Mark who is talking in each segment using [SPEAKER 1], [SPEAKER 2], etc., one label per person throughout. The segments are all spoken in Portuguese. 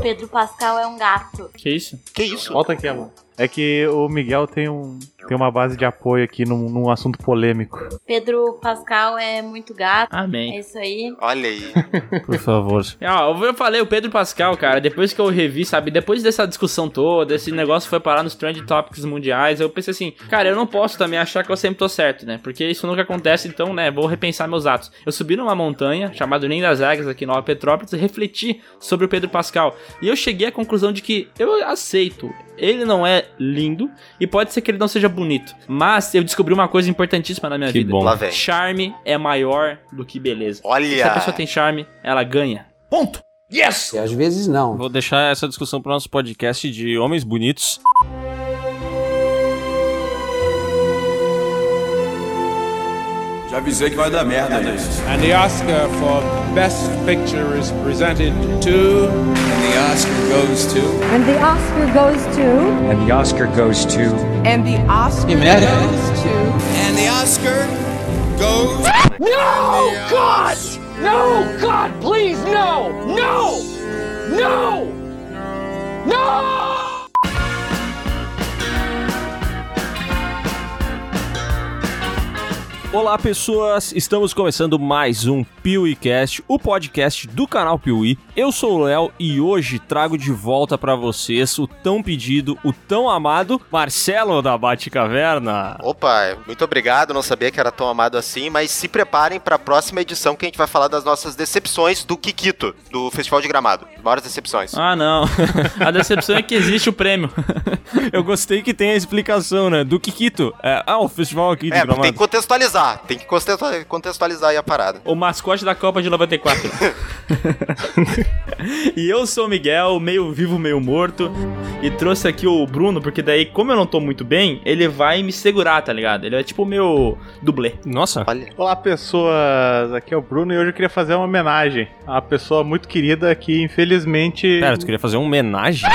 [SPEAKER 1] Pedro Pascal é um gato.
[SPEAKER 2] Que isso?
[SPEAKER 3] Que isso?
[SPEAKER 4] Volta aqui, amor. É que o Miguel tem, um, tem uma base de apoio aqui num, num assunto polêmico.
[SPEAKER 1] Pedro Pascal é muito gato. É
[SPEAKER 2] Amém.
[SPEAKER 1] isso aí.
[SPEAKER 3] Olha aí.
[SPEAKER 4] Por favor.
[SPEAKER 2] Ah, eu falei, o Pedro Pascal, cara, depois que eu revi, sabe, depois dessa discussão toda, esse negócio foi parar nos trend topics mundiais, eu pensei assim, cara, eu não posso também achar que eu sempre tô certo, né? Porque isso nunca acontece, então, né, vou repensar meus atos. Eu subi numa montanha, chamada Nem das Águias, aqui em Nova Petrópolis, e refleti sobre o Pedro Pascal. E eu cheguei à conclusão de que eu aceito. Ele não é lindo, e pode ser que ele não seja bonito. Mas eu descobri uma coisa importantíssima na minha
[SPEAKER 4] Que
[SPEAKER 2] vida.
[SPEAKER 4] bom.
[SPEAKER 3] Lá vem.
[SPEAKER 2] Charme é maior do que beleza. Se a
[SPEAKER 3] Olha.
[SPEAKER 2] pessoa tem charme, ela ganha. Ponto. Yes!
[SPEAKER 5] E às vezes não.
[SPEAKER 6] Vou deixar essa discussão pro nosso podcast de homens bonitos.
[SPEAKER 7] Já avisei que vai dar merda né? isso.
[SPEAKER 8] And the Oscar for Best Picture is presented to.
[SPEAKER 7] And the Oscar goes to...
[SPEAKER 9] And the Oscar goes to.
[SPEAKER 7] And the Oscar goes to...
[SPEAKER 9] And the Oscar goes to.
[SPEAKER 7] And the Oscar goes... No, God!
[SPEAKER 2] Oh,
[SPEAKER 6] Olá, pessoas! Estamos começando mais um PeeWeeCast, o podcast do canal PeeWee. Eu sou o Léo e hoje trago de volta pra vocês o tão pedido, o tão amado Marcelo da Bate-Caverna.
[SPEAKER 3] Opa, muito obrigado, não sabia que era tão amado assim, mas se preparem para a próxima edição que a gente vai falar das nossas decepções do Kikito, do Festival de Gramado. Maiores decepções.
[SPEAKER 2] Ah, não. A decepção é que existe o prêmio.
[SPEAKER 6] Eu gostei que tem a explicação, né? Do Kikito. É, ah, o festival aqui de
[SPEAKER 3] é,
[SPEAKER 6] Gramado.
[SPEAKER 3] tem que contextualizar, tem que contextua- contextualizar aí a parada.
[SPEAKER 2] O mascote da Copa de 94. e eu sou o Miguel, meio vivo, meio morto. E trouxe aqui o Bruno, porque daí, como eu não tô muito bem, ele vai me segurar, tá ligado? Ele é tipo o meu dublê.
[SPEAKER 6] Nossa,
[SPEAKER 3] Olha,
[SPEAKER 4] Olá, pessoas. Aqui é o Bruno e hoje eu queria fazer uma homenagem a uma pessoa muito querida que, infelizmente.
[SPEAKER 6] pera, tu queria fazer uma homenagem?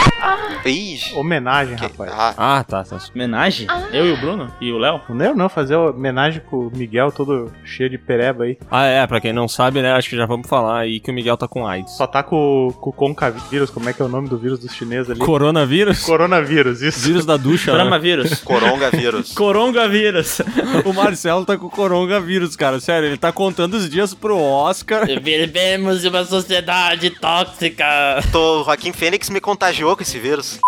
[SPEAKER 3] ixi.
[SPEAKER 4] Homenagem,
[SPEAKER 3] que-
[SPEAKER 4] rapaz.
[SPEAKER 3] Ah,
[SPEAKER 6] Ah, tá, tá.
[SPEAKER 2] Homenagem? Eu e o Bruno? E o Léo?
[SPEAKER 4] Não é não fazer homenagem com o Miguel todo cheio de pereba aí.
[SPEAKER 6] Ah, é, pra quem não sabe, né? Acho que já vamos falar aí que o Miguel tá com AIDS.
[SPEAKER 4] Só tá com, com o concavírus, como é que é o nome do vírus dos chineses ali?
[SPEAKER 6] Coronavírus?
[SPEAKER 4] Coronavírus, isso.
[SPEAKER 6] Vírus da ducha, né?
[SPEAKER 2] Coronavírus.
[SPEAKER 3] coronavírus.
[SPEAKER 2] Coronavírus.
[SPEAKER 6] O Marcelo tá com coronavírus, cara. Sério, ele tá contando os dias pro Oscar.
[SPEAKER 2] Vivemos em uma sociedade tóxica.
[SPEAKER 3] Tô, o Joaquim Fênix me contagiou com esse vírus.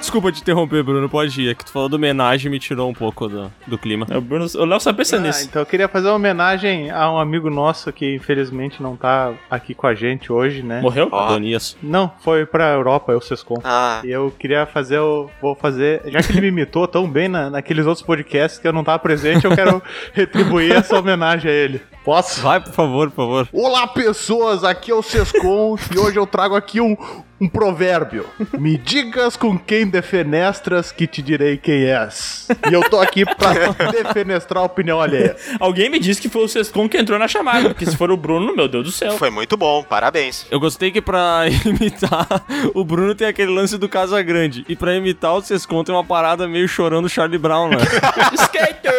[SPEAKER 6] Desculpa te interromper, Bruno, pode ir. É que tu falou do homenagem e me tirou um pouco do, do clima.
[SPEAKER 2] É, O Bruno, o Léo só pensa
[SPEAKER 4] Ah,
[SPEAKER 2] nisso.
[SPEAKER 4] então eu queria fazer uma homenagem a um amigo nosso que infelizmente não tá aqui com a gente hoje, né?
[SPEAKER 2] Morreu?
[SPEAKER 3] É. Ó.
[SPEAKER 6] Adonias.
[SPEAKER 4] Não, foi pra Europa, eu Sescom.
[SPEAKER 3] Ah,
[SPEAKER 4] E eu queria fazer, eu vou fazer, já que ele me imitou tão bem na, naqueles outros podcasts que eu não tava presente, eu quero retribuir essa homenagem a ele. Posso?
[SPEAKER 6] Vai, por favor, por favor.
[SPEAKER 4] Olá pessoas, aqui é o Sescon e hoje eu trago aqui um, um provérbio. Me digas com quem defenestras que te direi quem és. E eu tô aqui pra defenestrar a opinião alheia.
[SPEAKER 2] Alguém me disse que foi o Sescon que entrou na chamada, porque se for o Bruno, meu Deus do céu.
[SPEAKER 3] foi muito bom, parabéns.
[SPEAKER 6] Eu gostei que pra imitar o Bruno tem aquele lance do Casa Grande. E pra imitar o Sescon tem uma parada meio chorando Charlie Brown, né?
[SPEAKER 2] Skater!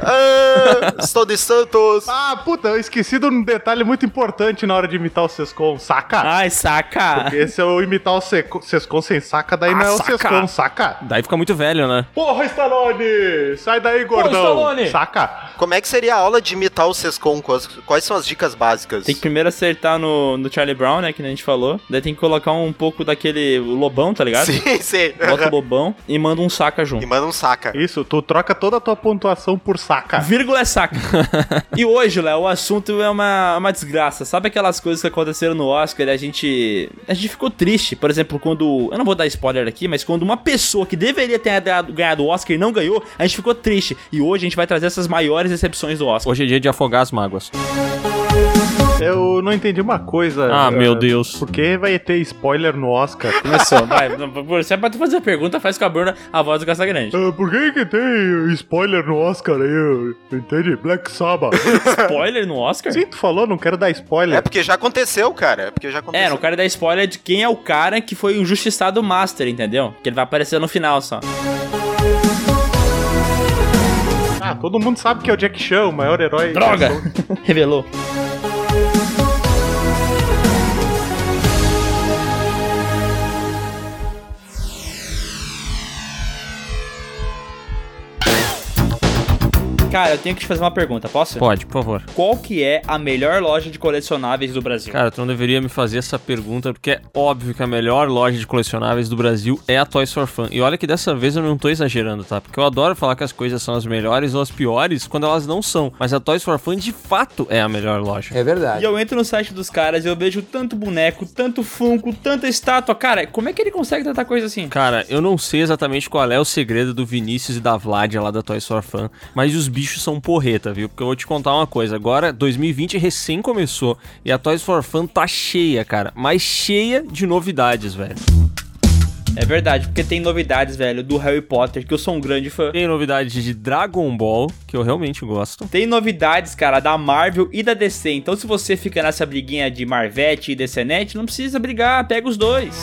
[SPEAKER 3] Ah, estou de Santos.
[SPEAKER 4] Ah, puta, eu esqueci de um detalhe muito importante na hora de imitar o Sescon, saca?
[SPEAKER 2] Ai, saca!
[SPEAKER 4] Esse é o imitar o Seco- Sescon sem saca, daí não é o Sescon, saca?
[SPEAKER 6] Daí fica muito velho, né?
[SPEAKER 4] Porra, Stallone! Sai daí, gordão!
[SPEAKER 2] Stallone!
[SPEAKER 4] Saca?
[SPEAKER 3] Como é que seria a aula de imitar o Sescon? Quais, quais são as dicas básicas?
[SPEAKER 2] Tem que primeiro acertar no, no Charlie Brown, né? Que nem a gente falou. Daí tem que colocar um pouco daquele lobão, tá ligado?
[SPEAKER 3] Sim, sim.
[SPEAKER 2] Bota o lobão e manda um saca
[SPEAKER 3] E
[SPEAKER 2] junto.
[SPEAKER 3] manda um saca.
[SPEAKER 4] Isso, tu troca toda a tua pontuação por saca.
[SPEAKER 2] Vírgula é saca. e hoje, Léo, o assunto é uma, uma desgraça. Sabe aquelas coisas que aconteceram no Oscar e a gente. A gente ficou triste. Por exemplo, quando. Eu não vou dar spoiler aqui, mas quando uma pessoa que deveria ter dado- ganhado o Oscar e não ganhou, a gente ficou triste. E hoje a gente vai trazer essas maiores decepções do Oscar.
[SPEAKER 6] Hoje é dia de afogar as mágoas.
[SPEAKER 4] Eu não entendi uma coisa.
[SPEAKER 6] Ah,
[SPEAKER 4] eh,
[SPEAKER 6] meu Deus.
[SPEAKER 4] Por que vai ter spoiler no Oscar?
[SPEAKER 2] Começou, vai. não, Se é pra tu fazer a pergunta, faz com a Bruna a voz do Caça Grande.
[SPEAKER 4] Ah, por que que tem spoiler no Oscar aí? Entende? Black Sabbath.
[SPEAKER 2] Spoiler no Oscar?
[SPEAKER 4] Sim, tu falou, não quero dar spoiler.
[SPEAKER 3] É porque já aconteceu, cara. É porque já
[SPEAKER 2] É,
[SPEAKER 3] aconteceu.
[SPEAKER 2] no cara da spoiler de quem é o cara que foi o justiçado master, entendeu? Que ele vai aparecer no final só.
[SPEAKER 4] Ah, todo mundo sabe que é o Jack Chan, o maior herói.
[SPEAKER 2] Droga! Revelou. Cara, eu tenho que te fazer uma pergunta, posso?
[SPEAKER 6] Pode, por favor.
[SPEAKER 2] Qual que é a melhor loja de colecionáveis do Brasil?
[SPEAKER 6] Cara, tu não deveria me fazer essa pergunta, porque é óbvio que a melhor loja de colecionáveis do Brasil é a Toys for Fun. E olha que dessa vez eu não tô exagerando, tá? Porque eu adoro falar que as coisas são as melhores ou as piores quando elas não são. Mas a Toys for Fun, de fato, é a melhor loja.
[SPEAKER 5] É verdade.
[SPEAKER 2] E eu entro no site dos caras e eu vejo tanto boneco, tanto funko, tanta estátua. Cara, como é que ele consegue tanta coisa assim?
[SPEAKER 6] Cara, eu não sei exatamente qual é o segredo do Vinícius e da Vlad lá da Toys for Fun, mas os bichos são porreta, viu? Porque eu vou te contar uma coisa. Agora, 2020 recém começou e a Toys for Fun tá cheia, cara. Mas cheia de novidades, velho.
[SPEAKER 2] É verdade, porque tem novidades, velho, do Harry Potter, que eu sou um grande fã.
[SPEAKER 6] Tem novidades de Dragon Ball, que eu realmente gosto.
[SPEAKER 2] Tem novidades, cara, da Marvel e da DC. Então, se você fica nessa briguinha de Marvete e DCNet, não precisa brigar, pega os dois.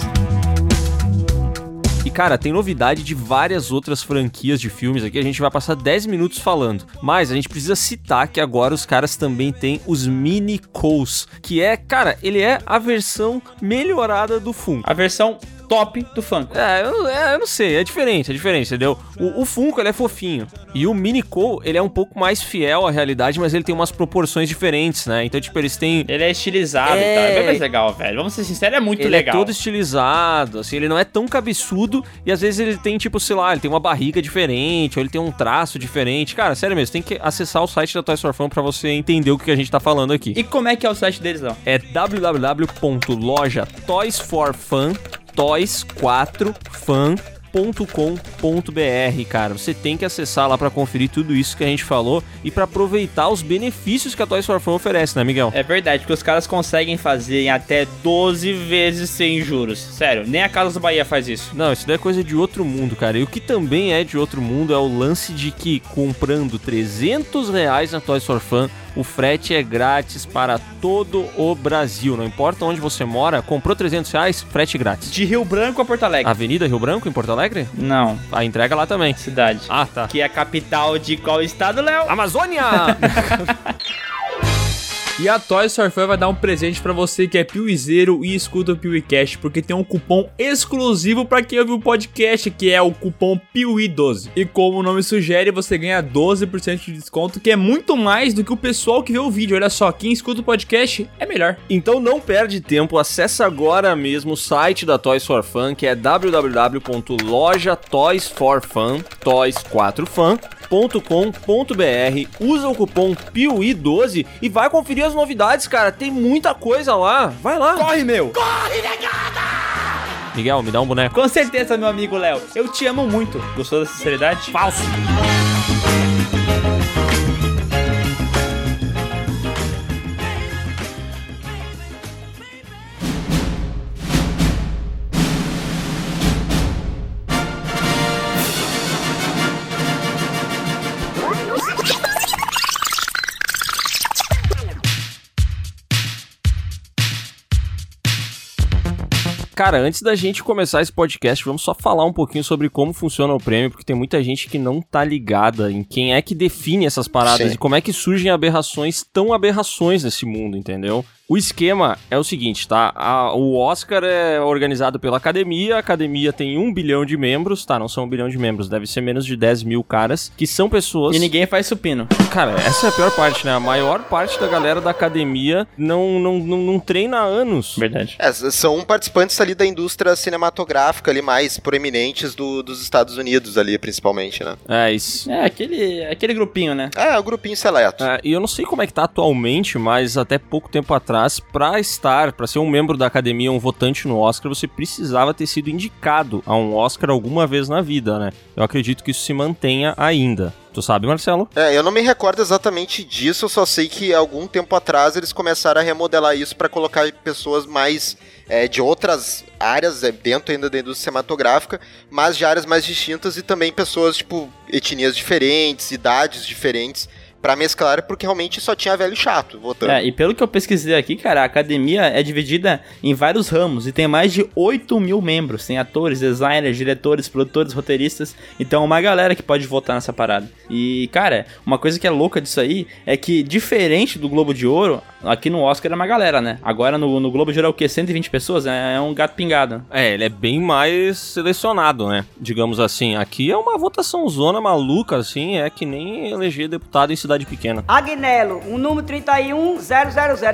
[SPEAKER 6] E cara, tem novidade de várias outras franquias de filmes aqui, a gente vai passar 10 minutos falando. Mas a gente precisa citar que agora os caras também têm os Mini Cous, que é, cara, ele é a versão melhorada do Funko.
[SPEAKER 2] A versão top do Funko.
[SPEAKER 6] É eu, é, eu não sei, é diferente, é diferente, entendeu? O, o Funko, ele é fofinho. E o Mini Cole, ele é um pouco mais fiel à realidade, mas ele tem umas proporções diferentes, né? Então, tipo, eles têm...
[SPEAKER 2] Ele é estilizado e tal. É bem mais legal, velho. Vamos ser sinceros, é muito
[SPEAKER 6] ele
[SPEAKER 2] legal.
[SPEAKER 6] é todo estilizado, assim, ele não é tão cabeçudo e às vezes ele tem, tipo, sei lá, ele tem uma barriga diferente, ou ele tem um traço diferente. Cara, sério mesmo, tem que acessar o site da Toys for Fun pra você entender o que a gente tá falando aqui.
[SPEAKER 2] E como é que é o site deles, não?
[SPEAKER 6] É www.lojatoysforfun.com toys4fan.com.br, cara. Você tem que acessar lá para conferir tudo isso que a gente falou e para aproveitar os benefícios que a Toys for Fun oferece, né, Miguel?
[SPEAKER 2] É verdade, porque os caras conseguem fazer em até 12 vezes sem juros. Sério, nem a Casa do Bahia faz isso.
[SPEAKER 6] Não, isso daí é coisa de outro mundo, cara. E o que também é de outro mundo é o lance de que comprando 300 reais na Toys for Fun, o frete é grátis para todo o Brasil. Não importa onde você mora, comprou 300 reais, frete grátis.
[SPEAKER 2] De Rio Branco a Porto Alegre.
[SPEAKER 6] Avenida Rio Branco, em Porto Alegre?
[SPEAKER 2] Não,
[SPEAKER 6] A entrega lá também.
[SPEAKER 2] cidade.
[SPEAKER 6] Ah, tá.
[SPEAKER 2] Que é a capital de qual estado, Léo?
[SPEAKER 6] Amazônia!
[SPEAKER 10] E a Toys for Fun vai dar um presente pra você que é piuizeiro e escuta o PiuiCast, porque tem um cupom exclusivo pra quem ouve o podcast, que é o cupom PIUI12. E como o nome sugere, você ganha 12% de desconto, que é muito mais do que o pessoal que vê o vídeo. Olha só, quem escuta o podcast é melhor.
[SPEAKER 6] Então não perde tempo, acessa agora mesmo o site da Toys for Fun, que é www.lojatoysforfun, toys4fan.com.br. Usa o cupom PIUI12 e vai conferir as novidades, cara. Tem muita coisa lá. Vai lá.
[SPEAKER 2] Corre, meu!
[SPEAKER 6] Miguel, me dá um boneco.
[SPEAKER 2] Com certeza, meu amigo Léo. Eu te amo muito. Gostou da sinceridade?
[SPEAKER 6] Falso. Cara, antes da gente começar esse podcast, vamos só falar um pouquinho sobre como funciona o prêmio, porque tem muita gente que não tá ligada em quem é que define essas paradas
[SPEAKER 3] Sim.
[SPEAKER 6] e como é que surgem aberrações tão aberrações nesse mundo, entendeu? O esquema é o seguinte, tá? A- o Oscar é organizado pela academia, a academia tem um bilhão de membros, tá? Não são um bilhão de membros, deve ser menos de 10 mil caras, que são pessoas.
[SPEAKER 2] E ninguém faz supino.
[SPEAKER 6] Cara, essa é a pior parte, né? A maior parte da galera da academia não, não, não, não treina há anos.
[SPEAKER 2] Verdade.
[SPEAKER 3] É, s- são participantes ali da indústria cinematográfica ali mais proeminentes do- dos Estados Unidos ali, principalmente, né?
[SPEAKER 6] É isso.
[SPEAKER 2] É, aquele, aquele grupinho, né?
[SPEAKER 3] É, o grupinho seleto.
[SPEAKER 6] É, e eu não sei como é que tá atualmente, mas até pouco tempo atrás, pra estar, pra ser um membro da academia, um votante no Oscar, você precisava ter sido indicado a um Oscar alguma vez na vida, né? Eu acredito que isso se mantenha ainda. Tu sabe, Marcelo?
[SPEAKER 3] É, eu não me recordo exatamente disso, eu só sei que algum tempo atrás eles começaram a remodelar isso pra colocar pessoas mais é, de outras áreas, é, dentro ainda da indústria cinematográfica, mas de áreas mais distintas e também pessoas, tipo, etnias diferentes, idades diferentes, pra mesclar, porque realmente só tinha velho chato votando.
[SPEAKER 2] É, e pelo que eu pesquisei aqui, cara, a academia é dividida em vários ramos e tem mais de 8 mil membros. Tem atores, designers, diretores, produtores, roteiristas. Então, uma galera que pode votar nessa parada. E, cara, uma coisa que é louca disso aí é que, diferente do Globo de Ouro, aqui no Oscar é uma galera, né? Agora no, no Globo de Ouro é o quê? 120 pessoas? É, é um gato pingado.
[SPEAKER 6] É, ele é bem mais selecionado, né? Digamos assim. Aqui é uma votação zona maluca, assim, é que nem eleger deputado em cidade pequena.
[SPEAKER 5] Agnello, o número 31000.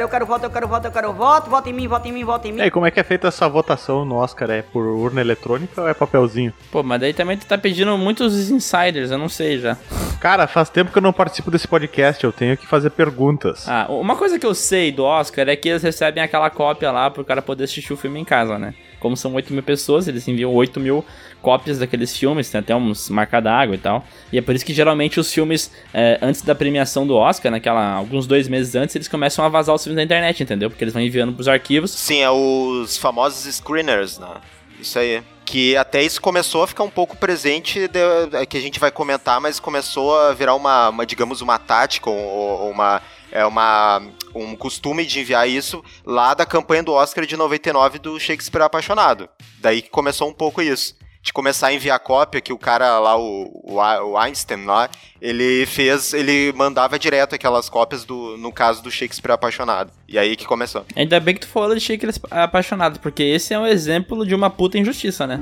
[SPEAKER 5] Eu quero voto, eu quero voto, eu quero voto. Vota em mim, vota em mim, vota em
[SPEAKER 4] E
[SPEAKER 5] mim.
[SPEAKER 4] aí, como é que é feita essa votação no Oscar? É por urna eletrônica ou é papelzinho?
[SPEAKER 2] Pô, mas daí também tu tá pedindo muitos insiders, eu não sei já.
[SPEAKER 4] Cara, faz tempo que eu não participo desse podcast, eu tenho que fazer perguntas.
[SPEAKER 2] Ah, uma coisa que eu sei do Oscar é que eles recebem aquela cópia lá pro cara poder assistir o filme em casa, né? Como são 8 mil pessoas, eles enviam 8 mil cópias daqueles filmes, tem até uns marca d'água e tal. E é por isso que geralmente os filmes, é, antes da premiação do Oscar, naquela, alguns dois meses antes, eles começam a vazar os filmes na internet, entendeu? Porque eles vão enviando pros arquivos.
[SPEAKER 3] Sim, é os famosos screeners, né? Isso aí. Que até isso começou a ficar um pouco presente, de- é, que a gente vai comentar, mas começou a virar uma, uma, digamos, uma tática, ou- ou uma, é uma, um costume de enviar isso lá da campanha do Oscar de 99 do Shakespeare Apaixonado. Daí que começou um pouco isso. De começar a enviar cópia, que o cara lá, o, o A- o Einstein lá, ele fez, ele mandava direto aquelas cópias do, no caso do Shakespeare Apaixonado. E aí que começou.
[SPEAKER 2] Ainda bem que tu falou de Shakespeare apaixonado, porque esse é um exemplo de uma puta injustiça, né?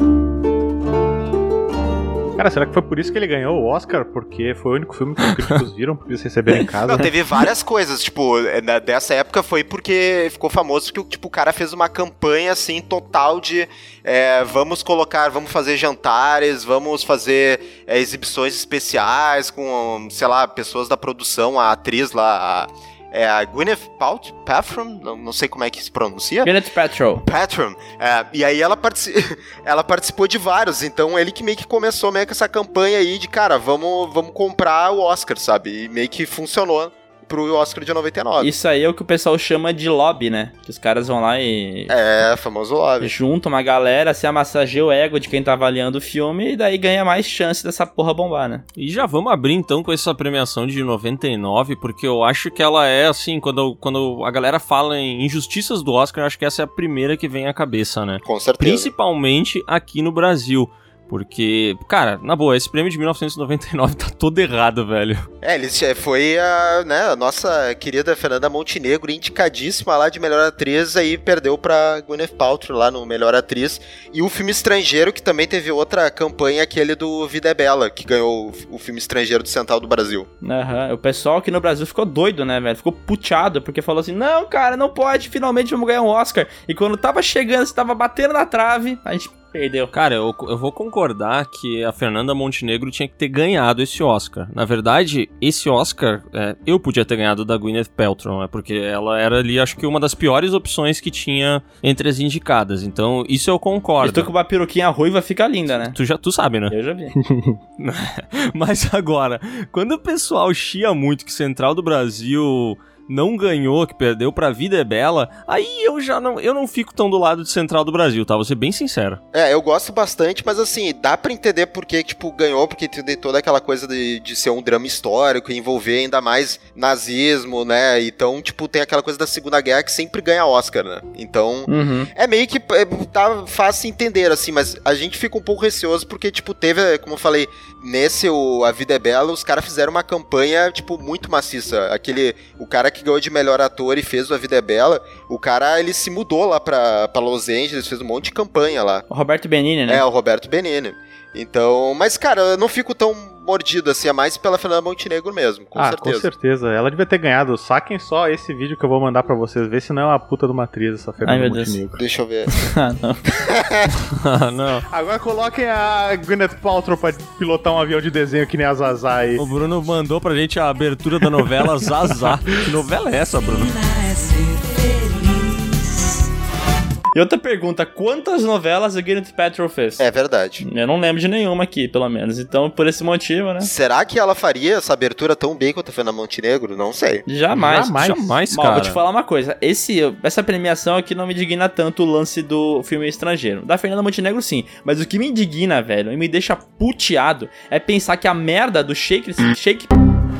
[SPEAKER 4] Cara, será que foi por isso que ele ganhou o Oscar? Porque foi o único filme que os críticos viram, porque eles receberam em casa. né?
[SPEAKER 3] Não, teve várias coisas, tipo, é, na- dessa época foi porque ficou famoso que tipo, o cara fez uma campanha, assim, total de é, vamos colocar, vamos fazer jantares, vamos fazer é, exibições especiais com, sei lá, pessoas da produção, a atriz lá, a, é, a Gwyneth Palt- Paltrow, não, não sei como é que se pronuncia.
[SPEAKER 2] Gwyneth Paltrow.
[SPEAKER 3] Patron. É, e aí ela, partici- ela participou de vários, então ele que meio que começou meio com essa campanha aí de, cara, vamos, vamos comprar o Oscar, sabe? E meio que funcionou pro Oscar de 99.
[SPEAKER 2] Isso aí é o que o pessoal chama de lobby, né? Que os caras vão lá e
[SPEAKER 3] É, famoso lobby.
[SPEAKER 2] junta uma galera, se amassageia o ego de quem tá avaliando o filme e daí ganha mais chance dessa porra bombar, né?
[SPEAKER 6] E já vamos abrir então com essa premiação de 99, porque eu acho que ela é assim, quando, quando a galera fala em injustiças do Oscar, eu acho que essa é a primeira que vem à cabeça, né?
[SPEAKER 3] Com certeza.
[SPEAKER 6] Principalmente aqui no Brasil. Porque, cara, na boa, esse prêmio de 1999 tá todo errado, velho.
[SPEAKER 3] É, ele che- foi a, né, a nossa querida Fernanda Montenegro, indicadíssima lá de melhor atriz, aí perdeu pra Gwyneth Paltrow lá no melhor atriz. E o filme estrangeiro, que também teve outra campanha, aquele do Vida é Bela, que ganhou o- o filme estrangeiro do Central do Brasil.
[SPEAKER 2] Aham, O pessoal aqui no Brasil ficou doido, né, velho? Ficou puteado, porque falou assim: não, cara, não pode, finalmente vamos ganhar um Oscar. E quando tava chegando, se tava batendo na trave, a gente perdeu.
[SPEAKER 6] Cara, eu, eu vou concordar que a Fernanda Montenegro tinha que ter ganhado esse Oscar. Na verdade, esse Oscar é, eu podia ter ganhado da Gwyneth Paltrow, né? porque ela era ali, acho que uma das piores opções que tinha entre as indicadas. Então, isso eu
[SPEAKER 2] Eu tô
[SPEAKER 6] concordo.
[SPEAKER 2] com uma peruquinha ruiva, fica linda, né?
[SPEAKER 6] Tu já tu sabe, né?
[SPEAKER 2] Eu já vi.
[SPEAKER 6] Mas agora, quando o pessoal chia muito que Central do Brasil não ganhou, que perdeu pra Vida é Bela, aí eu já não, eu não fico tão do lado de Central do Brasil, tá? Vou ser bem sincero.
[SPEAKER 3] É, eu gosto bastante, mas assim, dá pra entender porque, tipo, ganhou, porque tem toda aquela coisa de, de ser um drama histórico e envolver ainda mais nazismo, né? Então, tipo, tem aquela coisa da Segunda Guerra que sempre ganha Oscar, né? Então,
[SPEAKER 2] Uhum.
[SPEAKER 3] é meio que é, tá fácil entender, assim, mas a gente fica um pouco receoso porque, tipo, teve, eh, como eu falei, nesse o A Vida é Bela, os caras fizeram uma campanha, tipo, muito maciça. Aquele, o cara que ganhou de melhor ator e fez o A Vida é Bela, o cara, ele se mudou lá pra, pra Los Angeles, fez um monte de campanha lá.
[SPEAKER 2] O Roberto Benini, né?
[SPEAKER 3] É, o Roberto Benini. Então, mas cara, eu não fico tão mordido assim, é mais pela Fernanda Montenegro mesmo, com
[SPEAKER 4] ah,
[SPEAKER 3] certeza.
[SPEAKER 4] com certeza. Ela devia ter ganhado. Saquem só esse vídeo que eu vou mandar pra vocês. Vê se não é uma puta de uma atriz essa Fernanda
[SPEAKER 2] meu Deus.
[SPEAKER 4] Montenegro.
[SPEAKER 3] Deixa eu ver.
[SPEAKER 2] Ah, não.
[SPEAKER 6] Ah, não.
[SPEAKER 4] Agora coloquem a Gwyneth Paltrow pra pilotar um avião de desenho que nem a Zazá aí.
[SPEAKER 6] O Bruno mandou pra gente a abertura da novela Zazá. que novela é essa, Bruno?
[SPEAKER 2] E outra pergunta: quantas novelas a Gwyneth Paltrow fez?
[SPEAKER 3] É verdade.
[SPEAKER 2] Eu não lembro de nenhuma aqui, pelo menos. Então, por esse motivo, né?
[SPEAKER 3] Será que ela faria essa abertura tão bem quanto a Fernanda Montenegro? Não sei.
[SPEAKER 2] Jamais.
[SPEAKER 4] Jamais.
[SPEAKER 6] Jamais,
[SPEAKER 2] Mal,
[SPEAKER 6] cara.
[SPEAKER 2] vou te falar uma coisa. Esse, essa premiação aqui não me indigna tanto o lance do filme estrangeiro. Da Fernanda Montenegro, sim. Mas o que me indigna, velho, e me deixa puteado, é pensar que a merda do Shakespeare. Shake...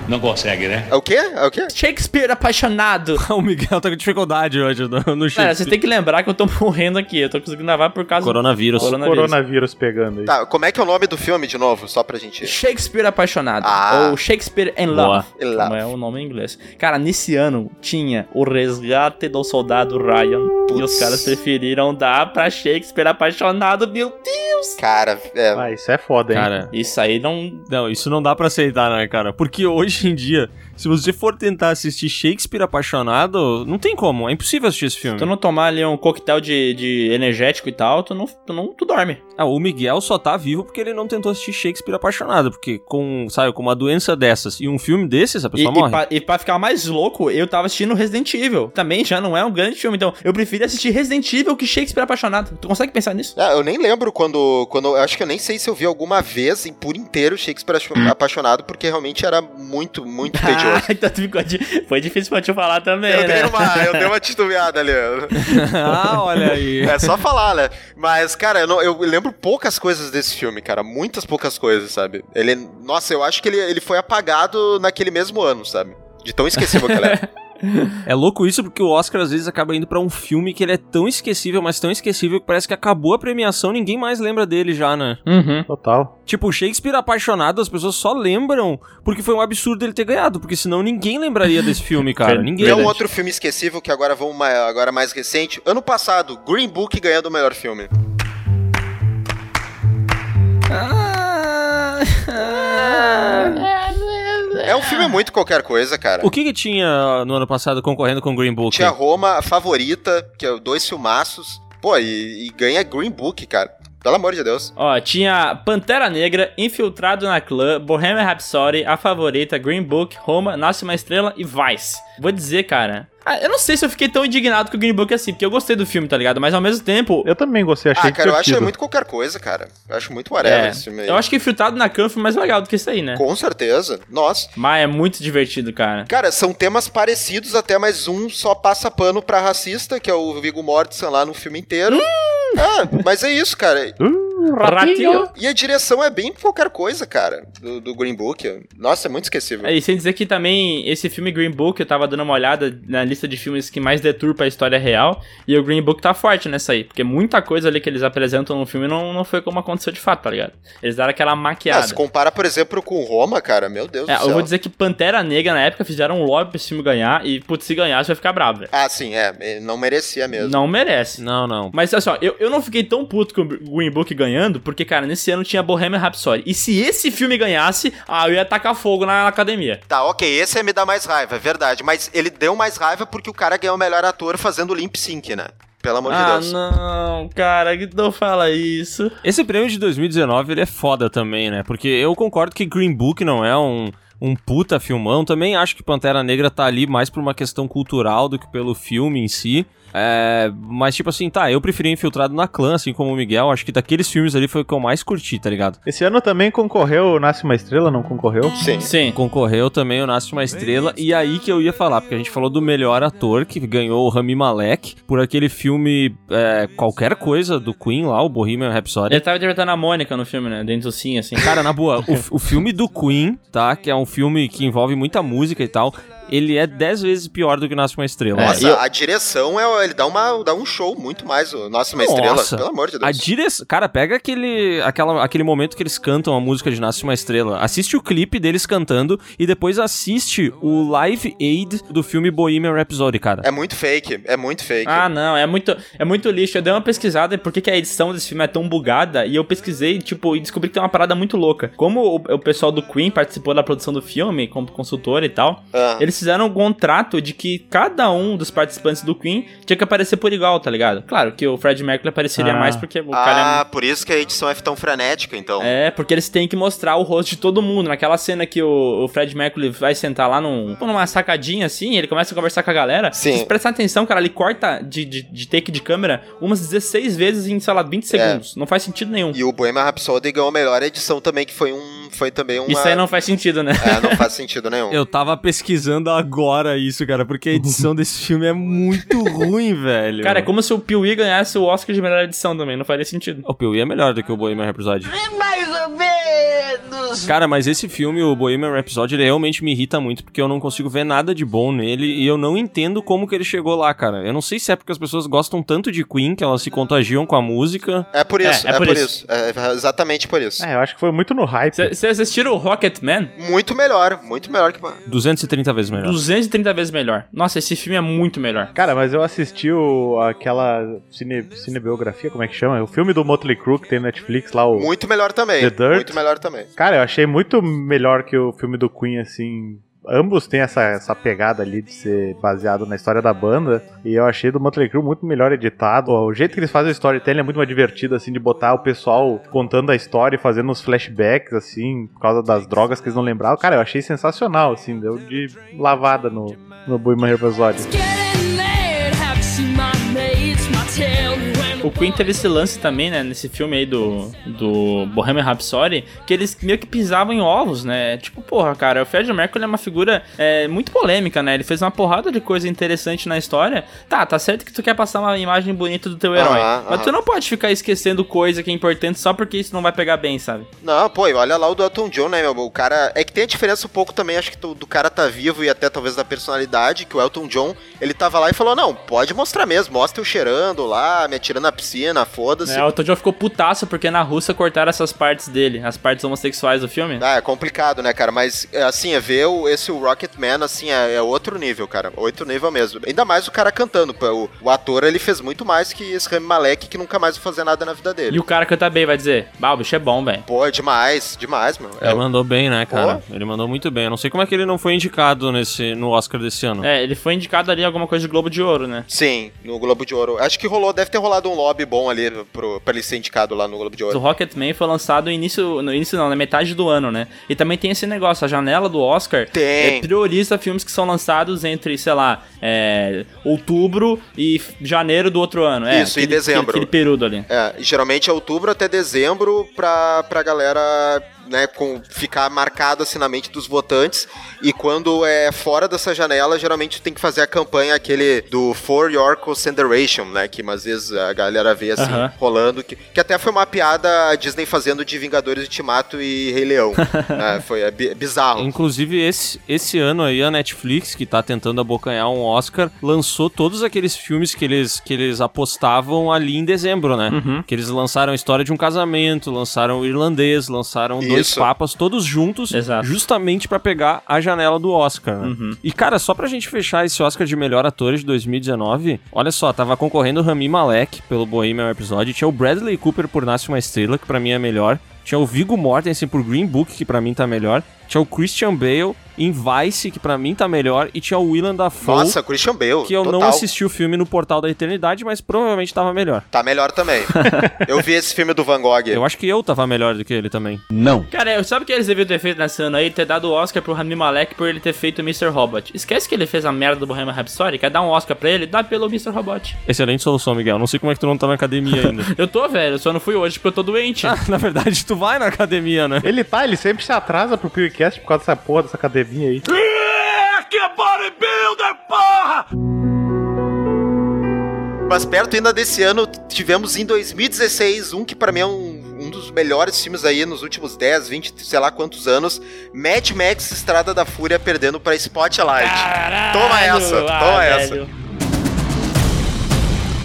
[SPEAKER 11] Não consegue, né?
[SPEAKER 3] É o quê? É o quê?
[SPEAKER 2] Shakespeare apaixonado.
[SPEAKER 6] o Miguel tá com dificuldade hoje no, no
[SPEAKER 2] Cara, você tem que lembrar que eu tô morrendo aqui. Eu tô conseguindo gravar por causa
[SPEAKER 6] Coronavírus.
[SPEAKER 2] do coronavírus.
[SPEAKER 4] Coronavírus pegando aí.
[SPEAKER 3] Tá, como é que é o nome do filme de novo? Só pra gente.
[SPEAKER 2] Shakespeare apaixonado.
[SPEAKER 3] Ah.
[SPEAKER 2] Ou Shakespeare in
[SPEAKER 6] Boa.
[SPEAKER 2] Love.
[SPEAKER 3] In Love.
[SPEAKER 2] Como é o nome em inglês. Cara, nesse ano tinha o resgate do soldado Ryan. E os caras preferiram dar pra Shakespeare apaixonado. Meu Deus.
[SPEAKER 3] Cara, é.
[SPEAKER 4] Ah, isso é foda, hein?
[SPEAKER 6] Cara,
[SPEAKER 2] Isso aí não.
[SPEAKER 6] Não, isso não dá pra aceitar, né, cara? Porque hoje em dia, se você for tentar assistir Shakespeare apaixonado, não tem como, é impossível assistir esse filme.
[SPEAKER 2] Tu não tomar ali um coquetel de, de energético e tal, tu não, tu não tu dorme.
[SPEAKER 6] Ah, o Miguel só tá vivo porque ele não tentou assistir Shakespeare apaixonado, porque com, sabe, com uma doença dessas e um filme desses, a
[SPEAKER 2] E,
[SPEAKER 6] pessoa
[SPEAKER 2] e,
[SPEAKER 6] morre.
[SPEAKER 2] pra, e pra ficar mais louco, eu tava assistindo Resident Evil. Também já não é um grande filme, então eu prefiro assistir Resident Evil que Shakespeare apaixonado. Tu consegue pensar nisso?
[SPEAKER 3] Ah, eu nem lembro quando, quando. eu Acho que eu nem sei se eu vi alguma vez em por inteiro Shakespeare acho- apaixonado, porque realmente era muito, muito tedioso.
[SPEAKER 2] Ah, então tu ficou de... Foi difícil pra te falar também,
[SPEAKER 3] Eu
[SPEAKER 2] né?
[SPEAKER 3] dei, uma, eu dei uma titubeada ali.
[SPEAKER 6] ah, olha aí.
[SPEAKER 3] É só falar, né? Mas, cara, eu, não- eu lembro poucas coisas desse filme, cara. Muitas poucas coisas, sabe? Ele. Nossa, eu acho que ele, ele foi apagado naquele mesmo ano, sabe? De tão esquecível que ele era.
[SPEAKER 6] É louco isso porque o Oscar às vezes acaba indo pra um filme que ele é tão esquecível, mas tão esquecível que parece que acabou a premiação, ninguém mais lembra dele já, né?
[SPEAKER 2] Uhum.
[SPEAKER 4] Total.
[SPEAKER 6] Tipo, Shakespeare apaixonado, as pessoas só lembram porque foi um absurdo ele ter ganhado, porque senão ninguém lembraria desse filme, cara.
[SPEAKER 2] Verdade.
[SPEAKER 6] ninguém.
[SPEAKER 3] E é um outro filme esquecível que agora vamos ma- agora mais recente. Ano passado, Green Book ganhando o melhor filme. É um filme muito qualquer coisa, cara.
[SPEAKER 6] O que que tinha no ano passado concorrendo com Green Book?
[SPEAKER 3] Tinha Roma, a favorita, que é dois filmaços. Pô, e, e ganha Green Book, cara. Pelo amor de Deus.
[SPEAKER 2] Ó, tinha Pantera Negra, Infiltrado na Clã, Bohemian Rhapsody, A Favorita, Green Book, Roma, Nasce uma Estrela e Vice. Vou dizer, cara. ah, Eu não sei se eu fiquei tão indignado com o Green Book assim, porque eu gostei do filme, tá ligado? Mas ao mesmo tempo.
[SPEAKER 4] Eu também gostei, achei
[SPEAKER 3] ah, cara, eu acho
[SPEAKER 4] divertido.
[SPEAKER 3] muito qualquer coisa, cara. Eu acho muito whatever
[SPEAKER 2] É,
[SPEAKER 3] esse filme aí.
[SPEAKER 2] Eu acho que Infiltrado na Clã foi mais legal do que isso aí, né?
[SPEAKER 3] Com certeza. Nossa.
[SPEAKER 2] Mas é muito divertido, cara.
[SPEAKER 3] Cara, são temas parecidos, até mais um só passa pano pra racista, que é o Viggo Mortensen lá no filme inteiro.
[SPEAKER 2] Hum.
[SPEAKER 3] Ah, mas é isso, cara.
[SPEAKER 2] Ratinho.
[SPEAKER 3] E a direção é bem qualquer coisa, cara, do, do Green Book. Nossa, é muito esquecível.
[SPEAKER 2] É, E sem dizer que também esse filme Green Book, eu tava dando uma olhada na lista de filmes que mais deturpa a história real, e o Green Book tá forte nessa aí, porque muita coisa ali que eles apresentam no filme não, não foi como aconteceu de fato, tá ligado? Eles deram aquela
[SPEAKER 3] Ah, se
[SPEAKER 2] maquiada.
[SPEAKER 3] compara, por exemplo, com Roma, cara, meu Deus
[SPEAKER 2] É,
[SPEAKER 3] do céu.
[SPEAKER 2] eu vou dizer que Pantera Negra na época fizeram um lobby pra esse filme ganhar, e putz, se ganhar, você vai ficar bravo, velho.
[SPEAKER 3] Ah, sim, é. Não merecia mesmo.
[SPEAKER 2] Não merece.
[SPEAKER 6] Não, não.
[SPEAKER 2] Mas olha só, eu, eu não fiquei tão puto com o Green Book ganhando, porque, cara, nesse ano tinha Bohemian Rhapsody. E se esse filme ganhasse, ah, eu ia tacar fogo na academia.
[SPEAKER 3] Tá, ok, esse é me dá mais raiva, é verdade. Mas ele deu mais raiva porque o cara ganhou o melhor ator fazendo Limp Sync, né? Pelo amor de
[SPEAKER 2] ah,
[SPEAKER 3] Deus.
[SPEAKER 2] não, cara, que não fala isso.
[SPEAKER 6] Esse prêmio de 2019 ele é foda também, né? Porque eu concordo que Green Book não é um, um puta filmão. Também acho que Pantera Negra tá ali mais por uma questão cultural do que pelo filme em si. É, mas, tipo assim, tá, eu preferi Infiltrado na Clã, assim como o Miguel. Acho que daqueles filmes ali foi o que eu mais curti, tá ligado?
[SPEAKER 4] Esse ano também concorreu Nasce uma Estrela, não concorreu?
[SPEAKER 3] Sim.
[SPEAKER 2] Sim.
[SPEAKER 6] Concorreu também o Nasce Uma Estrela. E aí que eu ia falar, porque a gente falou do melhor ator que ganhou o Rami Malek por aquele filme é, Qualquer Coisa do Queen lá, o Bohemian Rhapsody.
[SPEAKER 2] Ele tava interpretando a Mônica no filme, né? Dentro do sim, assim.
[SPEAKER 6] Cara, na boa, o, o filme do Queen, tá? Que é um filme que envolve muita música e tal. Ele é 10 vezes pior do que Nasce uma Estrela.
[SPEAKER 3] Nossa,
[SPEAKER 6] É, E eu-
[SPEAKER 3] a direção é. Ele dá, uma, dá um show muito mais. o Nossa, uma estrela.
[SPEAKER 6] Nossa.
[SPEAKER 3] Pelo amor de
[SPEAKER 6] a
[SPEAKER 3] Deus.
[SPEAKER 6] direção. Cara, pega aquele, aquela, aquele momento que eles cantam a música de Nasce uma Estrela. Assiste o clipe deles cantando e depois assiste o live aid do filme Bohemian Rhapsody, cara.
[SPEAKER 3] É muito fake, é muito fake.
[SPEAKER 2] Ah, não, é muito, é muito lixo. Eu dei uma pesquisada em por que, que a edição desse filme é tão bugada. E eu pesquisei, tipo, e descobri que tem uma parada muito louca. Como o, o pessoal do Queen participou da produção do filme, como consultor e tal,
[SPEAKER 3] Ah.
[SPEAKER 2] eles fizeram um contrato de que cada um dos participantes do Queen tinha que aparecer por igual, tá ligado? Claro que o Fred Mercury apareceria
[SPEAKER 4] Ah.
[SPEAKER 2] mais porque o
[SPEAKER 3] Ah,
[SPEAKER 2] cara
[SPEAKER 3] por isso que a edição é tão frenética, então.
[SPEAKER 2] é. É, porque eles têm que mostrar o rosto de todo mundo. Naquela cena que o, o Fred Mercury vai sentar lá num, tipo, numa sacadinha assim, ele começa a conversar com a galera.
[SPEAKER 3] Sim.
[SPEAKER 2] Se você prestar atenção, cara, ele corta de, de, de take de câmera umas 16 vezes em, sei lá, 20 segundos. Não faz sentido nenhum.
[SPEAKER 3] É. E o Bohemian Rhapsody ganhou a melhor edição também, que foi um. Foi também uma.
[SPEAKER 2] Isso aí não faz sentido, né?
[SPEAKER 3] É, não faz sentido nenhum.
[SPEAKER 6] Eu tava pesquisando agora isso, cara, porque a edição desse filme é muito ruim, velho.
[SPEAKER 2] Cara, é como se o Piuí ganhasse o Oscar de melhor edição também, não faria sentido.
[SPEAKER 6] O Piuí é melhor do que o Bohemian Rhapsody.
[SPEAKER 5] Mais ou menos.
[SPEAKER 6] menos. Cara, mas esse filme, o Bohemian Rhapsody, ele realmente me irrita muito porque eu não consigo ver nada de bom nele e eu não entendo como que ele chegou lá, cara. Eu não sei se é porque as pessoas gostam tanto de Queen que elas se contagiam com a música.
[SPEAKER 3] É por isso, é, por, isso. É exatamente por isso.
[SPEAKER 4] É, eu acho que foi muito no hype.
[SPEAKER 2] Vocês assistiram o Rocket Man?
[SPEAKER 3] Muito melhor, muito melhor que.
[SPEAKER 6] 230 vezes melhor.
[SPEAKER 2] 230 vezes melhor. Nossa, esse filme é muito melhor.
[SPEAKER 4] Cara, mas eu assisti o, aquela cine, cinebiografia, como é que chama? O filme do Motley Crue que tem na Netflix lá. O
[SPEAKER 3] Muito melhor também.
[SPEAKER 4] The Dirt.
[SPEAKER 3] Muito melhor também.
[SPEAKER 4] Cara, eu achei muito melhor que o filme do Queen, assim, ambos têm essa, essa pegada ali de ser baseado na história da banda. E eu achei do Motley Crue muito melhor editado. O jeito que eles fazem o storytelling é muito mais divertido, assim, de botar o pessoal contando a história e fazendo uns flashbacks, assim, por causa das drogas que eles não lembravam. Cara, eu achei sensacional, assim, deu de lavada no, no Bohemian Rhapsody.
[SPEAKER 2] O Queen teve esse lance também, né, nesse filme aí do, do Bohemian Rhapsody, que eles meio que pisavam em ovos, né? Tipo, porra, cara, o Fred Mercury é uma figura é, muito polêmica, né? Ele fez uma porrada de coisa interessante na história. Tá, tá certo que tu quer passar uma imagem bonita do teu herói,
[SPEAKER 3] Aham,
[SPEAKER 2] mas
[SPEAKER 3] aham.
[SPEAKER 2] tu não pode ficar esquecendo coisa que é importante só porque isso não vai pegar bem, sabe?
[SPEAKER 3] Não, pô, e olha lá o do Elton John, né, meu? O cara. É que tem a diferença um pouco também, acho que do, do cara tá vivo e até talvez da personalidade, que o Elton John, ele tava lá e falou: não, pode mostrar mesmo, mostra eu cheirando lá, me atirando na piscina, foda-se.
[SPEAKER 2] É, o Elton John ficou putaço porque na Rússia cortaram essas partes dele, as partes homossexuais do filme.
[SPEAKER 3] Ah, é complicado, né, cara? Mas, é, assim, é ver o- esse Rocketman, assim, é, é outro nível, cara. Outro nível mesmo. Ainda mais o cara cantando. pô. O, o ator, ele fez muito mais que esse Rami Malek, que nunca mais vai fazer nada na vida dele.
[SPEAKER 2] E o cara canta bem, vai dizer, bah, o bicho é bom, velho.
[SPEAKER 3] Pô, é demais, demais, meu. É,
[SPEAKER 6] Ele mandou bem, né, cara? Ele mandou muito bem. Eu não sei como é que ele não foi indicado nesse, no Oscar desse ano.
[SPEAKER 2] É, ele foi indicado ali alguma coisa de Globo de Ouro, né?
[SPEAKER 3] Sim, no Globo de Ouro. Acho que rolou, deve ter rolado um lobby bom ali pro, pra ele ser indicado lá no Globo de
[SPEAKER 2] O
[SPEAKER 3] Ouro.
[SPEAKER 2] Rocketman foi lançado no início, no início não, na metade do ano, né? E também tem esse negócio, a janela do Oscar
[SPEAKER 3] Tem.
[SPEAKER 2] eh, prioriza filmes que são lançados entre, sei lá, eh, outubro e f- janeiro do outro ano. É,
[SPEAKER 3] Isso, e dezembro.
[SPEAKER 2] Aquele, período ali.
[SPEAKER 3] É, e geralmente é outubro até dezembro pra, pra galera, né, com, ficar marcado assim na mente dos votantes. E quando é fora dessa janela, geralmente tem que fazer a campanha aquele do For Your Consideration, né, que às vezes a galera vê assim,
[SPEAKER 2] Aham.
[SPEAKER 3] rolando. Que, que até foi uma piada a Disney fazendo de Vingadores Ultimato e Rei Leão. né, foi é, bi- bizarro.
[SPEAKER 6] Inclusive, esse, esse ano aí, a Netflix, que tá tentando abocanhar um Oscar, lançou todos aqueles filmes que eles, que eles apostavam ali em dezembro, né? Que eles lançaram a história de um casamento, lançaram o irlandês, lançaram dois
[SPEAKER 3] Isso.
[SPEAKER 6] papas, todos juntos,
[SPEAKER 2] Exato.
[SPEAKER 6] justamente pra pegar a janela do Oscar, né?
[SPEAKER 3] Uhum.
[SPEAKER 6] E, cara, só pra gente fechar esse Oscar de melhor ator de 2019, olha só, tava concorrendo o Rami Malek pelo Bohemian Rhapsody, tinha o Bradley Cooper por Nasce uma Estrela, que pra mim é melhor, tinha o Viggo Mortensen por Green Book, que pra mim tá melhor, tinha o Christian Bale em Vice, que pra mim tá melhor, e tinha o Willem Dafoe,
[SPEAKER 3] Nossa, Christian Bale.
[SPEAKER 6] que eu
[SPEAKER 3] total.
[SPEAKER 6] não assisti o filme no Portal da Eternidade, mas provavelmente tava melhor.
[SPEAKER 3] Tá melhor também. eu vi esse filme do Van Gogh.
[SPEAKER 6] Eu acho que eu tava melhor do que ele também.
[SPEAKER 2] Cara, eu- sabe o que eles deviam ter feito nesse ano aí? Ter dado o Oscar pro Rami Malek por ele ter feito o Mr. Robot. Esquece que ele fez a merda do Bohemian Rhapsody, quer dar um Oscar pra ele? Dá pelo Mr. Robot.
[SPEAKER 6] Excelente solução, Miguel. Não sei como é que tu não tá na academia ainda.
[SPEAKER 2] Eu tô, velho, só não fui hoje porque eu tô doente.
[SPEAKER 3] Ah.
[SPEAKER 6] na verdade, tu vai na academia, né?
[SPEAKER 4] Ele tá, ele sempre se atrasa pro PewCast por causa dessa porra, dessa academia aí.
[SPEAKER 3] Mas perto ainda desse ano, tivemos em 2016 um que pra mim é um, um dos melhores filmes aí nos últimos 10, 20, sei lá quantos anos. Mad Max Estrada da Fúria perdendo pra Spotlight.
[SPEAKER 6] Ah!
[SPEAKER 3] Toma essa,
[SPEAKER 2] ah,
[SPEAKER 3] toma essa.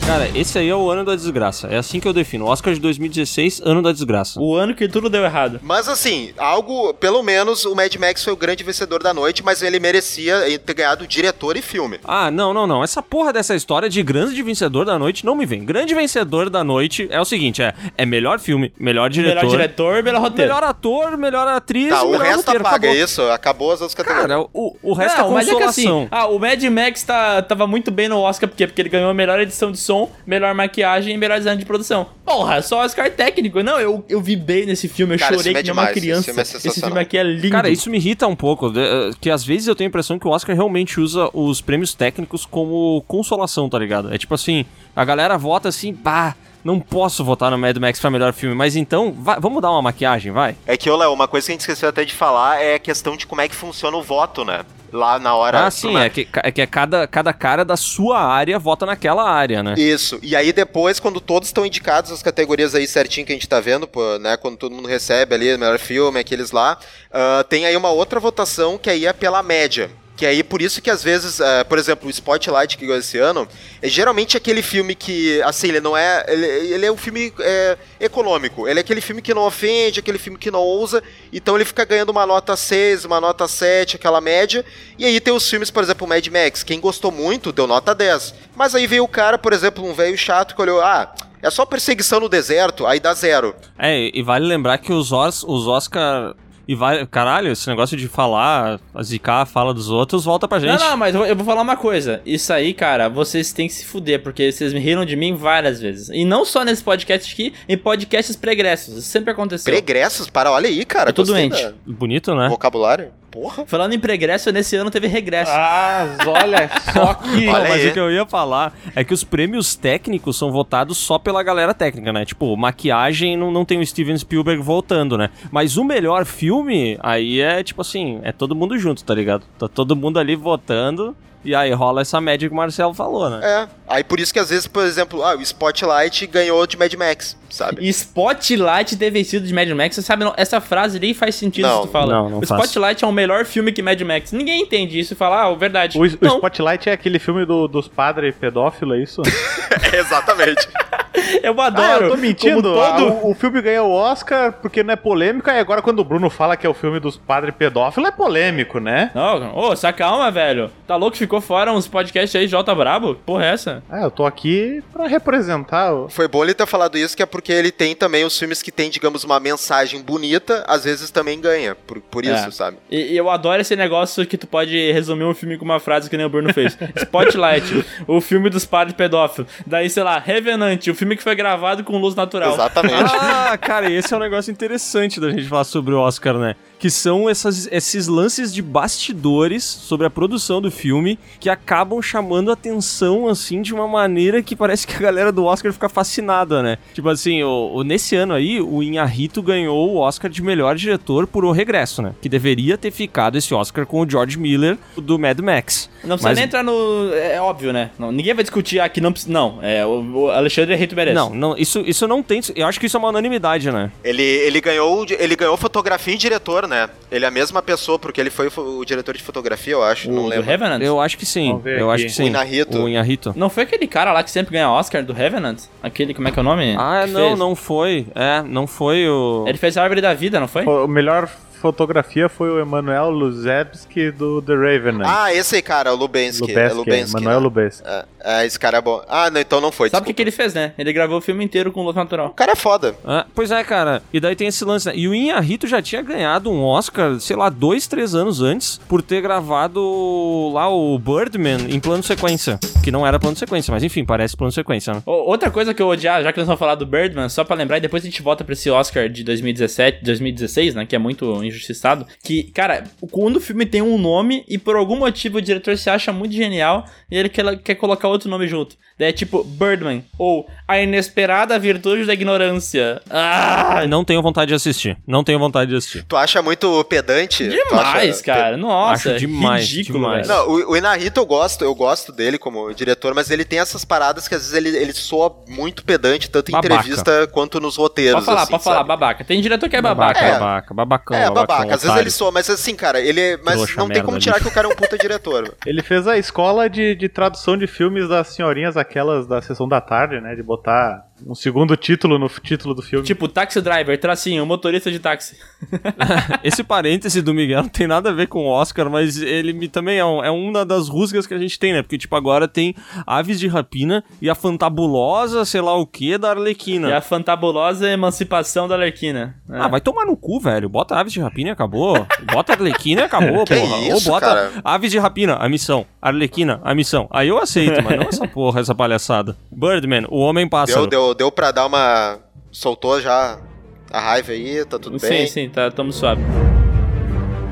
[SPEAKER 6] Cara, esse aí é o ano da desgraça. É assim que eu defino. Oscar de 2016, ano da desgraça.
[SPEAKER 2] O ano que tudo deu errado.
[SPEAKER 3] Mas assim, algo, pelo menos o Mad Max foi o grande vencedor da noite, mas ele merecia ter ganhado diretor e filme. Tá,
[SPEAKER 6] Ah, não, não, não. Essa porra dessa história de grande vencedor da noite não me vem. Grande vencedor da noite é o seguinte: é, é melhor filme, melhor diretor.
[SPEAKER 2] Melhor diretor, melhor roteiro.
[SPEAKER 6] Melhor ator, melhor atriz,
[SPEAKER 3] Tá, o
[SPEAKER 6] melhor
[SPEAKER 3] resto
[SPEAKER 6] roteiro.
[SPEAKER 3] apaga
[SPEAKER 6] acabou.
[SPEAKER 3] isso, acabou as outras categorias.
[SPEAKER 6] Cara, o, o resto é
[SPEAKER 2] mas
[SPEAKER 6] consolação.
[SPEAKER 2] assim, ah, o Mad Max tá, tava muito bem no Oscar, por quê? Porque ele ganhou a melhor edição de som, melhor maquiagem e melhor design de produção. Porra, é só Oscar técnico. Não, eu, eu vi bem nesse filme, eu
[SPEAKER 3] Cara, esse
[SPEAKER 2] chorei
[SPEAKER 3] filme é
[SPEAKER 2] que nem uma
[SPEAKER 3] demais, esse
[SPEAKER 2] criança.
[SPEAKER 3] filme é
[SPEAKER 2] Esse
[SPEAKER 3] sensacional.
[SPEAKER 2] filme aqui é lindo.
[SPEAKER 6] Cara, isso me irrita um pouco, de- eh, que às vezes eu tenho a impressão que o Oscar realmente usa os prêmios técnicos como consolação, tá ligado? É tipo assim, a galera vota assim, pá, Não posso votar no Mad Max pra melhor filme, mas então, vai- vamos dar uma maquiagem, vai?
[SPEAKER 3] É que, ô Léo, uma coisa que a gente esqueceu até de falar é a questão de como é que funciona o voto, né? Lá na hora.
[SPEAKER 6] Ah, sim,
[SPEAKER 3] né?
[SPEAKER 6] é que, é que é cada, cada cara da sua área vota naquela área, né?
[SPEAKER 3] Isso. E aí depois, quando todos estão indicados, as categorias aí certinho que a gente tá vendo, pô, né? Quando todo mundo recebe ali, melhor filme, aqueles lá, ah, tem aí uma outra votação que aí é pela média. Que aí, por isso que às vezes, ah, por exemplo, o Spotlight que ganhou esse ano, é geralmente aquele filme que, assim, ele não é. Ele, ele é um filme é, econômico. Ele é aquele filme que não ofende, aquele filme que não ousa. Então ele fica ganhando uma nota 6, uma nota 7, aquela média. E aí tem os filmes, por exemplo, Mad Max. Quem gostou muito deu nota 10. Mas aí veio o cara, por exemplo, um velho chato que olhou, ah. É só perseguição no deserto, aí dá zero.
[SPEAKER 6] É, e- e vale lembrar que os, Os, os Oscar. E vai, caralho, esse negócio de falar, zicar a fala dos outros, volta pra gente.
[SPEAKER 2] Não, não, mas eu vou- eu vou falar uma coisa. Isso aí, cara, vocês têm que se fuder, porque vocês me riram de mim várias vezes. E não só nesse podcast aqui, em podcasts pregressos. Isso sempre aconteceu.
[SPEAKER 3] Pregressos? Para, olha aí, cara.
[SPEAKER 2] Eu tô
[SPEAKER 3] gostei
[SPEAKER 2] É doente.
[SPEAKER 3] da-
[SPEAKER 6] Bonito, né?
[SPEAKER 3] Vocabulário? Porra.
[SPEAKER 2] Falando em pregresso, nesse ano teve regresso.
[SPEAKER 10] Ah, olha só que.
[SPEAKER 6] Não, mas
[SPEAKER 3] aí.
[SPEAKER 6] o que eu ia falar é que os prêmios técnicos são votados só pela galera técnica, né? Tipo, maquiagem não, não tem o Steven Spielberg voltando, né? Mas o melhor filme, aí é tipo assim, é todo mundo junto, tá ligado? Tá todo mundo ali votando e aí rola essa média que o Marcelo falou, né?
[SPEAKER 3] É. Aí por isso que às vezes, por exemplo, ah, o Spotlight ganhou de Mad Max, sabe?
[SPEAKER 2] E Spotlight ter vencido de Mad Max, você sabe, não, essa frase nem faz sentido
[SPEAKER 3] Não,
[SPEAKER 2] se tu fala.
[SPEAKER 6] não, não
[SPEAKER 2] o
[SPEAKER 6] faz.
[SPEAKER 2] Spotlight é o melhor filme que Mad Max. Ninguém entende isso e fala, ah, é verdade.
[SPEAKER 4] O, o
[SPEAKER 2] não,
[SPEAKER 4] Spotlight é aquele filme do- dos padres pedófilos, é isso?
[SPEAKER 3] Exatamente.
[SPEAKER 2] eu
[SPEAKER 4] Ah,
[SPEAKER 2] adoro.
[SPEAKER 4] eu tô mentindo.
[SPEAKER 2] Como
[SPEAKER 4] Ah,
[SPEAKER 2] todo...
[SPEAKER 4] o, o filme ganha o Oscar porque não é polêmico. E agora, quando o Bruno fala que é o filme dos padres pedófilos, é polêmico, né?
[SPEAKER 2] Não, ô, só calma, velho. Tá louco que ficou fora uns podcasts aí, Jota Brabo? Porra, é essa?
[SPEAKER 4] Ah, eu tô aqui pra representar. o-
[SPEAKER 3] Foi bom ele ter falado isso, que é porque ele tem também os filmes que tem, digamos, uma mensagem bonita, às vezes também ganha, por, por isso,
[SPEAKER 2] É.
[SPEAKER 3] sabe?
[SPEAKER 2] E e eu adoro esse negócio que tu pode resumir um filme com uma frase que nem o Bruno fez. Spotlight, o filme dos padres pedófilos. Daí, sei lá, Revenant, o filme que foi gravado com luz natural.
[SPEAKER 3] Exatamente.
[SPEAKER 6] Ah, cara, esse é um negócio interessante da gente falar sobre o Oscar, né? Que são essas- esses lances de bastidores sobre a produção do filme que acabam chamando a atenção, assim, de uma maneira que parece que a galera do Oscar fica fascinada, né? Tipo assim, o, o- nesse ano aí, o Inharito ganhou o Oscar de melhor diretor por O Regresso, né? Que deveria ter ficado esse Oscar com o George Miller do Mad Max.
[SPEAKER 2] Não precisa
[SPEAKER 6] Mas-
[SPEAKER 2] nem entrar no. É, é óbvio, né? Não, ninguém vai discutir aqui, não precisa. Não, é, o, o Alexandre Reito merece.
[SPEAKER 6] Não, não, isso, isso não tem. Eu acho que isso é uma unanimidade, né?
[SPEAKER 3] Ele, ele, ganhou, ele ganhou fotografia e diretor, né? Ele é a mesma pessoa, porque ele foi o o diretor de fotografia, eu acho, não
[SPEAKER 2] o do
[SPEAKER 3] lembro.
[SPEAKER 2] Revenant?
[SPEAKER 6] Eu acho que sim.
[SPEAKER 4] Vamos ver
[SPEAKER 6] Eu
[SPEAKER 4] aqui.
[SPEAKER 6] acho que sim.
[SPEAKER 3] O Inharito.
[SPEAKER 6] O Inharito.
[SPEAKER 2] Não foi aquele cara lá que sempre ganha Oscar do Revenant? Aquele, como é que é o nome?
[SPEAKER 6] Ah,
[SPEAKER 2] Que
[SPEAKER 6] não,
[SPEAKER 2] fez?
[SPEAKER 6] não foi. É, não foi o.
[SPEAKER 2] Ele fez a Árvore da Vida, não foi?
[SPEAKER 4] O melhor fotografia foi o Emanuel Luzebski do The Ravenant.
[SPEAKER 3] Ah, esse aí, cara, o Lubensky. é
[SPEAKER 4] Lubezki,
[SPEAKER 3] Lubensky.
[SPEAKER 4] Emanuel
[SPEAKER 3] né?
[SPEAKER 4] Lubezki.
[SPEAKER 3] É, é, esse cara é bom. Ah, não, então não foi.
[SPEAKER 2] Sabe o que,
[SPEAKER 3] desculpa.
[SPEAKER 2] que ele fez, né? Ele gravou o filme inteiro com luz natural.
[SPEAKER 3] O cara é foda.
[SPEAKER 6] Ah, pois é, cara. E daí tem esse lance, né? E o Inharito já tinha ganhado um Oscar, sei lá, dois, três anos antes, por ter gravado lá o Birdman em plano sequência. Que não era plano sequência, mas enfim, parece plano sequência, né?
[SPEAKER 2] Ô, Outra coisa que eu odiar, já que nós vamos falar do Birdman, só pra lembrar, e depois a gente volta pra esse Oscar de 2017, 2016, né? Que é muito injustiçado. Que, cara, quando o filme tem um nome e por algum motivo o diretor se acha muito genial e ele quer, quer colocar outro nome junto. Daí é tipo Birdman ou A Inesperada Virtude da Ignorância. Ah!
[SPEAKER 6] Ah, não tenho vontade de assistir. Não tenho vontade de assistir.
[SPEAKER 3] Tu acha muito pedante? Tu
[SPEAKER 2] Demais,
[SPEAKER 3] acha-
[SPEAKER 2] cara. Nossa,
[SPEAKER 6] Acho demais,
[SPEAKER 2] ridículo,
[SPEAKER 6] demais.
[SPEAKER 2] velho.
[SPEAKER 3] Não, o, o Inarito eu gosto, eu gosto dele como diretor, mas ele tem essas paradas que às vezes ele, ele soa muito pedante, tanto em
[SPEAKER 6] Babaca.
[SPEAKER 3] entrevista quanto nos roteiros.
[SPEAKER 2] Pode falar,
[SPEAKER 3] assim,
[SPEAKER 2] pode falar,
[SPEAKER 3] sabe?
[SPEAKER 2] babaca. Tem diretor que é babaca.
[SPEAKER 6] Babaca,
[SPEAKER 3] É.
[SPEAKER 6] babaca, babacão,
[SPEAKER 3] É,
[SPEAKER 6] babacão,
[SPEAKER 3] babaca. Às vezes
[SPEAKER 6] otário.
[SPEAKER 3] ele soa, mas assim, cara, ele. Mas
[SPEAKER 6] Trouxa,
[SPEAKER 3] não tem
[SPEAKER 6] merda,
[SPEAKER 3] como tirar
[SPEAKER 6] lixo.
[SPEAKER 3] que o cara é um puta diretor.
[SPEAKER 4] Ele fez a escola de, de tradução de filmes das senhorinhas, aquelas da sessão da tarde, né? De botar um segundo título no f- título do filme.
[SPEAKER 2] Tipo, taxi driver, tracinho, motorista de táxi.
[SPEAKER 6] Esse parêntese do Miguel não tem nada a ver com o Oscar, mas ele me- também é, um- é uma das rusgas que a gente tem, né? Porque, tipo, agora tem Aves de Rapina e a fantabulosa, sei lá o que, da Arlequina.
[SPEAKER 2] E a fantabulosa emancipação da Lerquina. É.
[SPEAKER 6] Ah, vai tomar no cu, velho. Bota Aves de Rapina e acabou. Bota Arlequina e acabou,
[SPEAKER 3] Que
[SPEAKER 6] porra.
[SPEAKER 3] isso,
[SPEAKER 6] Ou bota
[SPEAKER 3] cara?
[SPEAKER 6] Aves de Rapina, a missão. Arlequina, a missão. Aí eu aceito, mas não essa porra, essa palhaçada. Birdman, o homem pássaro.
[SPEAKER 3] Deu, deu, deu pra dar uma. Soltou já a raiva aí, tá tudo
[SPEAKER 2] Sim,
[SPEAKER 3] bem.
[SPEAKER 2] sim, tá, tamo suave.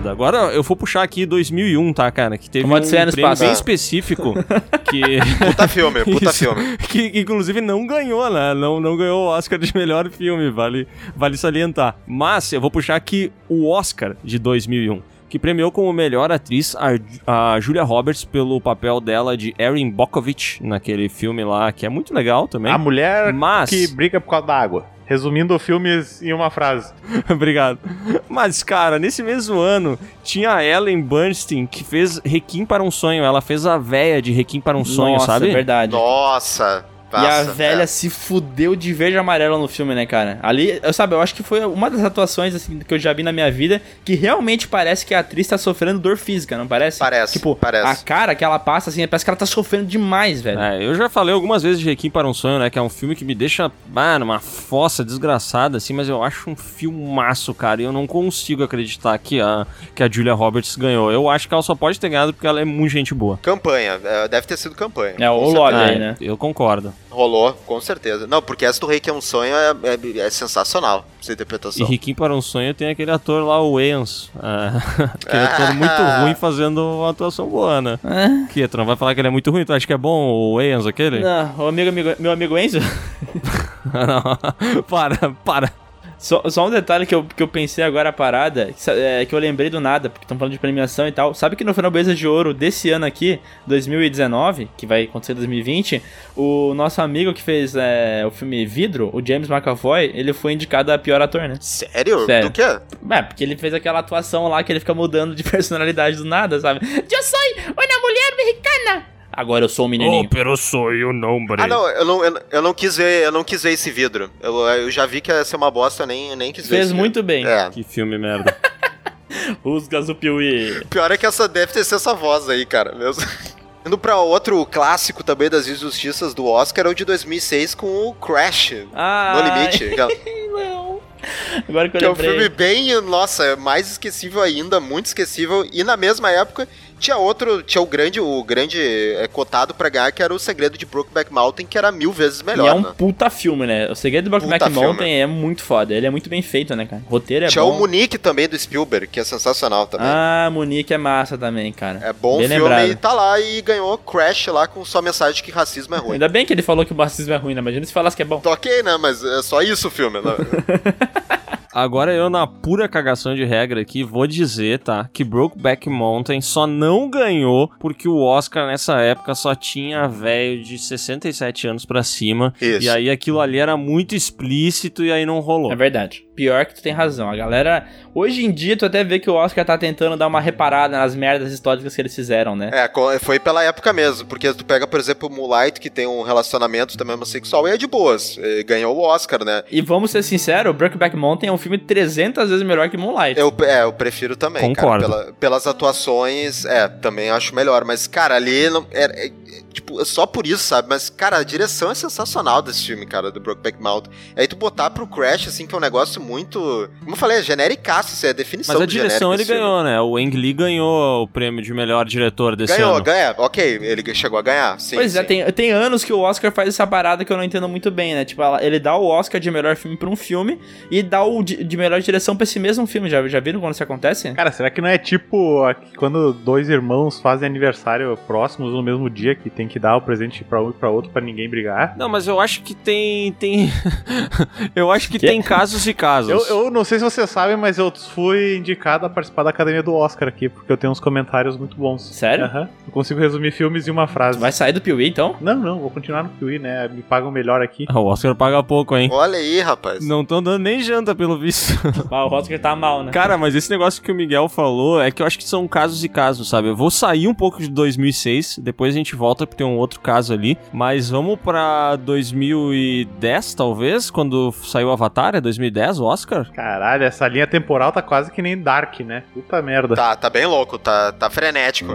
[SPEAKER 6] Agora eu vou puxar aqui 2001, tá, cara? Que teve um
[SPEAKER 2] Uma Odisseia no
[SPEAKER 6] prêmio
[SPEAKER 2] Espaço.
[SPEAKER 6] bem
[SPEAKER 2] Ah.
[SPEAKER 6] específico que...
[SPEAKER 3] Puta filme, puta
[SPEAKER 6] Isso.
[SPEAKER 3] filme.
[SPEAKER 6] Que, que, inclusive não ganhou, né? Não, não ganhou o Oscar de melhor filme, vale, vale salientar. Mas eu vou puxar aqui o Oscar de 2001, que premiou como melhor atriz a, a Julia Roberts pelo papel dela de Erin Bockovich naquele filme lá, que é muito legal
[SPEAKER 2] Ah,
[SPEAKER 6] também.
[SPEAKER 4] A mulher
[SPEAKER 6] Mas-
[SPEAKER 4] que briga por causa da água. Resumindo o filme em uma frase.
[SPEAKER 6] Obrigado. Mas, cara, nesse mesmo ano tinha a Ellen Bernstein que fez Requiem para um Sonho. Ela fez a véia de Requiem para um Sonho,
[SPEAKER 2] Nossa,
[SPEAKER 6] sabe?
[SPEAKER 2] é verdade.
[SPEAKER 3] Nossa.
[SPEAKER 2] e a
[SPEAKER 3] passa,
[SPEAKER 2] velha
[SPEAKER 3] é.
[SPEAKER 2] se fudeu de verde e amarelo no filme, né, cara? Ali, eu sabe, eu acho que foi uma das atuações assim, que eu já vi na minha vida que realmente parece que a atriz tá sofrendo dor física, não parece?
[SPEAKER 3] Parece,
[SPEAKER 2] Tipo,
[SPEAKER 3] parece.
[SPEAKER 2] a cara que ela passa, assim, parece que ela tá sofrendo demais, velho.
[SPEAKER 6] É, eu já falei algumas vezes de Requiem para um Sonho, né? Que é um filme que me deixa, ah, numa fossa desgraçada, assim, mas eu acho um filmaço, cara. E eu não consigo acreditar que a, que a Julia Roberts ganhou. Eu acho que ela só pode ter ganhado porque ela é muito gente boa. Ah,
[SPEAKER 3] Campanha, é, deve ter sido campanha.
[SPEAKER 2] É, o
[SPEAKER 3] Com
[SPEAKER 2] lobby
[SPEAKER 3] certeza.
[SPEAKER 2] aí, né?
[SPEAKER 6] Eu concordo.
[SPEAKER 3] Rolou, com certeza. Não, porque essa do Rei que é um sonho é, é- é sensacional, essa
[SPEAKER 6] E
[SPEAKER 3] interpretação.
[SPEAKER 6] Requiem para um Sonho tem aquele ator lá, o Wayans, ah, que é ator muito
[SPEAKER 2] Ah.
[SPEAKER 6] ruim fazendo uma atuação boa, né?
[SPEAKER 2] É.
[SPEAKER 6] Que tu não vai falar que ele é muito ruim, tu acha que é bom o Wayans aquele?
[SPEAKER 2] Não, o amigo, amigo- meu amigo Enzo,
[SPEAKER 6] Não. para, para.
[SPEAKER 2] só, só um detalhe que eu, que eu pensei agora a parada, que, sa- é, que eu lembrei do nada, porque estão falando de premiação e tal. Sabe que no Framboesa de Ouro desse ano aqui, 2019, que vai acontecer em 2020, o nosso amigo que fez é, o filme Vidro, o James McAvoy, ele foi indicado a pior ator, né?
[SPEAKER 3] Sério?
[SPEAKER 2] Sério.
[SPEAKER 3] Do quê?
[SPEAKER 2] É, porque ele fez aquela atuação lá que ele fica mudando de personalidade do nada, sabe? Eu sou uma mulher mexicana! Agora eu sou um menininho.
[SPEAKER 6] pero soy un hombre.
[SPEAKER 3] Ah, não, eu não, eu, não- eu não quis ver, eu não quis ver esse vidro. Eu, eu já vi que ia ser uma bosta, eu nem, nem quis ver.
[SPEAKER 2] fez
[SPEAKER 3] esse
[SPEAKER 2] muito bem.
[SPEAKER 3] vidro. É.
[SPEAKER 6] Que filme merda.
[SPEAKER 2] Os Gazupiuí.
[SPEAKER 3] Pior é que essa deve ter sido essa voz aí, cara, mesmo. Indo pra outro clássico também das injustiças do Oscar, é o de 2006 com o Crash,
[SPEAKER 2] Ah,
[SPEAKER 3] No Limite. Que
[SPEAKER 2] Não. Agora que eu
[SPEAKER 3] é um
[SPEAKER 2] lembrei.
[SPEAKER 3] filme bem, nossa, é mais esquecível ainda, muito esquecível. E na mesma época tinha outro, tinha o grande, o grande é, cotado pra ganhar, que era o Segredo de Brokeback Mountain, que era mil vezes
[SPEAKER 2] e
[SPEAKER 3] melhor,
[SPEAKER 2] é um
[SPEAKER 3] né?
[SPEAKER 2] puta filme, né? O Segredo do
[SPEAKER 3] Puta
[SPEAKER 2] Brokeback
[SPEAKER 3] filme.
[SPEAKER 2] Mountain é muito foda. Ele é muito bem feito, né, cara? O roteiro é
[SPEAKER 3] tinha
[SPEAKER 2] bom.
[SPEAKER 3] o Munique também, do Spielberg, que é sensacional também.
[SPEAKER 2] Ah, Munique é massa também, cara.
[SPEAKER 3] É bom
[SPEAKER 2] bem
[SPEAKER 3] filme
[SPEAKER 2] lembrado.
[SPEAKER 3] e tá lá e ganhou Crash lá com só mensagem que racismo é ruim.
[SPEAKER 2] Ainda bem que ele falou que o racismo é ruim, né? Imagina se falasse que é bom.
[SPEAKER 3] Tá ok, né? Mas é só isso o filme, né?
[SPEAKER 6] Agora eu, na pura cagação de regra aqui, vou dizer, tá? Que Brokeback Mountain só não ganhou porque o Oscar nessa época só tinha velho de 67 anos pra cima.
[SPEAKER 3] Isso.
[SPEAKER 6] E aí aquilo ali era muito explícito e aí não rolou.
[SPEAKER 2] É verdade. Pior que tu tem razão. A galera. Hoje em dia, tu até vê que o Oscar tá tentando dar uma reparada nas merdas históricas que eles fizeram, né?
[SPEAKER 3] É, co- foi pela época mesmo, porque tu pega, por exemplo, o Moonlight, que tem um relacionamento também homossexual, e é de boas, eh, ganhou o Oscar, né?
[SPEAKER 2] E vamos ser sinceros, Brokeback Mountain é um filme 300 vezes melhor que Moonlight.
[SPEAKER 3] Eu, é, eu prefiro também,
[SPEAKER 6] Concordo.
[SPEAKER 3] cara. Pela- pelas atuações, é, também acho melhor, mas, cara, ali, não, era- é, é, tipo, é só por isso, sabe? Mas, cara, a direção é sensacional desse filme, cara, do Brokeback Mountain. Aí tu botar pro Crash, assim, que é um negócio muito, como eu falei, é genericaço, isso é a definição
[SPEAKER 6] Mas a
[SPEAKER 3] do genérico
[SPEAKER 6] direção ele
[SPEAKER 3] desse filme.
[SPEAKER 6] ganhou, né? O Ang Lee ganhou o prêmio de melhor diretor desse
[SPEAKER 3] Ganhou,
[SPEAKER 6] ano.
[SPEAKER 3] ganha, ok, ele chegou a ganhar, sim.
[SPEAKER 2] pois é,
[SPEAKER 3] sim.
[SPEAKER 2] tem, tem anos que o Oscar faz essa parada que eu não entendo muito bem, né? Tipo, ela- ele dá o Oscar de melhor filme pra um filme e dá o de, de melhor direção pra esse mesmo filme. Já, já viram quando isso acontece?
[SPEAKER 4] Cara, será que não é tipo a- quando dois irmãos fazem aniversário próximos no mesmo dia que tem que dar o presente pra um e pra outro pra ninguém brigar?
[SPEAKER 6] Não, mas eu acho que tem. tem... eu acho que
[SPEAKER 2] Quê?
[SPEAKER 6] tem casos e casos.
[SPEAKER 4] Eu, eu não sei se vocês sabem, mas eu fui indicado a participar da academia do Oscar aqui, porque eu tenho uns comentários muito bons.
[SPEAKER 2] Sério?
[SPEAKER 4] Aham. Eu consigo resumir filmes em uma frase.
[SPEAKER 2] Vai sair do Piuí, então?
[SPEAKER 4] Não, não, vou continuar no Piuí, né? Me pagam melhor aqui.
[SPEAKER 6] O Oscar paga pouco, hein?
[SPEAKER 3] Olha aí, rapaz.
[SPEAKER 6] Não tão dando nem janta, pelo visto.
[SPEAKER 2] Ah, o Oscar tá mal, né?
[SPEAKER 6] Cara, mas esse negócio que o Miguel falou é que eu acho que são casos e casos, sabe? Eu vou sair um pouco de 2006, depois a gente volta porque tem um outro caso ali, mas vamos pra 2010 talvez, quando saiu o Avatar, é 2010 o Oscar?
[SPEAKER 4] Caralho, essa linha temporal tá quase que nem Dark, né? Puta merda.
[SPEAKER 3] Tá, tá bem louco, tá, tá frenético.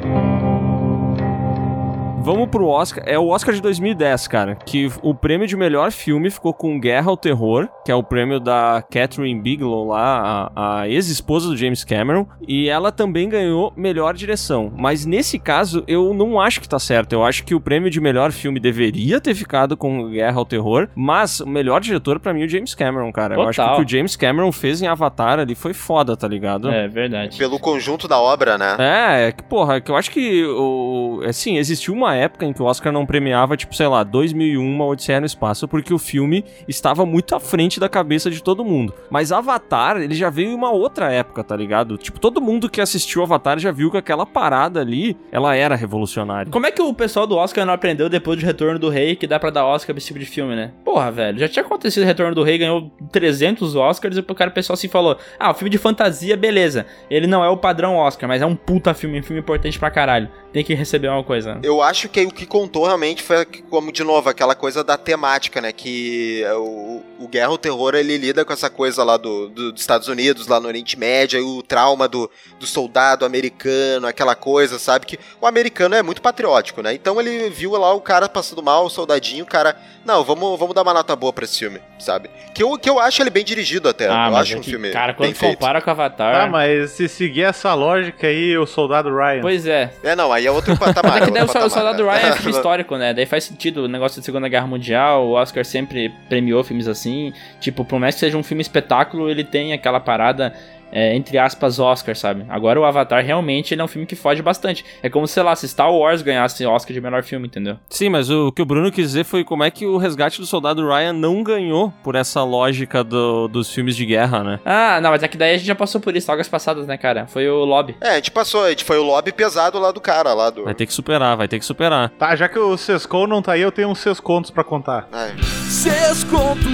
[SPEAKER 6] Vamos pro Oscar. É o Oscar de 2010, cara. Que o prêmio de melhor filme ficou com Guerra ao Terror, que é o prêmio da Catherine Bigelow lá, a, a ex-esposa do James Cameron. E ela também ganhou melhor direção. Mas nesse caso, eu não acho que tá certo. Eu acho que o prêmio de melhor filme deveria ter ficado com Guerra ao Terror. Mas o melhor diretor, pra mim, é o James Cameron, cara. Eu acho que o
[SPEAKER 2] Total.
[SPEAKER 6] que o James Cameron fez em Avatar ali foi foda, tá ligado?
[SPEAKER 2] É verdade.
[SPEAKER 3] Pelo conjunto da obra, né?
[SPEAKER 6] É, é que, porra, que eu acho que, o, assim, existiu uma época em que o Oscar não premiava, tipo, sei lá, 2001, A Odisseia no Espaço, porque o filme estava muito à frente da cabeça de todo mundo. Mas Avatar, ele já veio em uma outra época, tá ligado? Tipo, todo mundo que assistiu Avatar já viu que aquela parada ali, ela era revolucionária.
[SPEAKER 2] Como é que o pessoal do Oscar não aprendeu depois do Retorno do Rei que dá pra dar Oscar pra esse tipo de filme, né? Porra, velho, já tinha acontecido o Retorno do Rei, ganhou 300 Oscars e o cara o pessoal se falou: "Ah, o filme de fantasia, beleza. Ele não é o padrão Oscar, mas é um puta filme, um filme importante pra caralho. Tem que receber uma coisa". né?
[SPEAKER 3] Eu acho que o que contou realmente foi, como de novo, aquela coisa da temática, né? Que o, o Guerra ao Terror ele lida com essa coisa lá do, do- dos Estados Unidos, lá no Oriente Médio, e o trauma do, do soldado americano, aquela coisa, sabe? Que o americano é muito patriótico, né? Então ele viu lá o cara passando mal, o soldadinho, o cara. Não, vamos, vamos dar uma nota boa pra esse filme, sabe? Que eu, que eu acho ele bem dirigido até. eu acho
[SPEAKER 2] é
[SPEAKER 3] um
[SPEAKER 2] que,
[SPEAKER 3] filme.
[SPEAKER 2] cara,
[SPEAKER 3] bem
[SPEAKER 2] quando
[SPEAKER 3] feito.
[SPEAKER 2] compara com Avatar,
[SPEAKER 4] Ah, mas se seguir essa lógica aí, o soldado Ryan.
[SPEAKER 2] pois é.
[SPEAKER 3] É, não, aí é outro patamar.
[SPEAKER 2] É que
[SPEAKER 3] outro
[SPEAKER 2] daí o,
[SPEAKER 3] patamar,
[SPEAKER 2] o Soldado
[SPEAKER 3] né?
[SPEAKER 2] Ryan é filme histórico, né? Daí faz sentido o negócio da Segunda Guerra Mundial. O Oscar sempre premiou filmes assim. Tipo, por mais que seja um filme espetáculo, ele tem aquela parada. é, entre aspas, Oscar, sabe? Agora o Avatar realmente ele é um filme que foge bastante. É como, sei lá, se Star Wars ganhasse Oscar de melhor filme, entendeu?
[SPEAKER 6] Sim, mas o que o Bruno quis dizer foi como é que o Resgate do Soldado Ryan não ganhou por essa lógica do- dos filmes de guerra, né?
[SPEAKER 2] Ah, não, mas é que daí a gente já passou por isso, algas passadas, né, cara? Foi o Lobby.
[SPEAKER 3] É, a gente passou, a gente foi o lobby pesado lá do cara, lá do.
[SPEAKER 6] Vai ter que superar, vai ter que superar.
[SPEAKER 4] Tá, já que o Sescon não tá aí, eu tenho uns Sescontos pra contar.
[SPEAKER 3] Ai.
[SPEAKER 7] Seis contos,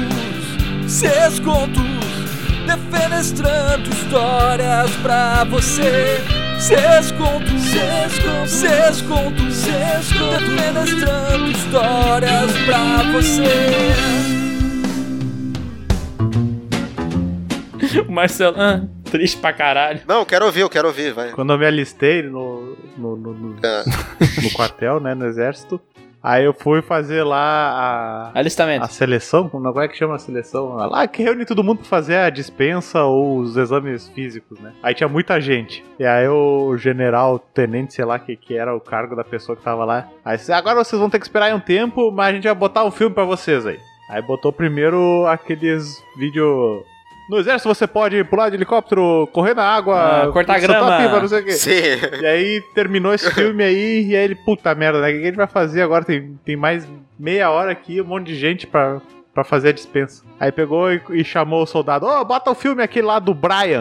[SPEAKER 7] seis contos, defenestrando histórias pra você. Seis contos, seis contos, seis contos, seis contos,
[SPEAKER 11] é
[SPEAKER 7] defenestrando histórias pra você.
[SPEAKER 2] o Marcelo, ah, triste pra caralho.
[SPEAKER 3] Não, eu quero ouvir, eu quero ouvir, vai.
[SPEAKER 4] Quando eu me alistei no, no, no, no-
[SPEAKER 3] É.
[SPEAKER 4] no quartel, né, no exército, aí eu fui fazer lá a,
[SPEAKER 2] Alistamento.
[SPEAKER 3] Ah.
[SPEAKER 4] a seleção, como como é que chama a seleção? Ah, Lá que reúne todo mundo pra fazer a dispensa ou os exames físicos, né? Aí tinha muita gente. E aí o general, tenente, sei lá que que era o cargo da pessoa que tava lá. Aí disse, agora vocês vão ter que esperar aí um tempo, mas a gente vai botar um filme pra vocês aí. Aí botou primeiro aqueles vídeo no exército você pode pular de helicóptero, correr na água,
[SPEAKER 2] Ah, cortar
[SPEAKER 4] soltar
[SPEAKER 2] grama.
[SPEAKER 4] pipa, não sei o quê.
[SPEAKER 3] Sim.
[SPEAKER 4] E aí terminou esse filme aí, e aí ele, puta merda, né? O que a gente vai fazer agora? Tem, tem mais meia hora aqui, um monte de gente pra, pra fazer a dispensa. Aí pegou e, e chamou o soldado, ô, bota o filme aqui lá do Brian.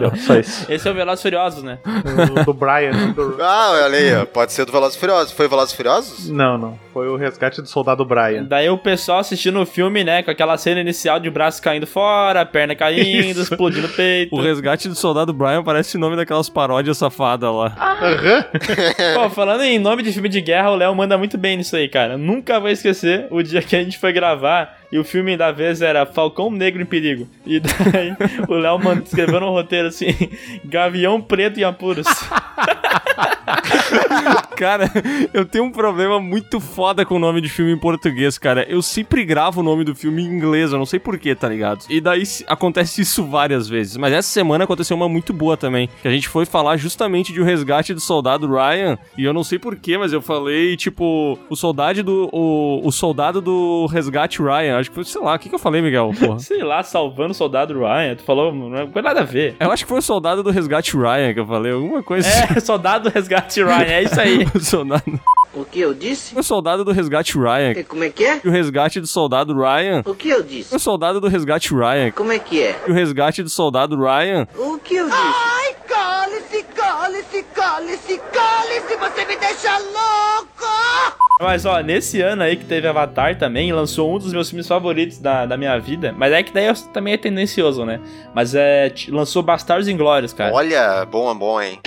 [SPEAKER 4] Deu, só isso.
[SPEAKER 2] Esse é o Velozes e Furiosos, né?
[SPEAKER 4] O- do Brian. do-
[SPEAKER 3] Ah, olha aí, ó. pode ser do Velozes e Furiosos. Foi Velozes e Furiosos?
[SPEAKER 4] Não, não. Foi o resgate do soldado Brian.
[SPEAKER 2] Daí o pessoal assistindo o filme, né? Com aquela cena inicial de braço caindo fora, perna caindo,
[SPEAKER 4] Isso.
[SPEAKER 2] explodindo o peito.
[SPEAKER 6] O resgate do soldado Brian parece o nome daquelas paródias safadas lá.
[SPEAKER 2] Pô, falando em nome de filme de guerra, o Léo manda muito bem nisso aí, cara. Nunca vou esquecer o dia que a gente foi gravar e o filme da vez era Falcão Negro em Perigo. E daí o Léo manda- escreveu no roteiro assim: Gavião Preto em Apuros.
[SPEAKER 6] Cara, eu tenho um problema muito foda com o nome de filme em português, cara. Eu sempre gravo o nome do filme em inglês, eu não sei porquê, tá ligado? E daí se- acontece isso várias vezes. Mas essa semana aconteceu uma muito boa também. Que a gente foi falar justamente de O Resgate do Soldado Ryan. E eu não sei porquê, mas eu falei, tipo, o soldado do. O, o soldado do Resgate Ryan. Acho que foi, sei lá, o que, que eu falei, Miguel? Porra.
[SPEAKER 2] Sei lá, salvando o soldado Ryan. Tu falou, não tem nada a ver.
[SPEAKER 6] Eu acho que foi o soldado do Resgate Ryan que eu falei, alguma coisa assim.
[SPEAKER 2] É, soldado resgate Ryan, é isso aí.
[SPEAKER 6] O soldado,
[SPEAKER 11] O que eu disse?
[SPEAKER 6] o soldado do resgate Ryan.
[SPEAKER 11] E Como é que é?
[SPEAKER 6] E o resgate do soldado Ryan.
[SPEAKER 11] O que eu disse?
[SPEAKER 6] E o soldado do resgate Ryan.
[SPEAKER 11] Como é que é?
[SPEAKER 6] E o resgate do soldado Ryan.
[SPEAKER 11] O que eu disse? Ai, cole-se, cole-se, cole-se, cole-se, você me deixa louco!
[SPEAKER 2] Mas ó, nesse ano aí que teve Avatar também, lançou um dos meus filmes favoritos da, da minha vida. Mas é que daí eu também é tendencioso, né? Mas é. t- Lançou Bastardos Inglórios, cara.
[SPEAKER 3] Olha, bom, bom, hein?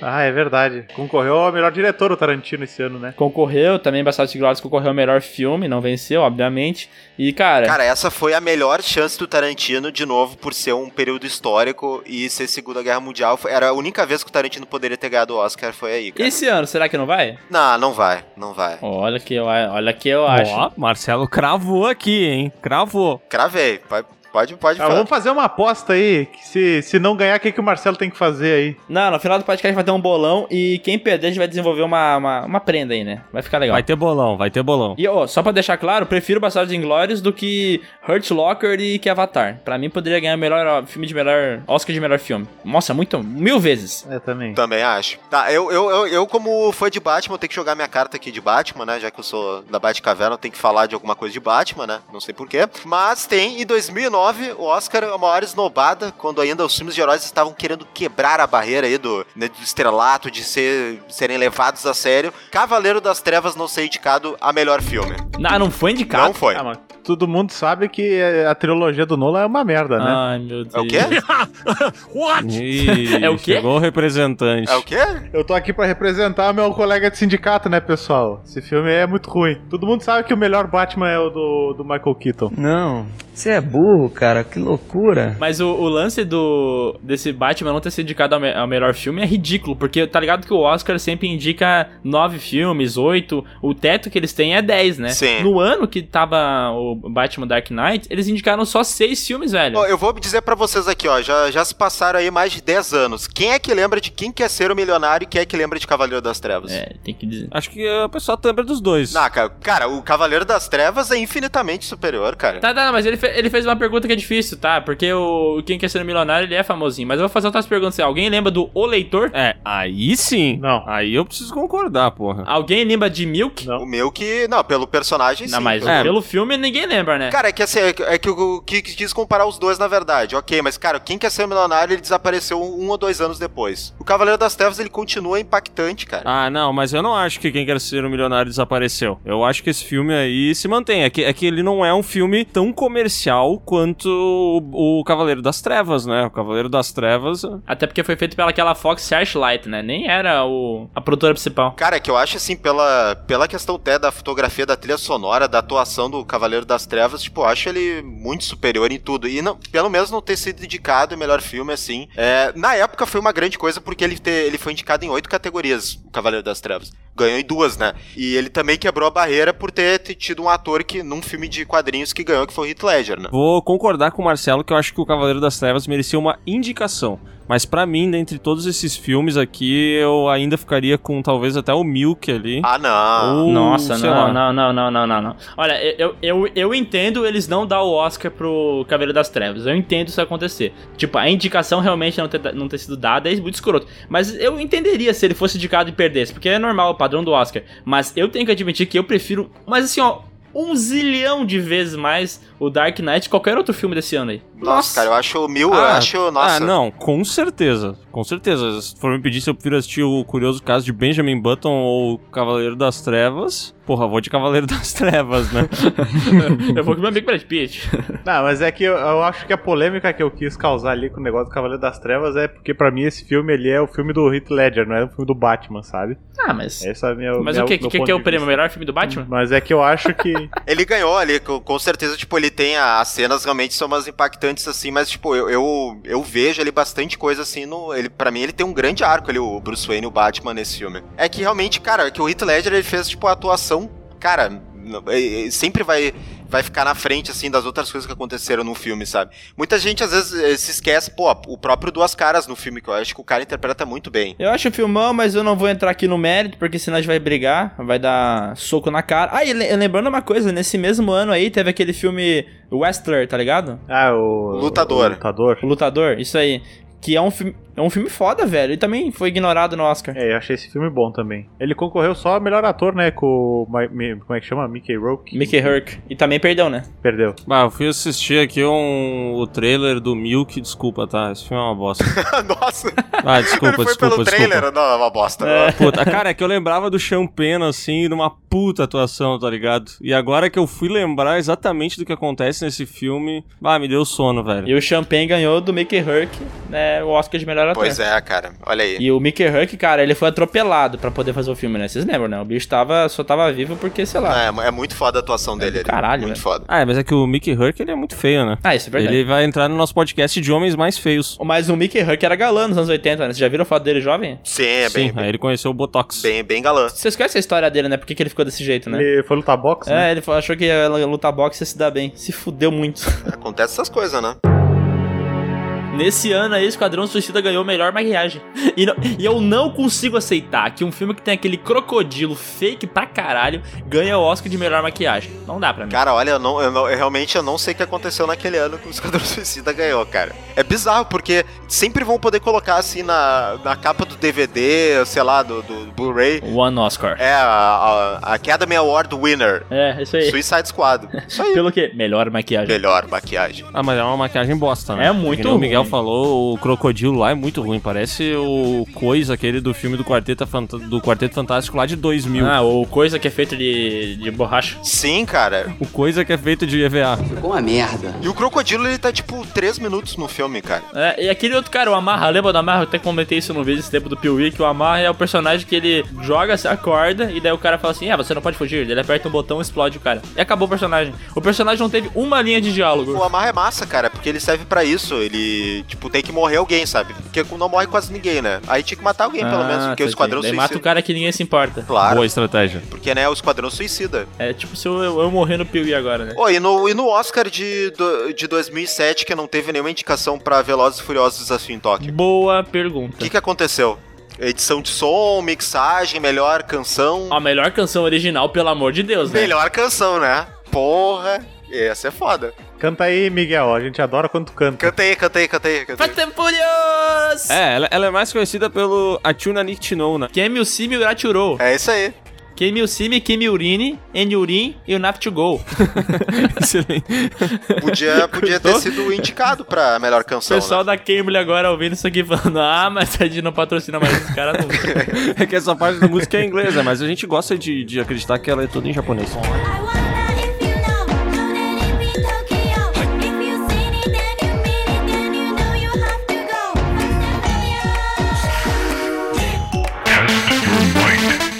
[SPEAKER 4] Ah, é verdade. Concorreu ao melhor diretor o Tarantino esse ano, né?
[SPEAKER 2] Concorreu, também Bastardos Inglórios concorreu ao melhor filme, não venceu, obviamente. E, cara...
[SPEAKER 3] Cara, essa foi a melhor chance do Tarantino, de novo, por ser um período histórico e ser Segunda Guerra Mundial. Foi- Era a única vez que o Tarantino poderia ter ganhado o Oscar, foi aí, cara.
[SPEAKER 2] Esse ano, será que não vai?
[SPEAKER 3] Não, não vai, não vai.
[SPEAKER 2] Olha que eu, olha que eu acho.
[SPEAKER 6] Ó, Marcelo cravou aqui, hein? Cravou.
[SPEAKER 3] Cravei, vai- pode, pode
[SPEAKER 4] Ah,
[SPEAKER 3] falar.
[SPEAKER 4] vamos fazer uma aposta aí, que se, se não ganhar, o que, que o Marcelo tem que fazer aí?
[SPEAKER 2] Não, no final do podcast vai ter um bolão e quem perder a gente vai desenvolver uma, uma, uma prenda aí, né? Vai ficar legal.
[SPEAKER 6] Vai ter bolão, vai ter bolão.
[SPEAKER 2] E ó, só pra deixar claro, prefiro Bastardos Inglórios do que Hurt Locker e que Avatar. Pra mim poderia ganhar melhor ó, filme de melhor Oscar de melhor filme. Nossa, muito mil vezes.
[SPEAKER 4] É, também.
[SPEAKER 3] Também acho. Tá, eu, eu, eu, eu, como fã de Batman, eu tenho que jogar minha carta aqui de Batman, né? Já que eu sou da Batcaverna, eu tenho que falar de alguma coisa de Batman, né? Não sei porquê. Mas tem, em 2009, o Oscar é uma hora esnobada, quando ainda os filmes de heróis estavam querendo quebrar a barreira aí do, né, do estrelato, de ser, serem levados a sério. Cavaleiro das Trevas não ser indicado a melhor filme.
[SPEAKER 2] Ah, não foi indicado?
[SPEAKER 3] Não foi.
[SPEAKER 2] Ah, mas-
[SPEAKER 4] Todo mundo sabe que eh, a trilogia do Nolan é uma merda, né?
[SPEAKER 2] Ai, meu Deus.
[SPEAKER 3] É o quê?
[SPEAKER 6] What?
[SPEAKER 2] É o quê?
[SPEAKER 6] Chegou o representante.
[SPEAKER 3] É o quê?
[SPEAKER 4] Eu tô aqui pra representar meu colega de sindicato, né, pessoal? Esse filme é muito ruim. Todo mundo sabe que o melhor Batman é o do, do Michael Keaton.
[SPEAKER 12] Não. Você é burro, cara. Que loucura.
[SPEAKER 2] Mas o, o lance do desse Batman não ter sido indicado ao, me- ao melhor filme é ridículo, porque tá ligado que o Oscar sempre indica nove filmes, oito, o teto que eles têm é dez, né?
[SPEAKER 3] Sim.
[SPEAKER 2] No ano que tava o Batman Dark Knight, eles indicaram só seis filmes, velho.
[SPEAKER 3] Ó, eu vou dizer pra vocês aqui, ó, já, já se passaram aí mais de 10 anos. Quem é que lembra de Quem Quer Ser o Milionário e quem é que lembra de Cavaleiro das Trevas?
[SPEAKER 2] É, tem que dizer.
[SPEAKER 6] Acho que o pessoal lembra dos dois.
[SPEAKER 3] Não, cara, cara, o Cavaleiro das Trevas é infinitamente superior, cara.
[SPEAKER 2] Tá, tá, mas ele, fe- ele fez uma pergunta que é difícil, tá? Porque o Quem Quer Ser um Milionário, ele é famosinho. Mas eu vou fazer outras perguntas. Alguém lembra do O Leitor?
[SPEAKER 6] É, aí sim.
[SPEAKER 4] Não.
[SPEAKER 6] Aí eu preciso concordar, porra.
[SPEAKER 2] Alguém lembra de Milk?
[SPEAKER 4] Não.
[SPEAKER 3] O meu que. Não, pelo personagem
[SPEAKER 2] Não,
[SPEAKER 3] sim.
[SPEAKER 2] mas
[SPEAKER 3] pelo-
[SPEAKER 6] É.
[SPEAKER 2] pelo filme ninguém lembra, né?
[SPEAKER 3] Cara, é que assim, é que- é que o que quis comparar os dois, na verdade. Ok, mas cara, quem quer ser o milionário, ele desapareceu um ou dois anos depois. O Cavaleiro das Trevas, ele continua impactante, cara.
[SPEAKER 6] Ah, não, mas eu não acho que Quem Quer Ser um Milionário desapareceu. Eu acho que esse filme aí se mantém. É que, é que ele não é um filme tão comercial quanto o, o Cavaleiro das Trevas, né? O Cavaleiro das Trevas.
[SPEAKER 2] Até porque foi feito pelaquela Fox Searchlight, né? Nem era o, a produtora principal.
[SPEAKER 3] Cara, é que eu acho assim, pela, pela questão até da fotografia, da trilha sonora, da atuação do Cavaleiro das Trevas, tipo, eu acho ele muito superior em tudo. E não, pelo menos não ter sido indicado em melhor filme, assim. É, na época foi uma grande coisa porque ele, te- ele foi indicado em oito categorias, o Cavaleiro das Trevas. Ganhou em duas, né? E ele também quebrou a barreira por ter t- tido um ator que, num filme de quadrinhos que ganhou, que foi o Heath Ledger, né?
[SPEAKER 6] Vou concordar com o Marcelo que eu acho que o Cavaleiro das Trevas merecia uma indicação. Mas pra mim, dentre todos esses filmes aqui, eu ainda ficaria com talvez até o Milk ali.
[SPEAKER 3] Ah, não.
[SPEAKER 6] Ou,
[SPEAKER 2] Nossa,
[SPEAKER 6] sei
[SPEAKER 2] não,
[SPEAKER 6] lá.
[SPEAKER 2] não, não, não, não, não, não. Olha, eu, eu, eu entendo eles não dar o Oscar pro Cavaleiro das Trevas. Eu entendo isso acontecer. Tipo, a indicação realmente não ter, não ter sido dada é muito escroto. Mas eu entenderia se ele fosse indicado e perdesse, porque é normal, é o padrão do Oscar. Mas eu tenho que admitir que eu prefiro. Mas assim, ó. Um zilhão de vezes mais o Dark Knight que qualquer outro filme desse ano aí.
[SPEAKER 3] Nossa, cara, eu acho o mil, eu
[SPEAKER 6] Ah,
[SPEAKER 3] acho. Nossa.
[SPEAKER 6] Ah, não, com certeza. Com certeza. Se for me pedir se eu prefiro assistir o curioso caso de Benjamin Button ou Cavaleiro das Trevas, porra, eu vou de Cavaleiro das Trevas, né?
[SPEAKER 2] eu vou com meu amigo Brad Pitt.
[SPEAKER 4] Não, mas é que eu, eu acho que a polêmica que eu quis causar ali com o negócio do Cavaleiro das Trevas é porque pra mim esse filme ele é o filme do Heath Ledger, não é o filme do Batman, sabe?
[SPEAKER 2] Ah, mas.
[SPEAKER 4] Essa é a minha
[SPEAKER 2] Mas
[SPEAKER 4] minha-
[SPEAKER 2] o que?
[SPEAKER 4] meu
[SPEAKER 2] que, que
[SPEAKER 4] ponto
[SPEAKER 2] é o
[SPEAKER 4] de
[SPEAKER 2] prêmio? O
[SPEAKER 4] vista.
[SPEAKER 2] melhor filme do Batman?
[SPEAKER 4] Mas é que eu acho que
[SPEAKER 3] Ele ganhou ali, com com certeza, tipo, ele tem a- as cenas realmente são umas impactantes assim, mas tipo, eu, eu, eu vejo ali bastante coisa assim no ele para mim ele tem um grande arco ali o Bruce Wayne e o Batman nesse filme. É que realmente, cara, é que o Heath Ledger ele fez tipo a atuação, cara, n- é- é- sempre vai vai ficar na frente assim das outras coisas que aconteceram no filme, sabe? Muita gente às vezes eh, se esquece, pô, o próprio Duas Caras no filme que eu acho que o cara interpreta muito bem.
[SPEAKER 2] Eu acho o filmão, mas eu não vou entrar aqui no mérito, porque senão a gente vai brigar, vai dar soco na cara. Ah, e le- lembrando uma coisa, nesse mesmo ano aí teve aquele filme Westler, tá ligado?
[SPEAKER 4] ah, o
[SPEAKER 3] Lutador.
[SPEAKER 4] o lutador.
[SPEAKER 2] O Lutador, isso aí. Que é um filme. É um filme foda, velho. E também foi ignorado no Oscar.
[SPEAKER 4] É, eu achei esse filme bom também. Ele concorreu só a melhor ator, né, com o Mi- Mi- como é que chama? Mickey Rourke.
[SPEAKER 2] Mickey Herc. E também perdeu, né?
[SPEAKER 4] Perdeu.
[SPEAKER 6] Bah, eu fui assistir aqui um, o trailer do Milk, desculpa, tá? Esse filme é uma bosta.
[SPEAKER 3] Nossa,
[SPEAKER 6] Ah, desculpa,
[SPEAKER 3] ele foi pelo
[SPEAKER 6] desculpa, desculpa.
[SPEAKER 3] trailer, não, é uma bosta.
[SPEAKER 6] Puta, cara, é que eu lembrava do Champena, assim, numa puta atuação, tá ligado? E agora que eu fui lembrar exatamente do que acontece nesse filme, bah, me deu sono, velho.
[SPEAKER 2] E o Champagne ganhou do Mickey Herc, né? O Oscar de melhor história
[SPEAKER 3] Pois
[SPEAKER 2] até.
[SPEAKER 3] é, cara. Olha aí.
[SPEAKER 2] E o Mickey Huck, cara, ele foi atropelado pra poder fazer o filme, né? Vocês lembram, né? O bicho tava, só tava vivo porque, sei lá.
[SPEAKER 3] Ah, é, é muito foda a atuação dele ali.
[SPEAKER 2] caralho,
[SPEAKER 3] Muito
[SPEAKER 2] velho.
[SPEAKER 3] foda.
[SPEAKER 6] Ah, é, mas é que o Mickey Hurk ele é muito feio, né?
[SPEAKER 2] Ah, isso é verdade.
[SPEAKER 6] Ele vai entrar no nosso podcast de homens mais feios.
[SPEAKER 2] Mas o Mickey Huck era galã nos anos 80, né? Vocês já viram a foto dele jovem?
[SPEAKER 3] Sim, é bem,
[SPEAKER 6] Sim, aí ele conheceu o Botox.
[SPEAKER 3] bem, bem galã.
[SPEAKER 2] Vocês conhecem a história dele, né? Por que, que ele ficou desse jeito, né?
[SPEAKER 4] Ele foi lutar boxe, né?
[SPEAKER 2] É, ele fa- achou que ia lutar boxe ia se dar bem. Se fudeu muito.
[SPEAKER 3] Acontece essas coisas, né?
[SPEAKER 2] Nesse ano aí, Esquadrão Suicida ganhou melhor maquiagem. E, não- e eu não consigo aceitar que um filme que tem aquele crocodilo fake pra caralho ganha o Oscar de melhor maquiagem. Não dá pra mim.
[SPEAKER 3] Cara, olha, eu, não, eu, não- eu realmente eu não sei o que aconteceu naquele ano que o Esquadrão Suicida ganhou, cara. É bizarro, porque sempre vão poder colocar assim na, na capa do DVD, sei lá, do, do Blu-ray.
[SPEAKER 2] One Oscar.
[SPEAKER 3] É, a, a Academy Award Winner.
[SPEAKER 2] É, isso aí.
[SPEAKER 3] Suicide Squad. Isso aí.
[SPEAKER 2] Pelo que? Melhor maquiagem.
[SPEAKER 3] Melhor maquiagem.
[SPEAKER 6] Ah, mas é uma maquiagem bosta, né?
[SPEAKER 2] É muito
[SPEAKER 6] Que nem O Miguel
[SPEAKER 2] ruim.
[SPEAKER 6] falou, o crocodilo lá é muito ruim. Parece o coisa aquele do filme do Quarteto, Fanta- do Quarteto Fantástico lá de 2000.
[SPEAKER 2] Ah, ou coisa que é feita de, de borracha.
[SPEAKER 3] Sim, cara.
[SPEAKER 6] O coisa que é feito de EVA.
[SPEAKER 12] Ficou uma merda.
[SPEAKER 3] E o Crocodilo, ele tá tipo 3 minutos no filme, cara.
[SPEAKER 2] É, e aquele outro cara, o Amarra, lembra do Amarra? Eu até comentei isso no vídeo esse tempo do Piuí, que o Amarra é o personagem que ele joga a corda e daí o cara fala assim: É, você não pode fugir. Ele aperta um botão e explode o cara. E acabou o personagem. O personagem não teve uma linha de
[SPEAKER 3] O
[SPEAKER 2] diálogo.
[SPEAKER 3] amarra é massa, cara, porque ele serve pra isso. Ele, tipo, tem que morrer alguém, sabe? Porque não morre quase ninguém, né? Aí tinha que matar alguém, pelo menos, porque o Esquadrão
[SPEAKER 2] Ele
[SPEAKER 3] Suicida.
[SPEAKER 2] Ah, mata o cara que ninguém se importa.
[SPEAKER 3] Claro,
[SPEAKER 6] Boa estratégia.
[SPEAKER 3] porque, né, é o Esquadrão Suicida.
[SPEAKER 2] É tipo se eu, eu morrer no Piuí agora, né?
[SPEAKER 3] Ô, e, no, e no Oscar de, do- de 2007, que não teve nenhuma indicação pra Velozes e Furiosos Desafio em Tóquio,
[SPEAKER 2] Boa
[SPEAKER 3] o
[SPEAKER 2] pergunta.
[SPEAKER 3] Tipo, que, que aconteceu? Edição de som, mixagem, melhor canção.
[SPEAKER 2] A melhor canção original, pelo amor de Deus, né?
[SPEAKER 3] Melhor canção, né? Porra, essa é foda.
[SPEAKER 4] Canta aí, Miguel. A gente adora quando tu canta.
[SPEAKER 3] Canta aí, canta aí, canta aí. Canta aí.
[SPEAKER 2] Patempurios!
[SPEAKER 6] É, ela, ela é mais conhecida pelo Atuna Nictinou, né?
[SPEAKER 2] Quem é me usime, o Uraturou.
[SPEAKER 3] É isso aí.
[SPEAKER 2] Quem me usime, quem me urine, and urine, e o Nap to go.
[SPEAKER 6] Excelente.
[SPEAKER 3] Podia, podia ter
[SPEAKER 2] Cortou?
[SPEAKER 3] sido indicado pra melhor
[SPEAKER 2] O
[SPEAKER 3] canção.
[SPEAKER 2] pessoal da Cambridge agora ouvindo isso aqui falando, ah, mas a gente não patrocina mais os caras nunca.
[SPEAKER 6] É que essa parte da música é inglesa, mas a gente gosta de, de acreditar que ela é toda em japonês.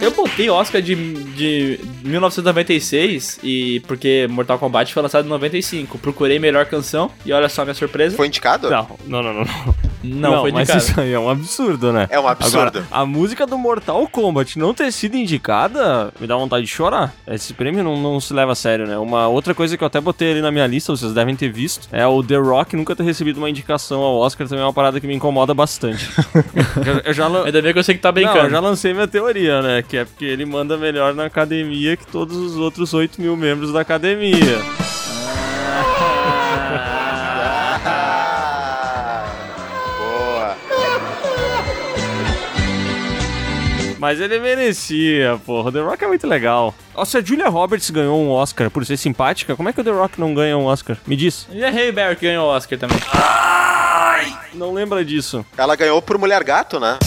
[SPEAKER 2] Eu botei Oscar de, de 1996, e porque Mortal Kombat foi lançado em 95. Procurei melhor canção, e olha só a minha surpresa.
[SPEAKER 3] Foi indicado?
[SPEAKER 6] Não, não, não, não.
[SPEAKER 2] Não, foi
[SPEAKER 6] mas
[SPEAKER 2] indicado.
[SPEAKER 6] isso aí é um absurdo, né?
[SPEAKER 3] É um absurdo.
[SPEAKER 6] Agora, a música do Mortal Kombat não ter sido indicada me dá vontade de chorar. Esse prêmio não, não se leva a sério, né? Uma outra coisa que eu até botei ali na minha lista, vocês devem ter visto, é o The Rock nunca ter recebido uma indicação ao Oscar também é uma parada que me incomoda bastante. eu, eu já lan-
[SPEAKER 2] Ainda bem que eu sei que tá
[SPEAKER 6] Não,
[SPEAKER 2] brincando.
[SPEAKER 6] eu já lancei minha teoria, né? Que é porque ele manda melhor na academia que todos os outros 8 mil membros da academia.
[SPEAKER 3] Ah, Boa.
[SPEAKER 6] Mas ele merecia, porra. O The Rock é muito legal. Ó, se a Julia Roberts ganhou um Oscar por ser simpática, como é que o The Rock não ganha um Oscar? Me diz.
[SPEAKER 2] E a Ray Barry que ganhou o Oscar também.
[SPEAKER 6] Não lembra disso.
[SPEAKER 3] Ela ganhou por Mulher Gato, né?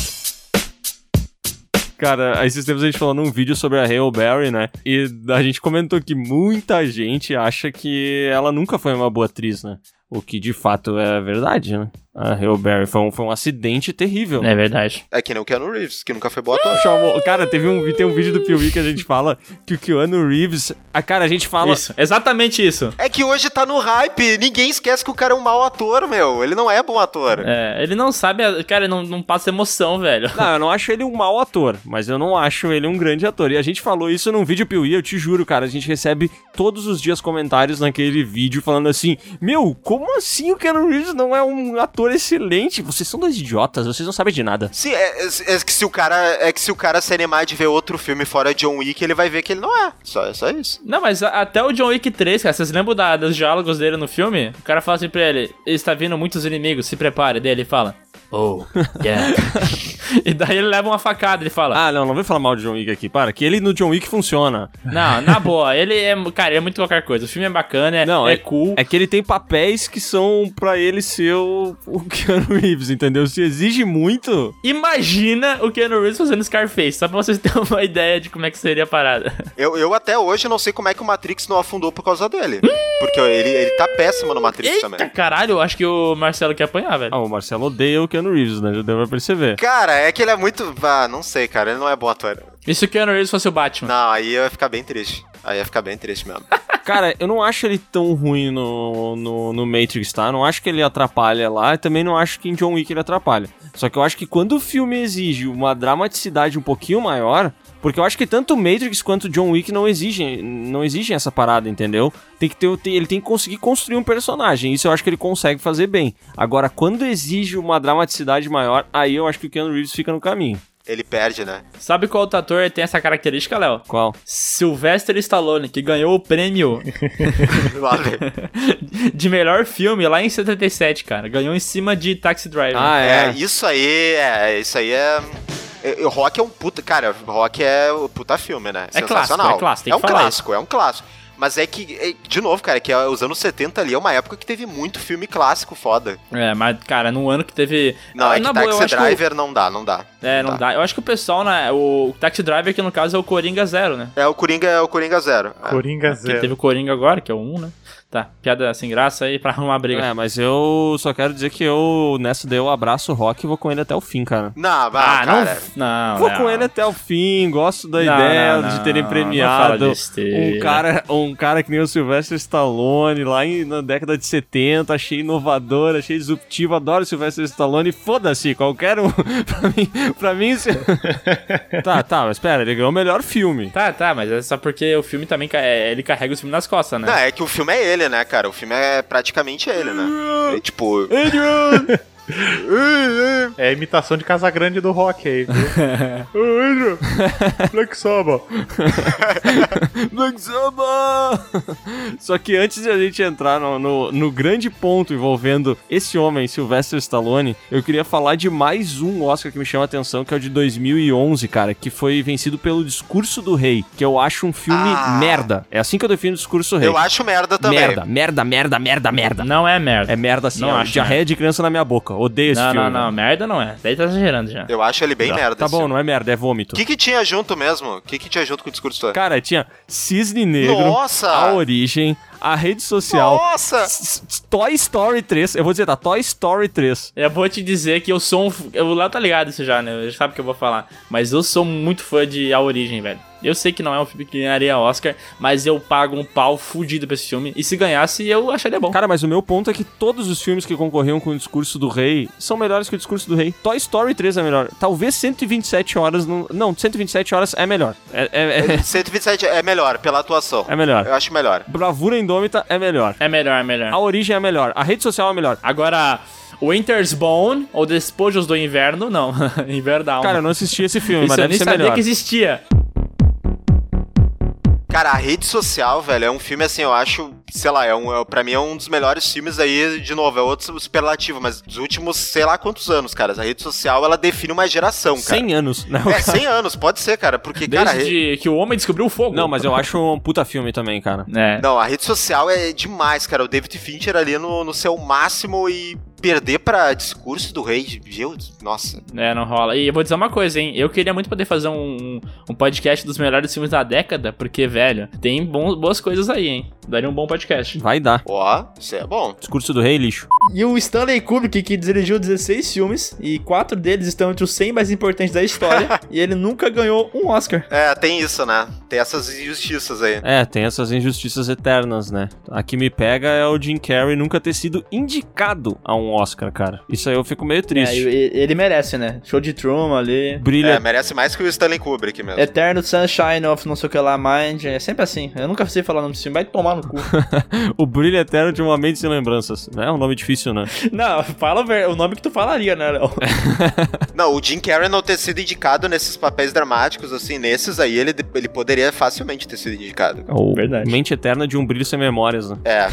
[SPEAKER 6] Cara, esses tempos a gente falou num vídeo sobre a Hale Berry, né? E a gente comentou que muita gente acha que ela nunca foi uma boa atriz, né? O que de fato é verdade, né? A Hale Berry foi um, foi um acidente terrível.
[SPEAKER 2] É verdade.
[SPEAKER 3] É que nem o Keanu Reeves, que nunca foi boa ator.
[SPEAKER 6] Chamou- Cara, teve um, vi- tem um vídeo do Piuí que a gente fala que o Keanu Reeves. A cara, a gente fala.
[SPEAKER 2] Isso, exatamente isso.
[SPEAKER 3] É que hoje tá no hype, ninguém esquece que o cara é um mau ator, meu. Ele não é bom ator.
[SPEAKER 2] É, ele não sabe, a- cara, ele não, não passa emoção, velho.
[SPEAKER 6] Não, eu não acho ele um mau ator, mas eu não acho ele um grande ator. E a gente falou isso num vídeo Piuí, eu te juro, cara. A gente recebe todos os dias comentários naquele vídeo falando assim: Meu, como assim o Keanu Reeves não é um ator excelente? Vocês são dois idiotas, vocês não sabem de nada.
[SPEAKER 3] Sim, é, é- é que se o cara, é que se o cara se animar de ver outro filme fora John Wick, ele vai ver que ele não é. Só, é só isso.
[SPEAKER 2] Não, mas a- até o John Wick 3, cara, vocês lembram da- dos diálogos dele no filme? O cara fala assim pra ele, está vindo muitos inimigos, se prepare. Daí ele fala, oh, yeah. E daí ele leva uma facada, ele fala.
[SPEAKER 6] Ah, não, não vem falar mal de John Wick aqui, para. Que ele no John Wick funciona.
[SPEAKER 2] Não, na boa, ele é. Cara, ele é muito qualquer coisa. O filme é bacana, é,
[SPEAKER 6] Não,
[SPEAKER 2] é, cool.
[SPEAKER 6] É que ele tem papéis que são pra ele ser o, o Keanu Reeves, entendeu? Se exige muito.
[SPEAKER 2] Imagina o Keanu Reeves fazendo Scarface, só pra vocês terem uma ideia de como é que seria a parada.
[SPEAKER 3] Eu, eu até hoje não sei como é que o Matrix não afundou por causa dele. Porque ele, ele tá péssimo no Matrix
[SPEAKER 2] Eita,
[SPEAKER 3] também.
[SPEAKER 2] caralho, eu acho que o Marcelo quer apanhar, velho.
[SPEAKER 6] Ah, o Marcelo odeia o Keanu Reeves, né? Já deu pra perceber.
[SPEAKER 3] Cara, é que ele é muito. Ah, não sei, cara. Ele não é bom ator.
[SPEAKER 2] E se o Keanu Reeves fosse o Batman?
[SPEAKER 3] Não, aí eu ia ficar bem triste. Aí ia ficar bem triste mesmo.
[SPEAKER 6] Cara, eu não acho ele tão ruim no, no, no Matrix, tá? Não acho que ele atrapalha lá e também não acho que em John Wick ele atrapalha. Só que eu acho que quando o filme exige uma dramaticidade um pouquinho maior, porque eu acho que tanto o Matrix quanto o John Wick não exigem, não exigem essa parada, entendeu? Tem que ter, o- tem- ele tem que conseguir construir um personagem. Isso eu acho que ele consegue fazer bem. Agora, quando exige uma dramaticidade maior, aí eu acho que o Keanu Reeves fica no caminho.
[SPEAKER 3] Ele perde, né?
[SPEAKER 2] Sabe qual outro ator tem essa característica, Léo?
[SPEAKER 6] Qual?
[SPEAKER 2] Sylvester Stallone, que ganhou o prêmio
[SPEAKER 3] Lá vem.
[SPEAKER 2] de melhor filme lá em 77, cara. Ganhou em cima de Taxi Driver.
[SPEAKER 6] Ah.
[SPEAKER 3] É, isso aí é. Isso aí é. é, é, Rock é um puta. Cara, Rock é o puta filme, né?
[SPEAKER 2] É clássico,
[SPEAKER 3] Sensacional.
[SPEAKER 2] é clássico, tem
[SPEAKER 3] é
[SPEAKER 2] que
[SPEAKER 3] um
[SPEAKER 2] falar
[SPEAKER 3] clássico, é um clássico. Mas é que, é, de novo, cara, que é, os anos 70 ali é uma época que teve muito filme clássico foda.
[SPEAKER 2] É, mas, cara, num ano que teve.
[SPEAKER 3] Não,
[SPEAKER 2] Ah,
[SPEAKER 3] é que
[SPEAKER 2] na boa, eu
[SPEAKER 3] Taxi
[SPEAKER 2] acho que o-
[SPEAKER 3] Driver Tá. não dá, não dá.
[SPEAKER 2] É, não dá. Eu acho que o pessoal, na, o Taxi Driver, que no caso é o Coringa Zero, né?
[SPEAKER 3] É o Coringa, é o Coringa Zero. É.
[SPEAKER 4] Coringa
[SPEAKER 2] Que
[SPEAKER 4] Zero.
[SPEAKER 2] teve o Coringa agora, que é o 1, né? Tá, piada sem graça aí pra arrumar briga.
[SPEAKER 6] É, mas eu só quero dizer que eu, nessa daí, eu abraço o Rock e vou com ele até o fim, cara.
[SPEAKER 3] Não,
[SPEAKER 2] ah,
[SPEAKER 3] ah, cara.
[SPEAKER 2] não. Não,
[SPEAKER 6] Vou
[SPEAKER 2] não.
[SPEAKER 6] com ele até o fim, gosto da
[SPEAKER 2] Não,
[SPEAKER 6] ideia
[SPEAKER 2] não,
[SPEAKER 6] de terem
[SPEAKER 2] não,
[SPEAKER 6] premiado
[SPEAKER 2] não fala besteira.
[SPEAKER 6] um cara, um cara que nem o Sylvester Stallone lá em- na década de 70, achei inovador, achei disruptivo, adoro o Sylvester Stallone, foda-se, qualquer um, pra mim, pra mim isso... tá, tá, mas pera, ele ganhou o melhor filme.
[SPEAKER 2] Tá, tá, mas é só porque o filme também, ca- é, ele carrega o filme nas costas, né?
[SPEAKER 3] Não, é que o filme é ele, né, cara? O filme é praticamente ele, né? É, tipo,
[SPEAKER 4] É a imitação de Casagrande do rock aí, viu? Ô, Andrew, Black Sabbath.
[SPEAKER 6] Black Sabbath! Só que antes de a gente entrar no, no, no grande ponto envolvendo esse homem, Sylvester Stallone, eu queria falar de mais um Oscar que me chama a atenção, que é o de 2011, cara, que foi vencido pelo Discurso do Rei, que eu acho um filme
[SPEAKER 3] Ah.
[SPEAKER 6] merda. É assim que eu defino o Discurso do Rei.
[SPEAKER 3] eu acho merda também.
[SPEAKER 6] Merda, merda, merda, merda, merda.
[SPEAKER 2] Não é merda.
[SPEAKER 6] É merda assim,
[SPEAKER 2] Não
[SPEAKER 6] ó,
[SPEAKER 2] acho
[SPEAKER 6] diarreia de criança na minha boca. Odeio esse
[SPEAKER 2] não,
[SPEAKER 6] filme. né?
[SPEAKER 2] não, não, merda não é. Daí tá exagerando já.
[SPEAKER 3] Eu acho ele bem merda.
[SPEAKER 6] Tá
[SPEAKER 3] esse
[SPEAKER 6] bom,
[SPEAKER 3] filme.
[SPEAKER 6] não é merda, é
[SPEAKER 3] O
[SPEAKER 6] vômito.
[SPEAKER 3] que que tinha junto mesmo? O que que tinha junto com o discurso todo?
[SPEAKER 6] Cara, tinha Cisne Negro,
[SPEAKER 3] Nossa!
[SPEAKER 6] A Origem, a rede social,
[SPEAKER 3] Nossa!
[SPEAKER 6] S- s- Toy Story 3, eu vou dizer, tá? Toy Story 3.
[SPEAKER 2] Eu vou te dizer que eu sou um. f- Eu, lá tá ligado isso já, né? Já sabe o que eu vou falar. Mas eu sou muito fã de A Origem, velho. Eu sei que não é um filme que ganharia Oscar, mas eu pago um pau fudido pra esse filme. E se ganhasse, eu acharia bom.
[SPEAKER 6] Cara, mas o meu ponto é que todos os filmes que concorriam com o discurso do rei são melhores que o discurso do rei. Toy Story 3 é melhor. Talvez 127 horas. Não, não 127 horas é melhor. É, é, é,
[SPEAKER 3] 127 é melhor, pela atuação.
[SPEAKER 6] é melhor.
[SPEAKER 3] Eu acho melhor.
[SPEAKER 6] Bravura Indômita é melhor.
[SPEAKER 2] É melhor, é melhor.
[SPEAKER 6] A origem é melhor. A rede social é melhor.
[SPEAKER 2] Agora, Winter's Bone ou Despojos do Inverno, não. Inverno da alma.
[SPEAKER 6] Cara, eu não assisti esse filme,
[SPEAKER 2] Isso
[SPEAKER 6] mas
[SPEAKER 2] eu
[SPEAKER 6] deve
[SPEAKER 2] nem
[SPEAKER 6] ser
[SPEAKER 2] sabia
[SPEAKER 6] melhor.
[SPEAKER 2] que existia.
[SPEAKER 3] Cara, a rede social, velho, é um filme assim, eu acho, sei lá, é um, é, pra mim é um dos melhores filmes aí, de novo, é outro superlativo, mas dos últimos sei lá quantos anos, cara. A rede social, ela define uma geração, cara.
[SPEAKER 6] 100 anos. Não,
[SPEAKER 3] É, 100 anos, pode ser, cara, porque, cara. a re-
[SPEAKER 2] Desde que o homem descobriu o fogo.
[SPEAKER 6] não, mas eu acho um puta filme também, cara.
[SPEAKER 2] É.
[SPEAKER 3] Não, a rede social é demais, cara. O David Fincher ali no, no seu máximo e perder pra discurso do rei, meu, nossa.
[SPEAKER 2] É, não rola. E eu vou dizer uma coisa, hein? Eu queria muito poder fazer um, um podcast dos melhores filmes da década, porque, velho, tem bons, boas coisas aí, hein? Daria um bom podcast.
[SPEAKER 6] Vai dar.
[SPEAKER 3] Ó, isso é bom.
[SPEAKER 6] Discurso do rei, lixo.
[SPEAKER 2] E o Stanley Kubrick, que dirigiu 16 filmes, e quatro deles estão entre os 100 mais importantes da história, e ele nunca ganhou um Oscar.
[SPEAKER 3] É, tem isso, né? Tem essas injustiças aí.
[SPEAKER 6] É, tem essas injustiças eternas, né? A que me pega é o Jim Carrey nunca ter sido indicado a um Oscar, cara. Isso aí eu fico meio triste.
[SPEAKER 2] É, ele merece, né? Show de Truman ali.
[SPEAKER 3] É,
[SPEAKER 6] Brilha.
[SPEAKER 3] merece mais que o Stanley Kubrick mesmo.
[SPEAKER 2] Eternal Sunshine of não sei o que lá, Mind. É sempre assim. Eu nunca sei falar o nome desse filme, vai tomar no cu.
[SPEAKER 6] O brilho eterno de uma mente sem lembranças. Não é um nome difícil, né?
[SPEAKER 2] não, fala o ver- o nome que tu falaria, né, Léo?
[SPEAKER 3] Não, Não, o Jim Carrey não ter sido indicado nesses papéis dramáticos, assim, nesses aí, ele, ele poderia facilmente ter sido indicado.
[SPEAKER 6] Oh, Verdade. Mente eterna de um brilho sem memórias, né?
[SPEAKER 3] É.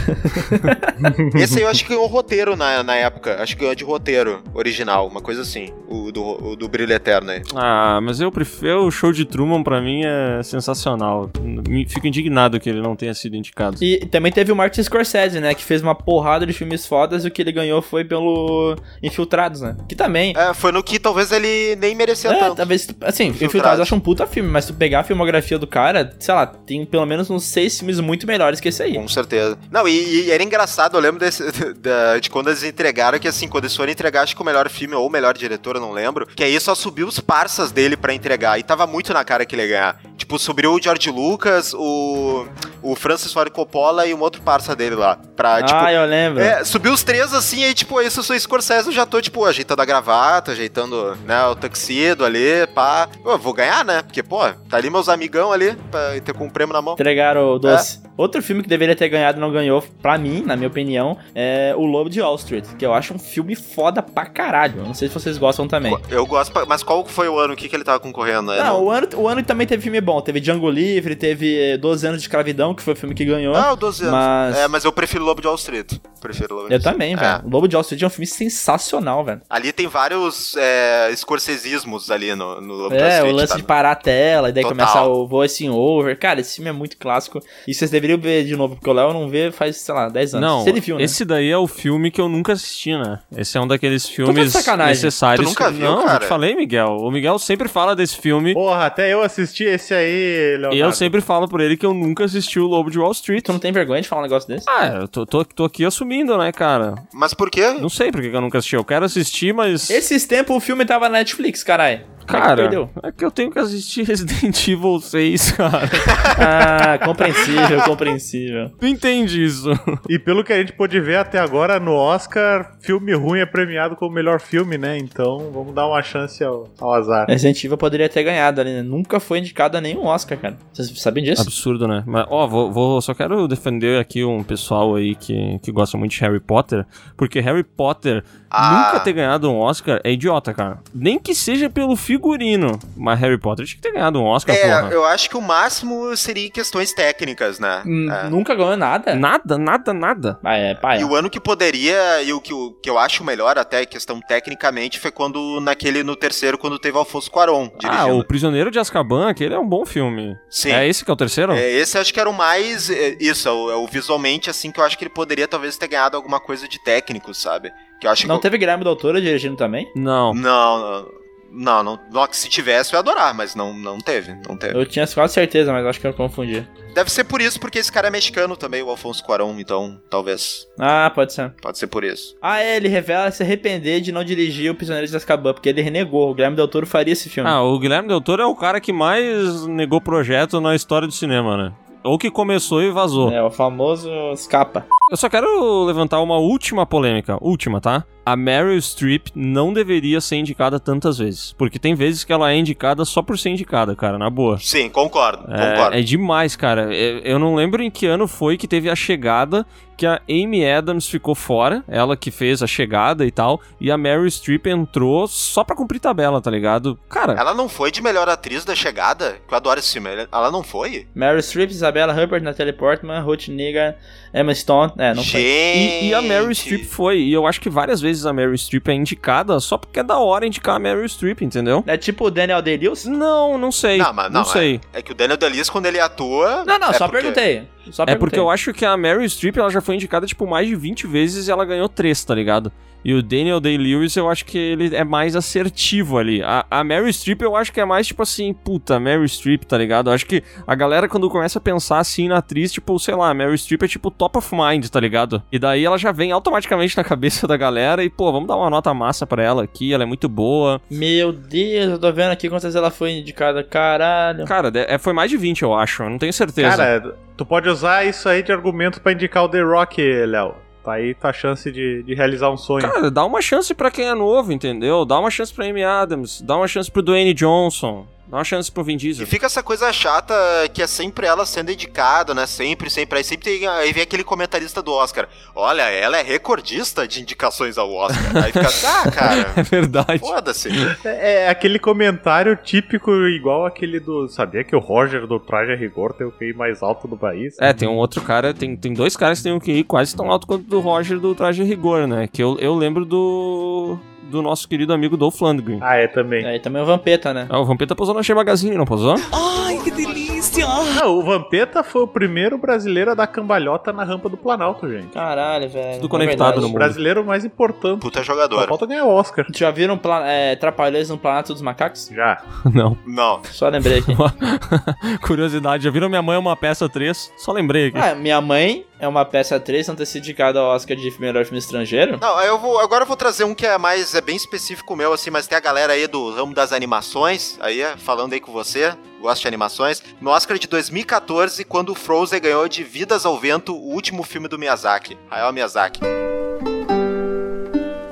[SPEAKER 3] Esse aí eu acho que ganhou roteiro na, na época. Acho que ganhou de roteiro original, uma coisa assim. O do, o do brilho eterno aí.
[SPEAKER 6] Ah, mas eu prefiro o show de Truman pra mim é sensacional. Me- Fico indignado que ele não tenha sido indicado.
[SPEAKER 2] E também teve o Martin Scorsese, né? Que fez uma porrada de filmes fodas e o que ele ganhou foi pelo Infiltrados, né? Que também.
[SPEAKER 3] É, foi no que talvez ele nem merecia
[SPEAKER 2] É,
[SPEAKER 3] tanto.
[SPEAKER 2] talvez, tu- assim, Infiltrados,
[SPEAKER 3] Infiltrados.
[SPEAKER 2] eu acho um puta filme, mas tu pegar a filmografia do cara, sei lá, tem pelo menos uns seis filmes muito melhores que esse aí.
[SPEAKER 3] Com certeza. Não, e, e era engraçado, eu lembro desse- da- de quando eles entregaram, que assim, quando eles foram entregar, acho que o melhor filme ou o melhor diretor, eu não lembro, que aí só subiu os parças dele pra entregar, e tava muito na cara que ele ia ganhar. Tipo, subiu o George Lucas, o, o Francis Ford Coppola e um outro parça dele lá. Pra,
[SPEAKER 2] Ah,
[SPEAKER 3] tipo,
[SPEAKER 2] eu lembro.
[SPEAKER 3] É, subiu os três assim, aí tipo, isso sou Scorsese, eu já tô, tipo, ajeitando a gravata, ajeitando, né, o tuxedo ali, pá. Pô, vou ganhar, né? Porque, pô, tá ali meus amigão ali, pra ter com um prêmio na mão.
[SPEAKER 2] Entregaram o doce.
[SPEAKER 3] É.
[SPEAKER 2] Outro filme que deveria ter ganhado e não ganhou, pra mim, na minha opinião, é O Lobo de Wall Street, que eu acho um filme foda pra caralho. Eu Não sei se vocês gostam também.
[SPEAKER 3] Eu gosto, pra- mas qual foi o ano? O que, que ele tava concorrendo? Eu
[SPEAKER 2] Não, o ano, o ano também teve filme bom. Teve Django Livre, teve eh, 12 Anos de Escravidão, que foi o filme que ganhou.
[SPEAKER 3] Ah, o 12 anos.
[SPEAKER 2] Mas...
[SPEAKER 3] É, mas eu prefiro Lobo de Wall Street. Prefiro Lobo de Wall
[SPEAKER 2] Eu
[SPEAKER 3] Street.
[SPEAKER 2] também,
[SPEAKER 3] É.
[SPEAKER 2] velho. O Lobo de Wall Street é um filme sensacional, velho.
[SPEAKER 3] Ali tem vários é, escorsesismos ali no, no Lobo de Wall
[SPEAKER 2] É,
[SPEAKER 3] Street.
[SPEAKER 2] o lance
[SPEAKER 3] tá?
[SPEAKER 2] de parar a tela, e daí
[SPEAKER 3] Total.
[SPEAKER 2] começa o voicing over. Cara, esse filme é muito clássico. E vocês deveriam ver de novo, porque o Léo não vê faz, sei lá, 10 anos.
[SPEAKER 6] Não,
[SPEAKER 2] Se ele viu, né?
[SPEAKER 6] esse daí é o filme que eu nunca assisti, né? Esse é um daqueles
[SPEAKER 2] de
[SPEAKER 6] filmes
[SPEAKER 2] sacanagem.
[SPEAKER 6] necessários.
[SPEAKER 4] Tu nunca viu,
[SPEAKER 6] não, eu
[SPEAKER 4] cara?
[SPEAKER 6] te falei, Miguel. O Miguel sempre fala desse filme.
[SPEAKER 4] Porra, até eu assisti esse aí, Leonardo.
[SPEAKER 6] E eu sempre falo pra ele que eu nunca assisti o Lobo de Wall Street. Tu tá-
[SPEAKER 2] não tem vergonha de falar um negócio desse?
[SPEAKER 6] Ah, eu tô, tô, tô aqui assumindo, né, cara?
[SPEAKER 3] Mas por quê?
[SPEAKER 6] Não sei por que que eu nunca assisti. Eu quero assistir, mas.
[SPEAKER 2] Esses tempos o filme tava na Netflix, caralho.
[SPEAKER 6] Cara,
[SPEAKER 2] perdeu.
[SPEAKER 6] é que eu tenho que assistir Resident Evil 6, cara.
[SPEAKER 2] Ah, compreensível, compreensível.
[SPEAKER 6] Tu entende isso.
[SPEAKER 4] E pelo que a gente pôde ver até agora no Oscar, filme ruim é premiado como melhor filme, né? Então vamos dar uma chance ao, ao azar.
[SPEAKER 2] Resident Evil poderia ter ganhado ali, né? Nunca foi indicado a nenhum Oscar, cara. Vocês sabem disso?
[SPEAKER 6] Absurdo, né? Mas, ó, vou, vou- só quero defender aqui um pessoal aí que, que gosta muito de Harry Potter, porque Harry Potter nunca ter ganhado um Oscar é idiota, cara. Nem que seja pelo figurino, mas Harry Potter tinha que ter ganhado um Oscar,
[SPEAKER 3] É,
[SPEAKER 6] porra.
[SPEAKER 3] eu acho que o máximo seria em questões técnicas, né?
[SPEAKER 6] Hum,
[SPEAKER 3] É.
[SPEAKER 2] Nunca ganhou nada.
[SPEAKER 6] Nada, nada, nada.
[SPEAKER 2] Ah, é, pai.
[SPEAKER 3] E o ano que poderia, e o que, o que eu acho melhor até, questão tecnicamente, foi quando, naquele, no terceiro, quando teve Alfonso Cuarón
[SPEAKER 6] Ah,
[SPEAKER 3] dirigindo.
[SPEAKER 6] o Prisioneiro de Azkaban, aquele é um bom filme.
[SPEAKER 3] Sim.
[SPEAKER 6] É esse que é o terceiro?
[SPEAKER 3] É, esse acho que era o mais. é, Isso, é o, é o visualmente, assim, que eu acho que ele poderia talvez ter ganhado alguma coisa de técnico, sabe? Que eu acho
[SPEAKER 2] Não
[SPEAKER 3] que. eu-
[SPEAKER 2] teve Guilherme Del Toro dirigindo também?
[SPEAKER 6] Não.
[SPEAKER 3] Hum. Não, não. Não, não, não, que se tivesse eu ia adorar, mas não, não teve, não teve.
[SPEAKER 2] Eu tinha quase certeza, mas acho que eu confundi.
[SPEAKER 3] Deve ser por isso, porque esse cara é mexicano também, o Alfonso Cuarón, então talvez.
[SPEAKER 2] Ah, pode ser.
[SPEAKER 3] Pode ser por isso.
[SPEAKER 2] Ah, é, ele revela se arrepender de não dirigir o Prisioneiro de Azkaban, porque ele renegou. O Guilherme Del Toro faria esse filme.
[SPEAKER 6] Ah, o Guilherme Del Toro é o cara que mais negou projeto na história do cinema, né? Ou que começou e vazou.
[SPEAKER 2] É, o famoso escapa.
[SPEAKER 6] Eu só quero levantar uma última polêmica. Última, tá? A Meryl Streep não deveria ser indicada tantas vezes. Porque tem vezes que ela é indicada só por ser indicada, cara, na boa.
[SPEAKER 3] Sim, concordo, concordo.
[SPEAKER 6] É, é demais, cara. É, Eu não lembro em que ano foi que teve a chegada que a Amy Adams ficou fora, ela que fez a chegada e tal, e a Meryl Streep entrou só pra cumprir tabela, tá ligado? Cara,
[SPEAKER 3] Ela não foi de melhor atriz da chegada? Que eu adoro esse filme. Ele- Ela não foi?
[SPEAKER 2] Meryl Streep, Isabella Hubbard, Natalie Portman, Ruth Nigga, Emma Stone. É, não foi.
[SPEAKER 6] E, e a Meryl Streep foi, e eu acho que várias vezes a Meryl Streep é indicada só porque é da hora indicar a Meryl Streep, entendeu?
[SPEAKER 2] É tipo o Daniel Day-Lewis?
[SPEAKER 6] Não, não sei.
[SPEAKER 3] Não, mas não.
[SPEAKER 6] Não sei.
[SPEAKER 3] É, é que o Daniel Delis, quando ele atua.
[SPEAKER 2] Não, não,
[SPEAKER 3] é
[SPEAKER 2] só
[SPEAKER 3] porque-
[SPEAKER 2] perguntei. Só
[SPEAKER 6] é
[SPEAKER 2] perguntei.
[SPEAKER 6] porque eu acho que a Meryl Streep ela já foi indicada tipo mais de 20 vezes e ela ganhou 3, tá ligado? E o Daniel Day-Lewis eu acho que ele é mais assertivo ali. A, a Meryl Streep eu acho que é mais tipo assim, puta, Meryl Streep, tá ligado? Eu acho que a galera quando começa a pensar assim na atriz, tipo, sei lá, a Meryl Streep é tipo top of mind, tá ligado? E daí ela já vem automaticamente na cabeça da galera e pô, vamos dar uma nota massa pra ela aqui, ela é muito boa.
[SPEAKER 2] Meu Deus, eu tô vendo aqui quantas vezes ela foi indicada. Caralho.
[SPEAKER 6] Cara, de- é- foi mais de 20 eu acho, eu não tenho certeza.
[SPEAKER 4] Cara, tu pode usar isso aí de argumento pra indicar o The Rock, Léo. Tá aí tua chance de, de realizar um sonho.
[SPEAKER 6] Cara, dá uma chance pra quem é novo, entendeu? Dá uma chance pra Amy Adams, dá uma chance pro Dwayne Johnson. Dá uma chance pro Vin Diesel.
[SPEAKER 3] E fica essa coisa chata que é sempre ela sendo indicada, né? Sempre, sempre. Aí sempre tem, aí vem aquele comentarista do Oscar. Olha, ela é recordista de indicações ao Oscar. Aí fica, ah, cara.
[SPEAKER 6] É verdade.
[SPEAKER 3] Foda-se.
[SPEAKER 13] É, é aquele comentário típico, igual aquele do. Sabia que o Roger do Traje a Rigor tem o QI mais alto do país?
[SPEAKER 6] É, tem um outro cara, tem, tem dois caras que tem um QI quase tão alto quanto do Roger do Traje a Rigor, né? Que eu, eu lembro do do nosso querido amigo Dolph Lundgren.
[SPEAKER 13] Ah, é também.
[SPEAKER 2] É, e também o Vampeta, né?
[SPEAKER 6] Ah, o Vampeta posou na Shein Magazine, não posou?
[SPEAKER 11] Ai, que delícia!
[SPEAKER 13] Ah, o Vampeta foi o primeiro brasileiro a dar cambalhota na rampa do Planalto, gente.
[SPEAKER 2] Caralho, velho. É
[SPEAKER 6] Tudo conectado no
[SPEAKER 13] O
[SPEAKER 6] mundo.
[SPEAKER 13] brasileiro mais importante.
[SPEAKER 3] Puta
[SPEAKER 13] Só
[SPEAKER 3] jogador.
[SPEAKER 13] falta ganhar o Oscar.
[SPEAKER 2] Já viram pla- é, Trapalhões no Planalto dos Macacos?
[SPEAKER 13] Já.
[SPEAKER 6] Não.
[SPEAKER 3] Não.
[SPEAKER 2] Só lembrei aqui.
[SPEAKER 6] Curiosidade, já viram Minha Mãe é uma Peça 3? Só lembrei aqui.
[SPEAKER 2] Ah, minha mãe é uma peça 3 não ter sido indicada ao Oscar de melhor filme estrangeiro?
[SPEAKER 3] Não, aí eu vou, agora eu vou trazer um que é mais é bem específico meu, assim, mas tem a galera aí do ramo das animações, aí é, falando aí com você, gosta de animações. No Oscar de 2014, quando o Frozen ganhou de Vidas ao Vento, o último filme do Miyazaki. Hayao Miyazaki.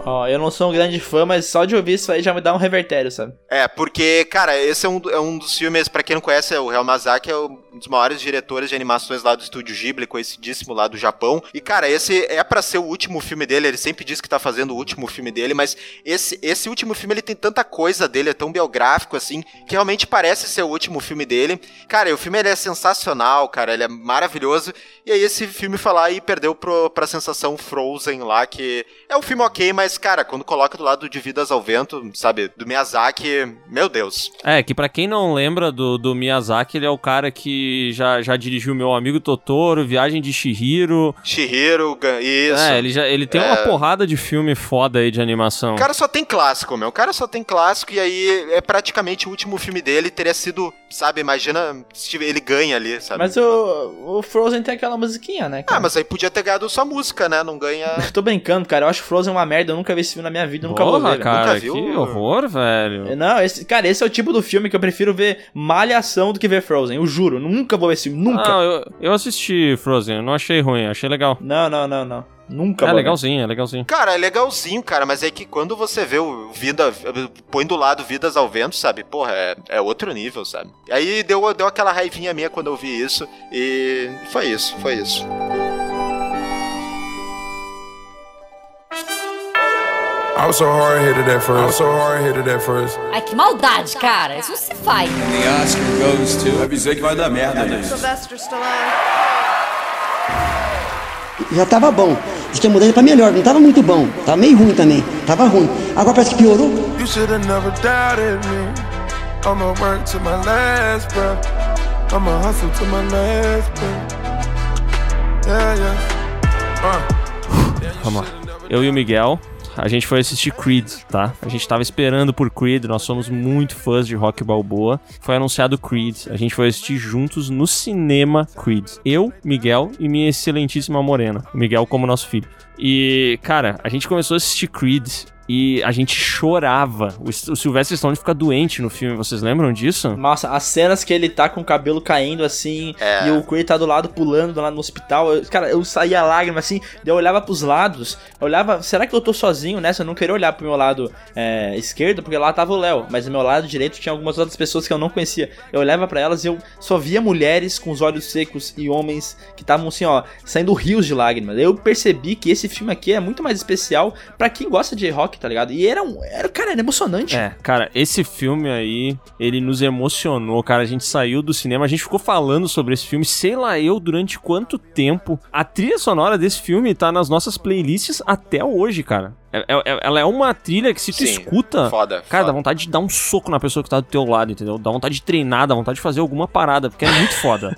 [SPEAKER 2] Ó, eu não sou um grande fã, mas só de ouvir isso aí já me dá um revertério, sabe?
[SPEAKER 3] É, porque, cara, esse é um, do- é um dos filmes, pra quem não conhece, é o Hayao Miyazaki é um dos maiores diretores de animações lá do estúdio Ghibli, conhecidíssimo lá do Japão. E, cara, esse é pra ser o último filme dele, ele sempre diz que tá fazendo o último filme dele, mas esse, esse último filme, ele tem tanta coisa dele, é tão biográfico, assim, que realmente parece ser o último filme dele. Cara, e o filme, ele é sensacional, cara, ele é maravilhoso. E aí esse filme foi lá e perdeu pro, pra sensação Frozen lá, que é um filme ok, mas, cara, quando coloca do lado de Vidas ao Vento, sabe, do Miyazaki, meu Deus.
[SPEAKER 6] É, que pra quem não lembra do, do Miyazaki, ele é o cara que já, já dirigiu Meu Amigo Totoro, Viagem de Shihiro.
[SPEAKER 3] Shihiro, Gan- isso.
[SPEAKER 6] É, ele, já, ele tem uma
[SPEAKER 3] É.
[SPEAKER 6] porrada de filme foda aí de animação.
[SPEAKER 3] O cara só tem clássico, meu. O cara só tem clássico e aí é praticamente o último filme dele teria sido, sabe, imagina se tive- ele ganha ali, sabe?
[SPEAKER 2] Mas o, o Frozen tem aquela musiquinha, né? Cara?
[SPEAKER 3] Ah, mas aí podia ter ganhado só música, né? Não ganha...
[SPEAKER 2] Tô brincando, cara. Eu acho Frozen uma merda. Eu nunca vi esse filme na minha vida. Eu nunca vou ver.
[SPEAKER 6] Porra,
[SPEAKER 2] velho.
[SPEAKER 6] cara,
[SPEAKER 3] Nunca
[SPEAKER 6] que
[SPEAKER 3] viu?
[SPEAKER 6] horror, velho.
[SPEAKER 2] Não, esse, cara, esse é o tipo do filme que eu prefiro ver Malhação do que ver Frozen. Eu juro, nunca vou ver esse filme, nunca.
[SPEAKER 6] Não, eu, eu assisti Frozen, eu não achei ruim, achei legal.
[SPEAKER 2] Não, não, não, não. Nunca
[SPEAKER 6] é
[SPEAKER 2] vou né?
[SPEAKER 6] legalzinho, é legalzinho.
[SPEAKER 3] Cara, é legalzinho, cara, mas é que quando você vê o Vida. Põe do lado Vidas ao Vento, sabe? Porra, é, é outro nível, sabe? Aí deu, deu aquela raivinha minha quando eu vi isso. E foi isso, foi isso.
[SPEAKER 7] I was so hard headed at first. I was so hard headed at first.
[SPEAKER 14] Ai, que maldade, cara. Isso não se faz.
[SPEAKER 8] The Oscar goes to. Avisei que vai dar merda
[SPEAKER 7] né?
[SPEAKER 8] nisso.
[SPEAKER 11] Sylvester Stallone.
[SPEAKER 15] Já tava bom. Diz que a mudança pra melhor, não tava muito bom. Tava meio ruim também. Tava ruim. Agora parece que piorou.
[SPEAKER 7] You should have never doubted me. I'ma work to my last breath. I'ma hustle to my last breath. Yeah, yeah. Uh.
[SPEAKER 6] Vamos lá. Eu e o Miguel, a gente foi assistir Creed, tá? A gente tava esperando por Creed, nós somos muito fãs de Rock Balboa. Foi anunciado Creed, a gente foi assistir juntos no cinema Creed. Eu, Miguel e minha excelentíssima Morena. O Miguel como nosso filho. E, cara, a gente começou a assistir Creed e a gente chorava. O S- o Sylvester Stallone fica doente no filme, vocês lembram disso?
[SPEAKER 2] Nossa, as cenas que ele tá com o cabelo caindo assim,
[SPEAKER 3] É.
[SPEAKER 2] e o Creed tá do lado pulando lá no hospital. eu- cara, eu saía lágrima assim, daí eu olhava pros lados, eu olhava, será que eu tô sozinho nessa? Eu não queria olhar pro meu lado é, esquerdo, porque lá tava o Léo, mas no meu lado direito tinha algumas outras pessoas que eu não conhecia. Eu olhava pra elas e eu só via mulheres com os olhos secos e homens que estavam assim, ó, saindo rios de lágrimas. Eu percebi que esse filme aqui é muito mais especial pra quem gosta de rock, tá ligado? E era um. Era, cara, era emocionante.
[SPEAKER 6] É, cara, esse filme aí, ele nos emocionou, cara. A gente saiu do cinema, a gente ficou falando sobre esse filme, sei lá eu, durante quanto tempo. A trilha sonora desse filme tá nas nossas playlists até hoje, cara. É- é- Ela é uma trilha que se tu
[SPEAKER 3] Sim,
[SPEAKER 6] escuta.
[SPEAKER 3] foda, foda.
[SPEAKER 6] Cara, dá vontade de dar um soco na pessoa que tá do teu lado, entendeu? Dá vontade de treinar, dá vontade de fazer alguma parada, porque é muito foda.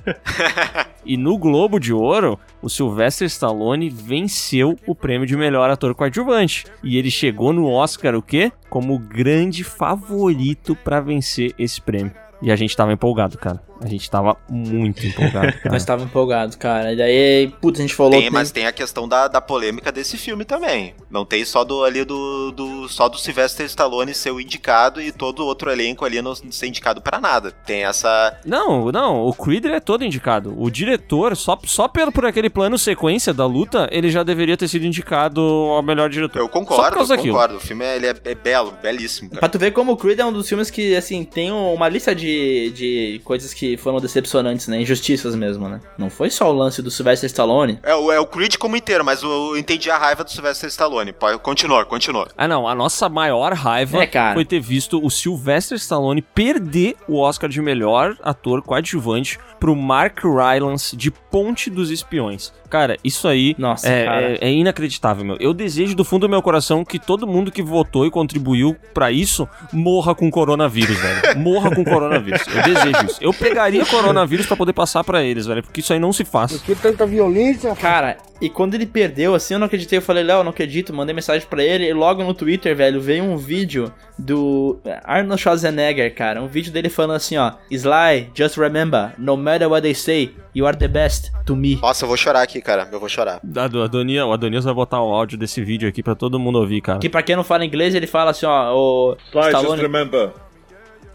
[SPEAKER 6] E no Globo de Ouro, o Sylvester Stallone venceu o prêmio de melhor ator coadjuvante. E ele chegou no Oscar o quê? Como o grande favorito pra vencer esse prêmio. E a gente tava empolgado, cara. A gente tava muito empolgado, cara.
[SPEAKER 2] Nós tava empolgado, cara. E daí, putz, a gente falou.
[SPEAKER 3] Tem,
[SPEAKER 2] que-
[SPEAKER 3] mas tem a questão da, da polêmica desse filme também. Não tem só do ali do, do só do Sylvester Stallone ser o indicado e todo outro elenco ali não ser indicado pra nada. Tem essa
[SPEAKER 6] Não, não, o Creed ele é todo indicado. O diretor, só, só pelo, por aquele plano sequência da luta, ele já deveria ter sido indicado ao melhor diretor. Eu Só por
[SPEAKER 3] concordo,
[SPEAKER 6] causa daquilo.
[SPEAKER 3] concordo. O filme é, ele é, é belo, belíssimo, cara.
[SPEAKER 2] Pra tu ver como o Creed é um dos filmes que, assim, tem uma lista de, de coisas que foram decepcionantes, né? Injustiças mesmo, né? Não foi só o lance do Sylvester Stallone. né,
[SPEAKER 3] É, o- é o Creed como inteiro, mas eu entendi a raiva do Sylvester Stallone. Pode- Continua, continua.
[SPEAKER 6] Ah, não, a nossa maior raiva
[SPEAKER 3] É, cara.
[SPEAKER 6] foi ter visto o Sylvester Stallone perder o Oscar de melhor ator coadjuvante pro Mark Rylance de Ponte dos Espiões. Cara, isso aí
[SPEAKER 2] Nossa,
[SPEAKER 6] é,
[SPEAKER 2] cara.
[SPEAKER 6] é- é inacreditável, meu. Eu desejo do fundo do meu coração que todo mundo que votou e contribuiu pra isso morra com coronavírus, velho. Morra com coronavírus. Eu desejo isso. Eu pegaria coronavírus pra poder passar pra eles, velho, porque isso aí não se faz.
[SPEAKER 2] Que tanta violência. Cara, e quando ele perdeu, assim, eu não acreditei. Eu falei, Léo, eu não acredito. Mandei mensagem pra ele. E logo no Twitter, velho, veio um vídeo do Arnold Schwarzenegger, cara. Um vídeo dele falando assim, ó. Sly, just remember, no matter what they say, you are the best to me.
[SPEAKER 3] Nossa, eu vou chorar aqui, cara. Eu vou chorar.
[SPEAKER 6] Da- do Adonia- O Adonias vai botar o áudio desse vídeo aqui pra todo mundo ouvir, cara.
[SPEAKER 2] Que pra quem não fala inglês, ele fala assim, ó, o
[SPEAKER 16] Sly, just
[SPEAKER 2] Stallone,
[SPEAKER 16] remember.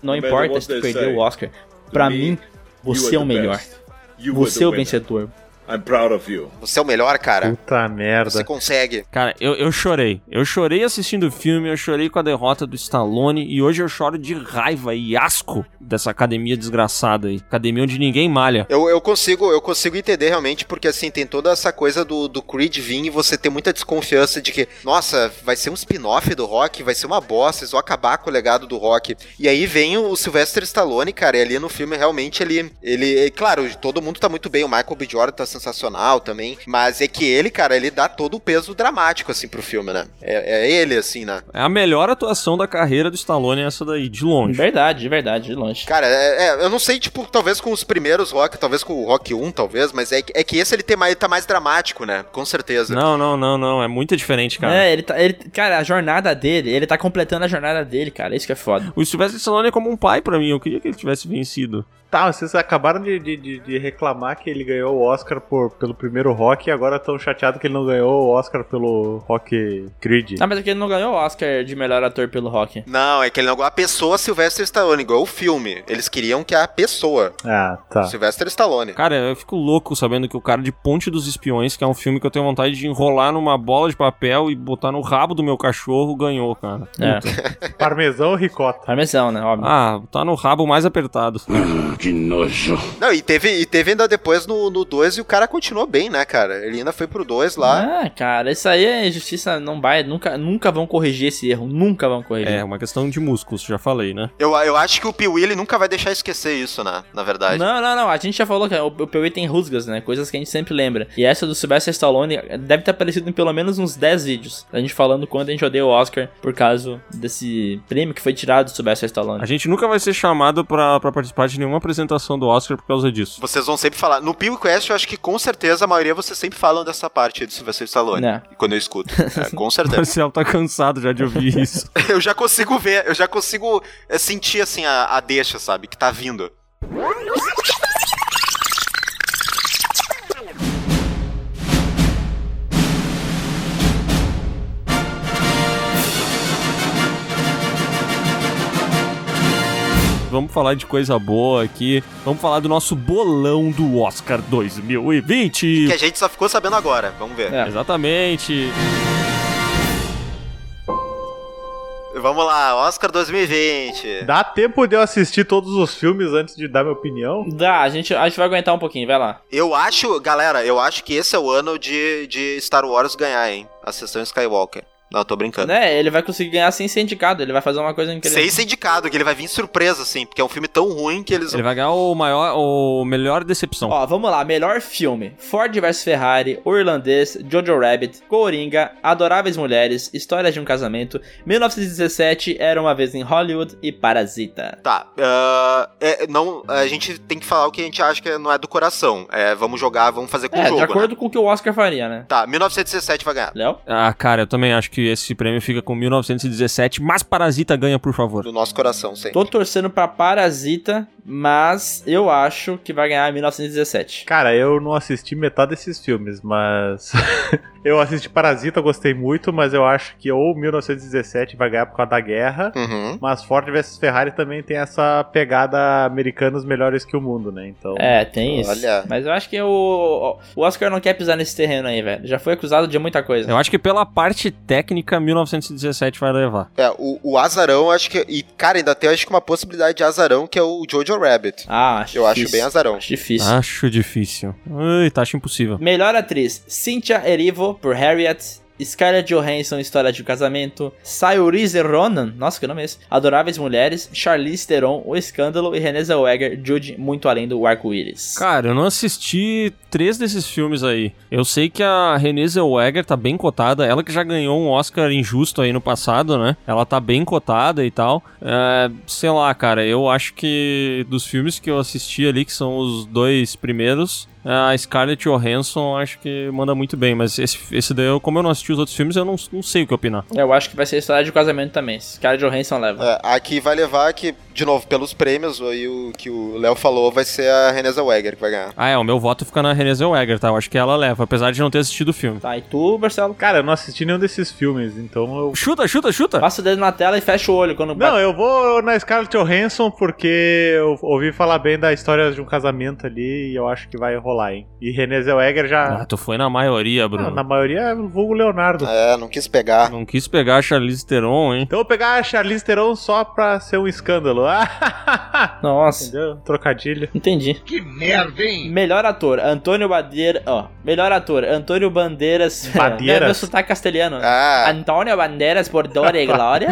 [SPEAKER 2] não
[SPEAKER 16] no matter
[SPEAKER 2] importa
[SPEAKER 16] what
[SPEAKER 2] se
[SPEAKER 16] they
[SPEAKER 2] tu perdeu
[SPEAKER 16] say,
[SPEAKER 2] o Oscar. Pra
[SPEAKER 16] me,
[SPEAKER 2] mim,
[SPEAKER 16] you
[SPEAKER 2] você é
[SPEAKER 16] are
[SPEAKER 2] o
[SPEAKER 16] the
[SPEAKER 2] melhor.
[SPEAKER 16] best. You are
[SPEAKER 2] Você
[SPEAKER 16] the
[SPEAKER 2] é o
[SPEAKER 16] winner.
[SPEAKER 2] vencedor.
[SPEAKER 16] I'm proud of you.
[SPEAKER 3] Você é o melhor, cara.
[SPEAKER 13] Puta merda.
[SPEAKER 3] Você consegue.
[SPEAKER 6] Cara, eu, eu chorei. Eu chorei assistindo o filme, eu chorei com a derrota do Stallone e hoje eu choro de raiva e asco dessa academia desgraçada aí. Academia onde ninguém malha.
[SPEAKER 3] Eu, eu consigo eu consigo entender realmente, porque assim, tem toda essa coisa do, do Creed vir e você ter muita desconfiança de que, nossa, vai ser um spin-off do rock, vai ser uma bosta, eles vão acabar com o legado do rock. E aí vem o Sylvester Stallone, cara, e ali no filme realmente ele. ele é, claro, todo mundo tá muito bem, o Michael B. Jordan tá sensacional também, mas é que ele, cara, ele dá todo o peso dramático, assim, pro filme, né? É, é ele, assim, né?
[SPEAKER 6] É a melhor atuação da carreira do Stallone é essa daí, de longe.
[SPEAKER 2] Verdade, de verdade, de longe.
[SPEAKER 3] Cara, é- é, eu não sei, tipo, talvez com os primeiros Rock, talvez com o Rock 1, talvez, mas é, que- é que esse ele, tem mais, ele tá mais dramático, né? Com certeza.
[SPEAKER 6] Não, não, não, não. É muito diferente, cara.
[SPEAKER 2] É, ele tá. Ele, cara, a jornada dele, ele tá completando a jornada dele, cara. Isso que é foda.
[SPEAKER 6] O Sylvester Stallone é como um pai pra mim. Eu queria que ele tivesse vencido.
[SPEAKER 13] Tá, vocês acabaram de, de- de- de reclamar que ele ganhou o Oscar por, pelo primeiro rock e agora estão chateados que ele não ganhou o Oscar pelo rock Creed.
[SPEAKER 2] Ah, mas é que ele não ganhou o Oscar de melhor ator pelo rock.
[SPEAKER 3] Não, é que ele não. A pessoa Sylvester Stallone, igual o filme. Eles queriam que a pessoa.
[SPEAKER 13] Ah, tá.
[SPEAKER 3] Sylvester Stallone.
[SPEAKER 6] Cara, eu fico louco sabendo que o cara de Ponte dos Espiões, que é um filme que eu tenho vontade de enrolar numa bola de papel e botar no rabo do meu cachorro, ganhou, cara.
[SPEAKER 2] É.
[SPEAKER 13] Parmesão ou ricota?
[SPEAKER 2] Parmesão, né? Óbvio.
[SPEAKER 6] Ah, tá no rabo mais apertado. que nojo.
[SPEAKER 3] Não, e teve, e teve ainda depois no 2 e o cara continuou bem, né, cara? Ele ainda foi pro 2 lá.
[SPEAKER 2] Ah, cara, isso aí é justiça, não vai, nunca, nunca vão corrigir esse erro, nunca vão corrigir.
[SPEAKER 6] É, uma questão de músculos, já falei, né?
[SPEAKER 3] Eu, eu acho que o Pee Wee ele nunca vai deixar esquecer isso, né? Na verdade.
[SPEAKER 2] Não, não, não, a gente já falou que o, o PewDiePie tem rusgas, né, coisas que a gente sempre lembra. E essa do Sylvester Stallone deve ter aparecido em pelo menos uns 10 vídeos, a gente falando quando a gente odeia o Oscar por causa desse prêmio que foi tirado do Sylvester Stallone.
[SPEAKER 6] A gente nunca vai ser chamado pra, pra participar de nenhuma apresentação do Oscar por causa disso.
[SPEAKER 3] Vocês vão sempre falar. No Pee Quest, eu acho que com certeza a maioria vocês sempre falam dessa parte do Sylvester Stallone.
[SPEAKER 6] Né.
[SPEAKER 3] Quando eu escuto. É, com
[SPEAKER 6] O
[SPEAKER 3] certeza.
[SPEAKER 6] Marcel tá cansado já de ouvir isso.
[SPEAKER 3] eu já consigo ver, eu já consigo é, sentir assim a, a deixa, sabe? Que tá vindo.
[SPEAKER 6] Vamos falar de coisa boa aqui. Vamos falar do nosso bolão do Oscar 2020.
[SPEAKER 3] Que é a gente só ficou sabendo agora. Vamos ver.
[SPEAKER 6] É, Exatamente.
[SPEAKER 3] Vamos lá, Oscar 2020.
[SPEAKER 13] Dá tempo de eu assistir todos os filmes antes de dar minha opinião?
[SPEAKER 2] Dá, a gente, a gente vai aguentar um pouquinho, vai lá.
[SPEAKER 3] Eu acho, galera, eu acho que esse é o ano de, de Star Wars ganhar, hein? A sessão Skywalker. Não, tô brincando.
[SPEAKER 2] Né, ele vai conseguir ganhar sem ser indicado, ele vai fazer uma coisa incrível.
[SPEAKER 3] Tá. Sem ser indicado, que ele vai vir surpresa, assim, porque é um filme tão ruim que eles.
[SPEAKER 6] Ele vai ganhar o maior, o melhor decepção.
[SPEAKER 2] Ó, vamos lá, melhor filme: Ford vs Ferrari, O Irlandês, Jojo Rabbit, Coringa, Adoráveis Mulheres, Histórias de um Casamento, 1917, Era uma Vez em Hollywood e Parasita.
[SPEAKER 3] Tá, ah, é, não, a gente tem que falar o que a gente acha que não é do coração. É, vamos jogar, vamos fazer com
[SPEAKER 2] É,
[SPEAKER 3] o jogo.
[SPEAKER 2] de acordo
[SPEAKER 3] né?
[SPEAKER 2] com o que o Oscar faria, né?
[SPEAKER 3] Tá, 1917 vai ganhar.
[SPEAKER 2] Léo?
[SPEAKER 6] Ah, cara, eu também acho que esse prêmio fica com 1917, mas Parasita ganha, por favor.
[SPEAKER 3] Do nosso coração, sim.
[SPEAKER 2] Tô torcendo pra Parasita, mas eu acho que vai ganhar 1917.
[SPEAKER 4] Cara, eu não assisti metade desses filmes, mas. eu assisti Parasita, gostei muito, mas eu acho que ou 1917 vai ganhar por causa da guerra.
[SPEAKER 3] Uhum.
[SPEAKER 4] Mas Ford vs Ferrari também tem essa pegada americanos melhores que o mundo, né? Então.
[SPEAKER 2] É, tem isso.
[SPEAKER 3] Olha.
[SPEAKER 2] Mas eu acho que o, o Oscar não quer pisar nesse terreno aí, velho. Já foi acusado de muita coisa.
[SPEAKER 6] Eu acho que pela parte técnica, 1917 vai levar.
[SPEAKER 3] É, o, o Azarão, acho que. E, cara, ainda tem acho que uma possibilidade de Azarão, que é o Jojo Rabbit.
[SPEAKER 2] Ah, acho
[SPEAKER 3] Eu acho
[SPEAKER 2] difícil.
[SPEAKER 3] bem azarão.
[SPEAKER 2] Acho difícil.
[SPEAKER 6] Acho difícil. Eita, acho impossível.
[SPEAKER 2] Melhor atriz: Cynthia Erivo por Harriet. Scarlett Johansson, História de um Casamento. Sayurize Ronan, nossa que nome é esse? Adoráveis Mulheres. Charlize Theron, O Escândalo. E Renée Zellweger, Jude, Muito Além do Arco-Íris.
[SPEAKER 6] Cara, eu não assisti três desses filmes aí. Eu sei que a Renée Zellweger tá bem cotada, ela que já ganhou um Oscar injusto aí no passado, né? Ela tá bem cotada e tal. É, sei lá, cara, eu acho que dos filmes que eu assisti ali, que são os dois primeiros, é, a Scarlett Johansson acho que manda muito bem, mas esse, esse daí, eu- como eu não assisti os outros filmes, eu não, não sei o que opinar.
[SPEAKER 2] Eu acho que vai ser História de um Casamento também. Scarlett Johansson leva.
[SPEAKER 3] É, aqui vai levar que, de novo, pelos prêmios, aí o que o Léo falou vai ser a Renée Zellweger que vai ganhar.
[SPEAKER 6] Ah, é, o meu voto fica na Renée Zellweger, tá? Eu acho que ela leva, apesar de não ter assistido o filme.
[SPEAKER 2] Tá, e tu, Marcelo?
[SPEAKER 4] Cara, eu não assisti nenhum desses filmes, então eu.
[SPEAKER 6] Chuta, chuta, chuta!
[SPEAKER 2] Passa o dedo na tela e fecha o olho quando
[SPEAKER 4] Não, eu vou na Scarlett Johansson porque eu ouvi falar bem da história de um casamento ali e eu acho que vai rolar, hein? E René Zellweger
[SPEAKER 6] Ah,
[SPEAKER 4] já.
[SPEAKER 6] tu foi na maioria, Bruno.
[SPEAKER 4] Ah, na maioria é o vulgo Leonardo.
[SPEAKER 3] É, não quis pegar.
[SPEAKER 6] Não quis pegar a Charlize Theron, hein?
[SPEAKER 4] Então eu vou pegar a Charlize Theron só pra ser um escândalo. Ah,
[SPEAKER 2] Nossa.
[SPEAKER 4] entendeu? Trocadilho.
[SPEAKER 2] Entendi.
[SPEAKER 17] Que merda, hein?
[SPEAKER 2] Melhor ator, Antônio Bandeira. Ó, melhor ator, Antônio Bandeiras.
[SPEAKER 4] Bandeiras?
[SPEAKER 2] Meu, meu sotaque castelhano.
[SPEAKER 3] Ah.
[SPEAKER 2] Antônio Bandeiras por Dora e Glória.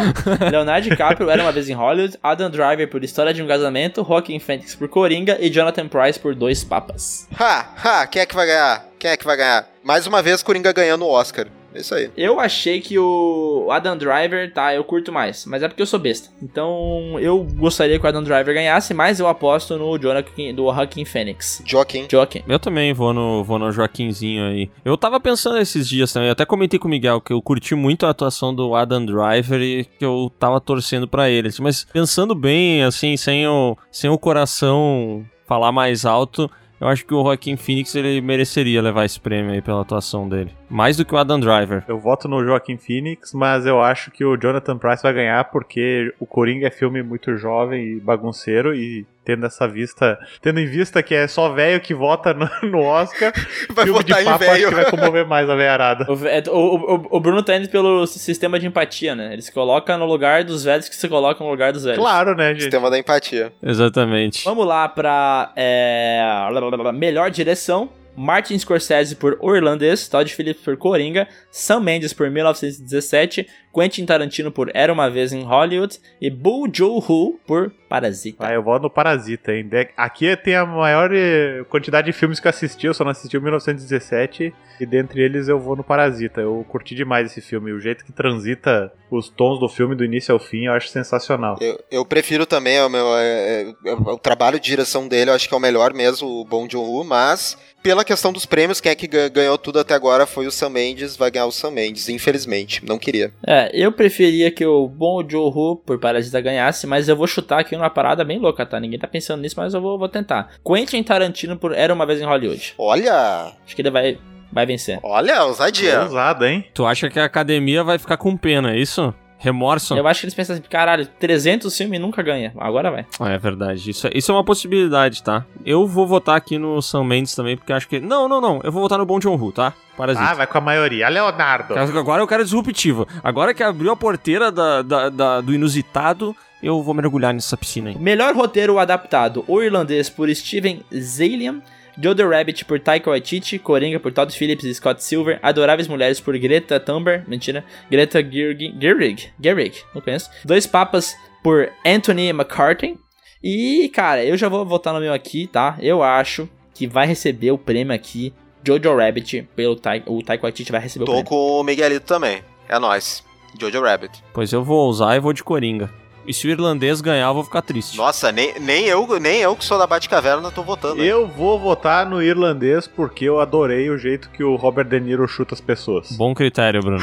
[SPEAKER 2] Leonardo DiCaprio era uma vez em Hollywood. Adam Driver por História de um Casamento. Joaquin Phoenix por Coringa. E Jonathan Price por Dois Papas.
[SPEAKER 3] Ha, ha, quem é que vai ganhar? Quem é que vai ganhar? Mais uma vez, Coringa ganhando o Oscar. É isso aí.
[SPEAKER 2] Eu achei que o Adam Driver, tá, eu curto mais, mas é porque eu sou besta. Então eu gostaria que o Adam Driver ganhasse, mas eu aposto no Jonathan do Joaquin Phoenix.
[SPEAKER 3] Joaquim.
[SPEAKER 2] Joaquin.
[SPEAKER 6] Eu também vou no, vou no Joaquinzinho aí. Eu tava pensando esses dias também, eu até comentei com o Miguel que eu curti muito a atuação do Adam Driver e que eu tava torcendo pra ele. Mas pensando bem, assim, sem o, sem o coração falar mais alto, eu acho que o Joaquim Phoenix ele mereceria levar esse prêmio aí pela atuação dele. Mais do que o Adam Driver.
[SPEAKER 4] Eu voto no Joaquim Phoenix, mas eu acho que o Jonathan Price vai ganhar porque o Coringa é filme muito jovem e bagunceiro e tendo essa vista, tendo em vista que é só velho que vota no, no Oscar,
[SPEAKER 3] Vai
[SPEAKER 4] filme de
[SPEAKER 3] votar em
[SPEAKER 4] papo acho que
[SPEAKER 3] velho.
[SPEAKER 4] vai comover mais a veiarada.
[SPEAKER 2] O, é, o- o- o Bruno tá indo pelo sistema de empatia, né? Ele se coloca no lugar dos velhos que se colocam no lugar dos velhos.
[SPEAKER 4] Claro, né, gente?
[SPEAKER 3] Sistema da empatia.
[SPEAKER 6] Exatamente.
[SPEAKER 2] Vamos lá pra é, blá, blá, blá, melhor direção. Martin Scorsese por O Irlandês, Todd Phillips por Coringa, Sam Mendes por 1917, Quentin Tarantino por Era Uma Vez em Hollywood e Bong Joon-ho por Parasita.
[SPEAKER 4] Ah, eu voto no Parasita, hein? De- Aqui tem a maior eh, quantidade de filmes que eu assisti, eu só não assisti o 1917, e dentre eles eu vou no Parasita. Eu curti demais esse filme, o jeito que transita os tons do filme do início ao fim, eu acho sensacional.
[SPEAKER 3] Eu, eu prefiro também o, meu, é, é, é, o trabalho de direção dele, eu acho que é o melhor mesmo, o Bong Joon-ho, mas pela questão dos prêmios, quem é que ga- ganhou tudo até agora foi o Sam Mendes, vai ganhar o Sam Mendes, infelizmente, não queria.
[SPEAKER 2] É, eu preferia que o Bong Joon-ho por Parasita ganhasse, mas eu vou chutar aqui uma parada bem louca, tá? Ninguém tá pensando nisso, mas eu vou, vou tentar. Quentin Tarantino por Era Uma Vez em Hollywood.
[SPEAKER 3] Olha,
[SPEAKER 2] Acho que ele vai, vai vencer.
[SPEAKER 3] olha, ousadia.
[SPEAKER 4] É Ousado, hein?
[SPEAKER 6] Tu acha que a academia vai ficar com pena, é isso? Remorso?
[SPEAKER 2] Eu acho que eles pensam assim, caralho, 300 filmes e nunca ganha. Agora vai.
[SPEAKER 6] Ah, é verdade. Isso é, isso é uma possibilidade, tá? Eu vou votar aqui no Sam Mendes também, porque eu acho que. Não, não, não. Eu vou votar no Bom John Hu, tá? Parasita.
[SPEAKER 4] Ah, vai com a maioria. Leonardo!
[SPEAKER 6] Agora eu quero disruptivo. Agora que abriu a porteira da- da- da- do inusitado, eu vou mergulhar nessa piscina aí.
[SPEAKER 2] Melhor roteiro adaptado: O Irlandês por Steven Zalian, Joe the Rabbit por Taika Waititi, Coringa por Todd Phillips e Scott Silver, Adoráveis Mulheres por Greta Thunberg, mentira, Greta Gerwig, Gerwig, Gerwig, não conheço. Dois Papas por Anthony McCarthy. E, cara, eu já vou votar no meu aqui, tá? Eu acho que vai receber o prêmio aqui. Jojo Rabbit pelo Taika, o Taika Waititi vai receber o
[SPEAKER 3] Tô
[SPEAKER 2] prêmio.
[SPEAKER 3] com o Miguelito também, é nóis. Jojo Rabbit.
[SPEAKER 6] Pois eu vou usar e vou de Coringa. E se o irlandês ganhar, eu vou ficar triste.
[SPEAKER 3] Nossa, nem, nem, eu, nem eu que sou da Batcaverna tô votando. né?
[SPEAKER 13] Eu vou votar no irlandês porque eu adorei o jeito que o Robert De Niro chuta as pessoas.
[SPEAKER 6] Bom critério, Bruno.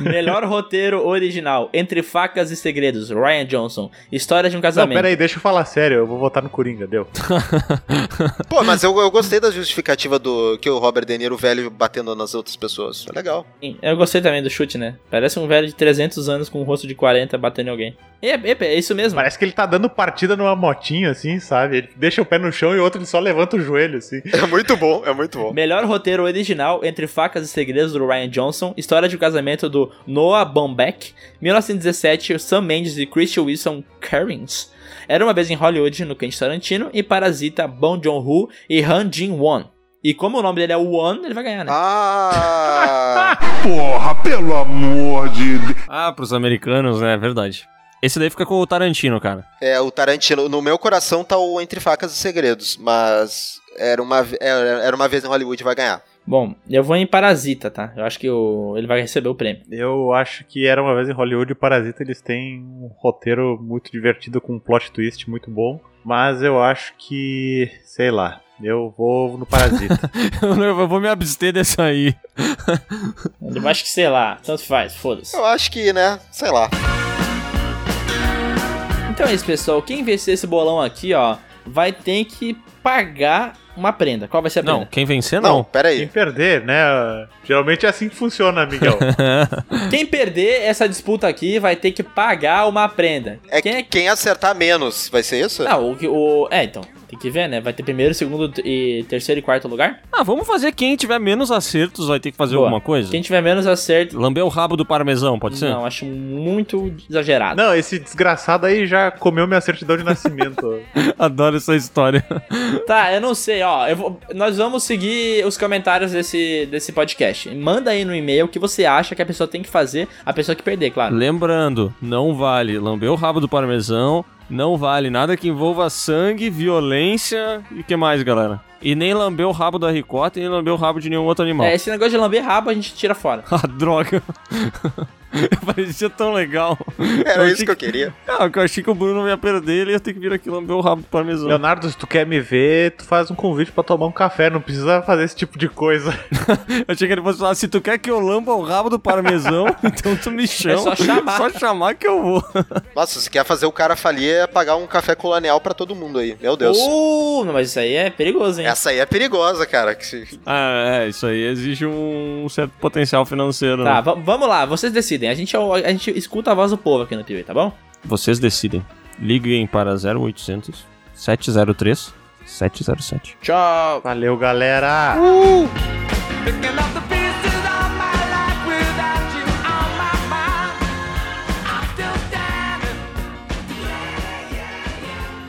[SPEAKER 2] Melhor roteiro original: Entre Facas e Segredos, Ryan Johnson. História de um casamento.
[SPEAKER 13] Não, peraí, deixa eu falar sério, eu vou votar no Coringa, deu.
[SPEAKER 3] Pô, mas eu, eu gostei da justificativa do que o Robert De Niro velho batendo nas outras pessoas. É legal.
[SPEAKER 2] Sim, Eu gostei também do chute, né? Parece um velho de 300 anos com um rosto de 40 batendo em alguém. É, é, é isso mesmo.
[SPEAKER 13] Parece que ele tá dando partida numa motinha, assim, sabe? Ele deixa o pé no chão e o outro ele só levanta o joelho, assim.
[SPEAKER 3] É muito bom, é muito bom.
[SPEAKER 2] Melhor roteiro original Entre Facas e Segredos do Ryan Johnson, história de um casamento do Noah Baumbach, 1917, Sam Mendes e Christian Wilson Kerrins. Era uma vez em Hollywood no Quentin Tarantino e Parasita, Bong Joon-ho e Han Jin-won. E como o nome dele é Won, ele vai ganhar, né?
[SPEAKER 3] Ah!
[SPEAKER 7] Porra, pelo amor de Deus.
[SPEAKER 6] Ah, pros americanos, né? É verdade. Esse daí fica com o Tarantino, cara.
[SPEAKER 3] É, o Tarantino, no meu coração tá o Entre Facas e Segredos, mas era uma, ve- é, era era uma vez em Hollywood vai ganhar.
[SPEAKER 2] Bom, eu vou em Parasita, tá? Eu acho que o- ele vai receber o prêmio.
[SPEAKER 13] Eu acho que era uma vez em Hollywood, o Parasita eles têm um roteiro muito divertido com um plot twist muito bom, mas eu acho que, sei lá, eu vou no Parasita.
[SPEAKER 6] Eu não- eu vou me abster dessa aí.
[SPEAKER 2] Eu acho que, sei lá, tanto faz, foda-se.
[SPEAKER 3] Eu acho que, né, sei lá.
[SPEAKER 2] Então é isso, pessoal. Quem vencer esse bolão aqui, ó, vai ter que pagar uma prenda. Qual vai ser a
[SPEAKER 6] Não,
[SPEAKER 2] prenda?
[SPEAKER 6] quem vencer,
[SPEAKER 3] Não,
[SPEAKER 6] não.
[SPEAKER 3] pera
[SPEAKER 13] Sem
[SPEAKER 3] aí.
[SPEAKER 13] perder, né? Geralmente é assim que funciona, Miguel.
[SPEAKER 2] Quem perder essa disputa aqui vai ter que pagar uma prenda.
[SPEAKER 3] É
[SPEAKER 2] quem
[SPEAKER 3] que- quem acertar menos, vai ser isso?
[SPEAKER 2] Não, o, que- o. É, então. Tem que ver, né? Vai ter primeiro, segundo e terceiro e quarto lugar?
[SPEAKER 6] Ah, vamos fazer quem tiver menos acertos vai ter que fazer
[SPEAKER 2] Boa.
[SPEAKER 6] alguma coisa?
[SPEAKER 2] Quem tiver menos acerto.
[SPEAKER 6] Lamber o rabo do parmesão, pode ser?
[SPEAKER 3] é.
[SPEAKER 2] Não, acho muito exagerado.
[SPEAKER 13] Não, esse desgraçado aí já comeu minha certidão de nascimento.
[SPEAKER 6] Adoro essa história.
[SPEAKER 2] Tá, eu não sei, ó. eu vou- nós vamos seguir os comentários desse, desse podcast. Manda aí no e-mail o que você acha que a pessoa tem que fazer, a pessoa que perder, claro.
[SPEAKER 6] Lembrando, não vale lamber o rabo do parmesão, não vale nada que envolva sangue, violência e que mais, galera? E nem lamber o rabo da ricota e nem lamber o rabo de nenhum outro animal.
[SPEAKER 2] É, esse negócio de lamber rabo a gente tira fora.
[SPEAKER 6] Ah, droga. Parecia tão legal.
[SPEAKER 3] Era isso
[SPEAKER 6] achei
[SPEAKER 3] que eu queria.
[SPEAKER 6] Ah, eu achei que o Bruno não ia perder, ele ia ter que vir aqui lamber o rabo do parmesão.
[SPEAKER 13] Leonardo, se tu quer me ver, tu faz um convite pra tomar um café, não precisa fazer esse tipo de coisa.
[SPEAKER 6] Eu achei que ele fosse falar, se tu quer que eu lamba o rabo do parmesão, então tu
[SPEAKER 3] É
[SPEAKER 6] me chama.
[SPEAKER 2] só chamar.
[SPEAKER 6] Só chamar que eu vou.
[SPEAKER 3] Nossa, se quer fazer o cara falir, é pagar um café colonial pra todo mundo aí. Meu Deus.
[SPEAKER 2] Uh, não, mas isso aí é perigoso, hein?
[SPEAKER 3] Essa aí é perigosa, cara. que se-
[SPEAKER 6] Ah, é, isso aí exige um certo potencial financeiro.
[SPEAKER 2] Tá,
[SPEAKER 6] né?
[SPEAKER 2] va- vamos lá, vocês decidem. A gente, é o- a gente escuta a voz do povo aqui no Piuí, tá bom?
[SPEAKER 6] Vocês decidem. Liguem para 0800 703 707.
[SPEAKER 2] Tchau!
[SPEAKER 13] Valeu, galera!
[SPEAKER 11] Picking up the pieces of my life without you on my mind. I'm still standing. Yeah, yeah, yeah.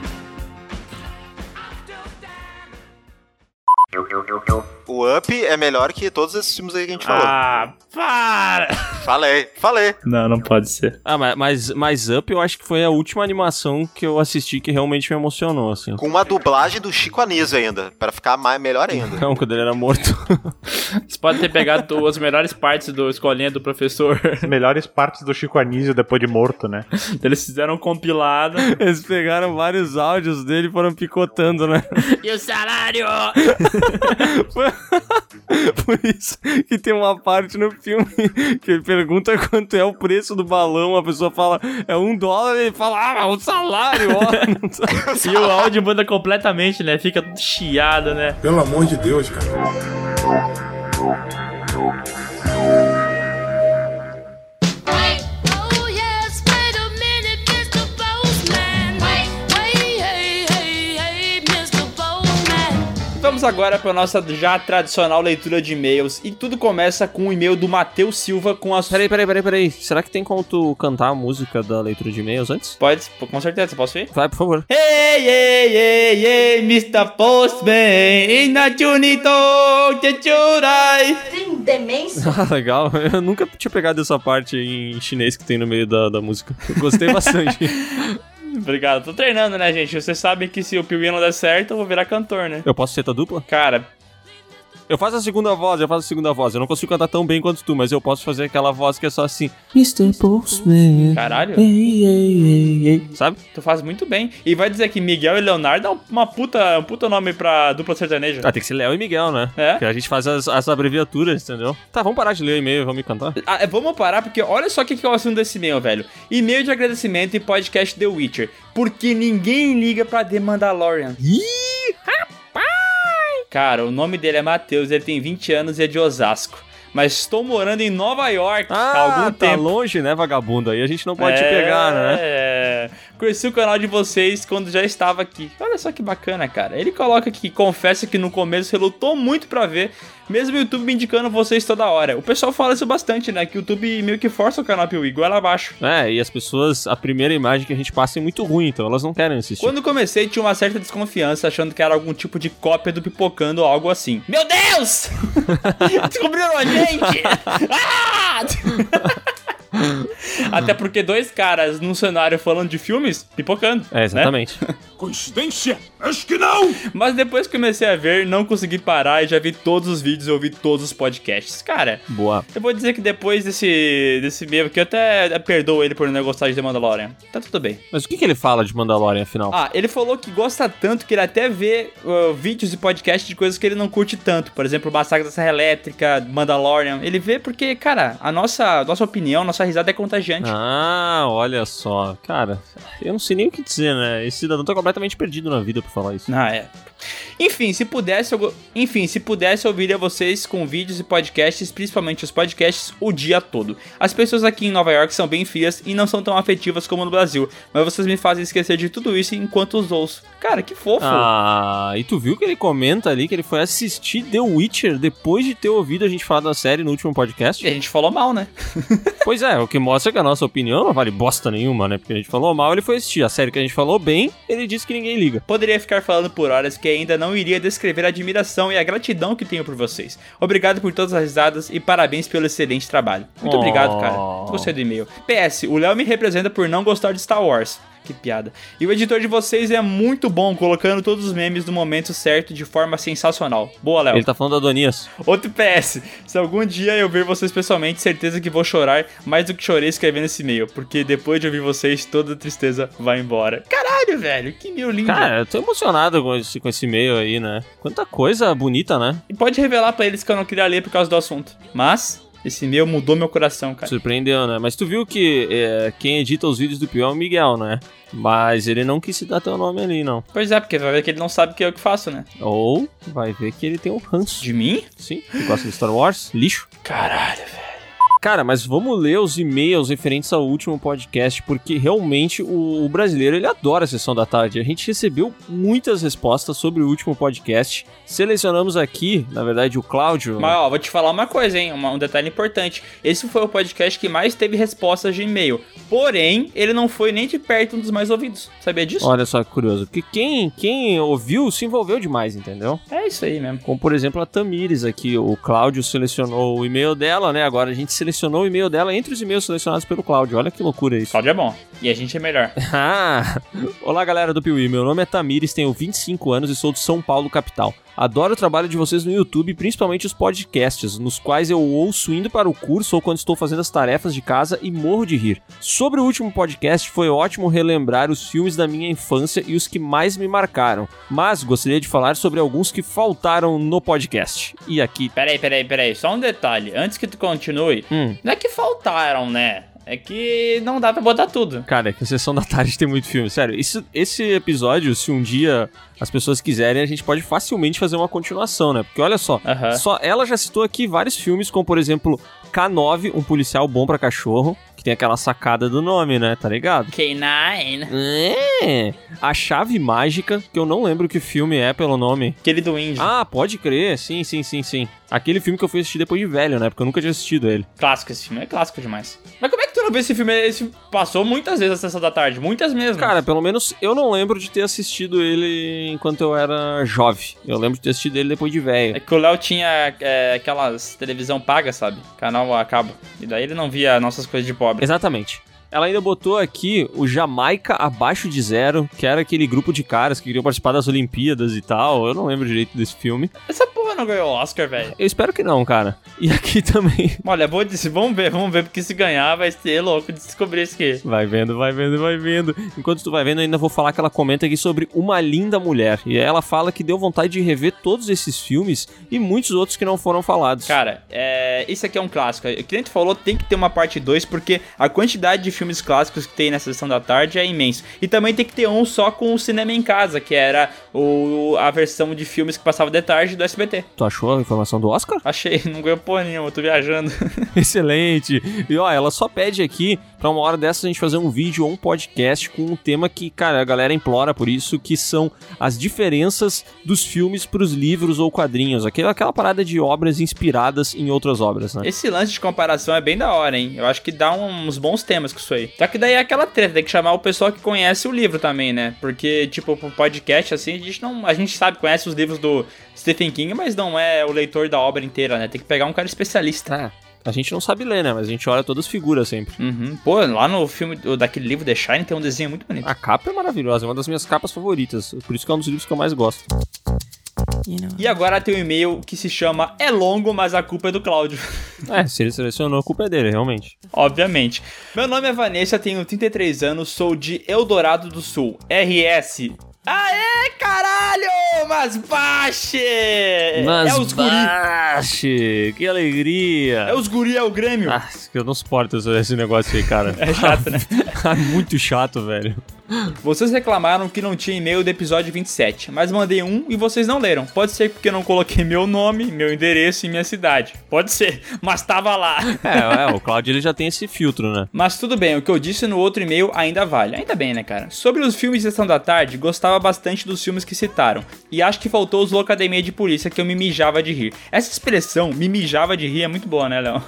[SPEAKER 11] I'm still standing.
[SPEAKER 3] O Up é melhor que todos esses filmes aí que a gente falou.
[SPEAKER 2] Ah, para!
[SPEAKER 3] Falei, falei.
[SPEAKER 2] Não, não pode ser.
[SPEAKER 6] Ah, mas, mas, mas Up eu acho que foi a última animação que eu assisti que realmente me emocionou, assim.
[SPEAKER 3] Com uma dublagem do Chico Anísio ainda, Pra ficar mais, melhor ainda.
[SPEAKER 6] Não, quando ele era morto.
[SPEAKER 2] Você pode ter pegado as melhores partes do escolinha do professor.
[SPEAKER 13] As melhores partes do Chico Anísio depois de morto, né?
[SPEAKER 2] Eles fizeram um compilado.
[SPEAKER 6] Eles pegaram vários áudios dele e foram picotando, né?
[SPEAKER 2] E o salário?
[SPEAKER 6] Por isso que tem uma parte no filme que ele pergunta quanto é o preço do balão, a pessoa fala, é um dólar, ele fala, ah, mas o salário, ó.
[SPEAKER 2] E o áudio muda completamente, né? Fica tudo chiado, né?
[SPEAKER 7] Pelo amor de Deus, cara.
[SPEAKER 11] Wait, oh yes, wait a minute, Mr. Bozeman. Wait, wait, hey, hey, hey, Mr. Bozeman.
[SPEAKER 2] Vamos agora para nossa já tradicional leitura de e-mails. E tudo começa com o e-mail do Matheus Silva com as.
[SPEAKER 6] Peraí, peraí, peraí, peraí. Será que tem como tu cantar a música da leitura de e-mails antes?
[SPEAKER 2] Pode, com certeza, posso ir?
[SPEAKER 6] Vai, por favor.
[SPEAKER 2] Hey, hey, hey, hey, Mr. Postman, in a junito, get your eye.
[SPEAKER 1] Tem demência?
[SPEAKER 6] Ah, legal. Eu nunca tinha pegado essa parte em chinês que tem no meio da, da música. Gostei bastante.
[SPEAKER 2] Obrigado, tô treinando, né, gente? Vocês sabem que se o Piuí não der certo, eu vou virar cantor, né?
[SPEAKER 6] Eu posso ser tua dupla?
[SPEAKER 2] Cara,
[SPEAKER 6] Eu faço a segunda voz, eu faço a segunda voz. Eu não consigo cantar tão bem quanto tu, mas eu posso fazer aquela voz que é só assim.
[SPEAKER 10] Mr. Postman. Caralho.
[SPEAKER 6] Ei, ei, ei, ei. Sabe?
[SPEAKER 2] Tu faz muito bem. E vai dizer que Miguel e Leonardo é um- uma puta, um puta nome pra dupla sertaneja.
[SPEAKER 6] Ah, tem que ser Léo e Miguel, né? É. Porque a gente faz as, as abreviaturas, entendeu? Tá, vamos parar de ler o e-mail e vamos cantar.
[SPEAKER 2] Ah, é, vamos parar, porque olha só o que que é o assunto desse e-mail, velho. E-mail de agradecimento e podcast The Witcher. Porque ninguém liga pra The Mandalorian. Ih, rapaz! Cara, o nome dele é Matheus, ele tem 20 anos e é de Osasco. Mas estou morando em Nova York há algum
[SPEAKER 6] tá
[SPEAKER 2] tempo.
[SPEAKER 6] longe, né, vagabundo? Aí a gente não pode te pegar, né?
[SPEAKER 2] É. Conheci o canal de vocês quando já estava aqui. Olha só que bacana, cara. Ele coloca que confessa que no começo relutou muito pra ver, mesmo o YouTube me indicando vocês toda hora. O pessoal fala isso bastante, né? Que o YouTube meio que força o canal Piuí, igual abaixo.
[SPEAKER 6] É, e as pessoas, a primeira imagem que a gente passa é muito ruim, então elas não querem assistir.
[SPEAKER 2] Quando comecei, tinha uma certa desconfiança, achando que era algum tipo de cópia do Pipocando ou algo assim. Meu Deus! Descobriram a gente! Ah! Até porque dois caras num cenário falando de filmes, pipocando. né?
[SPEAKER 6] É, exatamente.
[SPEAKER 2] Coincidência? Acho que não! Mas depois que comecei a ver, não consegui parar e já vi todos os vídeos e ouvi todos os podcasts. Cara,
[SPEAKER 6] Boa.
[SPEAKER 2] eu vou dizer que depois desse, desse meio que eu até perdoo ele por não gostar de The Mandalorian. Tá tudo bem.
[SPEAKER 6] Mas o que, que ele fala de Mandalorian, afinal?
[SPEAKER 2] Ah, ele falou que gosta tanto que ele até vê uh, vídeos e podcasts de coisas que ele não curte tanto. Por exemplo, Massacre da Serra Elétrica, Mandalorian. Ele vê porque, cara, a nossa, nossa opinião, nossa risada é contagiante.
[SPEAKER 6] Ah, olha só. Cara, eu não sei nem o que dizer, né? Esse cidadão tá completamente perdido na vida pra falar isso.
[SPEAKER 2] Ah, é. Enfim, se pudesse, eu... go- enfim, se pudesse ouvir a vocês com vídeos e podcasts, principalmente os podcasts, o dia todo. As pessoas aqui em Nova York são bem frias e não são tão afetivas como no Brasil, mas vocês me fazem esquecer de tudo isso enquanto os ouço. Cara, que fofo.
[SPEAKER 6] Ah, e tu viu que ele comenta ali que ele foi assistir The Witcher depois de ter ouvido a gente falar da série no último podcast?
[SPEAKER 2] E a gente falou mal, né?
[SPEAKER 6] pois é, o que mostra que a nossa opinião não vale bosta nenhuma, né? Porque a gente falou mal, ele foi assistir. A série que a gente falou bem, ele disse que ninguém liga.
[SPEAKER 2] Poderia ficar falando por horas que ainda não iria descrever a admiração e a gratidão que tenho por vocês. Obrigado por todas as risadas e parabéns pelo excelente trabalho. Muito
[SPEAKER 6] Oh.
[SPEAKER 2] obrigado, cara. Gostei do e-mail. PS, o Léo me representa por não gostar de Star Wars. Que piada. E o editor de vocês é muito bom, colocando todos os memes no momento certo de forma sensacional. Boa, Léo.
[SPEAKER 6] Ele tá falando da Donias.
[SPEAKER 2] Outro PS. Se algum dia eu ver vocês pessoalmente, certeza que vou chorar mais do que chorei escrevendo esse e-mail. Porque depois de ouvir vocês, toda a tristeza vai embora. Caralho, velho. Que e-mail lindo.
[SPEAKER 6] Cara, eu tô emocionado com esse, com esse e-mail aí, né? Quanta coisa bonita, né?
[SPEAKER 2] E pode revelar pra eles que eu não queria ler por causa do assunto. Mas, esse e-mail mudou meu coração, cara.
[SPEAKER 6] Surpreendeu, né? Mas tu viu que é, quem edita os vídeos do Pio é o Miguel, né? Mas ele não quis citar teu nome ali, não.
[SPEAKER 2] Pois é, porque vai ver que ele não sabe que é eu que faço, né?
[SPEAKER 6] Ou vai ver que ele tem um ranço.
[SPEAKER 2] De mim?
[SPEAKER 6] Sim. Tu gosta de Star Wars? Lixo.
[SPEAKER 2] Caralho, velho.
[SPEAKER 6] Cara, mas vamos ler os e-mails referentes ao último podcast, porque realmente o, o brasileiro ele adora a sessão da tarde. A gente recebeu muitas respostas sobre o último podcast. Selecionamos aqui, na verdade, o Cláudio.
[SPEAKER 2] Mas, ó, vou te falar uma coisa, hein? uma- um detalhe importante. Esse foi o podcast que mais teve respostas de e-mail. Porém, ele não foi nem de perto um dos mais ouvidos. Sabia disso?
[SPEAKER 6] Olha só que curioso, porque quem, quem ouviu se envolveu demais, entendeu?
[SPEAKER 2] É isso aí mesmo.
[SPEAKER 6] Como, por exemplo, a Tamires aqui. O Cláudio selecionou o e-mail dela, né? Agora a gente selecionou o e-mail dela entre os e-mails selecionados pelo Cláudio. Olha que loucura isso.
[SPEAKER 2] Cláudio é bom. E a gente é melhor.
[SPEAKER 6] Ah! Olá, galera do Piuí. Meu nome é Tamires, tenho 25 anos e sou de São Paulo, capital. Adoro o trabalho de vocês no YouTube, principalmente os podcasts, nos quais eu ouço indo para o curso ou quando estou fazendo as tarefas de casa e morro de rir. Sobre o último podcast, foi ótimo relembrar os filmes da minha infância e os que mais me marcaram, mas gostaria de falar sobre alguns que faltaram no podcast. E aqui.
[SPEAKER 2] Peraí, peraí, peraí. Só um detalhe. Antes que tu continue, não é que faltaram, né? É que não dá pra botar tudo.
[SPEAKER 6] Cara, é que a sessão da tarde tem muito filme, sério. Isso, esse episódio, se um dia as pessoas quiserem, a gente pode facilmente fazer uma continuação, né? Porque olha só,
[SPEAKER 2] Aham.
[SPEAKER 6] só ela já citou aqui vários filmes, como por exemplo K9, um policial bom pra cachorro, que tem aquela sacada do nome, né? Tá ligado?
[SPEAKER 2] K9.
[SPEAKER 6] É. A Chave Mágica, que eu não lembro que filme é pelo nome.
[SPEAKER 2] Aquele do índio.
[SPEAKER 6] Ah, pode crer. Sim, sim, sim, sim. Aquele filme que eu fui assistir depois de velho, né? Porque eu nunca tinha assistido ele.
[SPEAKER 2] Clássico esse filme, é clássico demais. Mas como é que tu não vê esse filme? Esse filme passou muitas vezes a sessão da tarde, muitas mesmo.
[SPEAKER 6] Cara, pelo menos eu não lembro de ter assistido ele enquanto eu era jovem. Eu lembro de ter assistido ele depois de velho.
[SPEAKER 2] É que o Léo tinha é, aquelas televisão paga, sabe? Canal a cabo. E daí ele não via nossas coisas de pobre.
[SPEAKER 6] Exatamente. Ela ainda botou aqui o Jamaica Abaixo de Zero, que era aquele grupo de caras que queriam participar das Olimpíadas e tal. Eu não lembro direito desse filme.
[SPEAKER 2] Essa porra não ganhou Oscar, velho.
[SPEAKER 6] Eu espero que não, cara. E aqui também.
[SPEAKER 2] Olha, vou dizer, vamos ver, vamos ver, porque se ganhar vai ser louco de descobrir isso aqui.
[SPEAKER 6] Vai vendo, vai vendo, vai vendo. Enquanto tu vai vendo, eu ainda vou falar que ela comenta aqui sobre Uma Linda Mulher. E ela fala que deu vontade de rever todos esses filmes e muitos outros que não foram falados.
[SPEAKER 2] Cara, é, isso aqui é um clássico. O cliente falou tem que ter uma parte 2, porque a quantidade de filmes clássicos que tem na sessão da tarde é imenso. E também tem que ter um só com o cinema em casa, que era o, a versão de filmes que passava de tarde do SBT.
[SPEAKER 6] Tu achou a informação do Oscar?
[SPEAKER 2] Achei, não ganhou porra nenhuma, eu tô viajando.
[SPEAKER 6] Excelente. E ó, ela só pede aqui pra uma hora dessa a gente fazer um vídeo ou um podcast com um tema que, cara, a galera implora por isso, que são as diferenças dos filmes pros livros ou quadrinhos. Aquela, aquela parada de obras inspiradas em outras obras, né?
[SPEAKER 2] Esse lance de comparação é bem da hora, hein? Eu acho que dá uns bons temas com isso aí. Só que daí é aquela treta, tem que chamar o pessoal que conhece o livro também, né? Porque, tipo, pro podcast, assim, a gente não. A gente sabe, conhece os livros do Stephen King, mas não é o leitor da obra inteira, né? Tem que pegar um cara especialista.
[SPEAKER 6] A gente não sabe ler, né? Mas a gente olha todas as figuras sempre.
[SPEAKER 2] Uhum. Pô, lá no filme do- daquele livro The Shining tem um desenho muito bonito.
[SPEAKER 6] A capa é maravilhosa, é uma das minhas capas favoritas. Por isso que é um dos livros que eu mais gosto.
[SPEAKER 2] E agora tem um e-mail que se chama É longo, mas a culpa é do Cláudio.
[SPEAKER 6] É, se ele selecionou, a culpa é dele, realmente.
[SPEAKER 2] Obviamente. Meu nome é Vanessa, tenho 33 anos, sou de Eldorado do Sul, RS. Aê, caralho! Mas baixe!
[SPEAKER 6] Mas
[SPEAKER 2] é os
[SPEAKER 6] baixe, que alegria.
[SPEAKER 2] É os guri, é o Grêmio.
[SPEAKER 6] Ah, eu não suporto esse- esse negócio aí, cara.
[SPEAKER 2] É chato, né?
[SPEAKER 6] é muito chato, velho.
[SPEAKER 2] Vocês reclamaram que não tinha e-mail do episódio 27, mas mandei um e vocês não leram. Pode ser porque eu não coloquei meu nome, meu endereço e minha cidade. Pode ser, mas tava lá.
[SPEAKER 6] É, é, o Claudio ele já tem esse filtro, né?
[SPEAKER 2] Mas tudo bem, o que eu disse no outro e-mail ainda vale. Ainda bem, né, cara? Sobre os filmes de Sessão da Tarde, gostava bastante dos filmes que citaram. E acho que faltou os Locademia de Polícia que eu me mijava de rir. Essa expressão, me mijava de rir, é muito boa, né, Léo?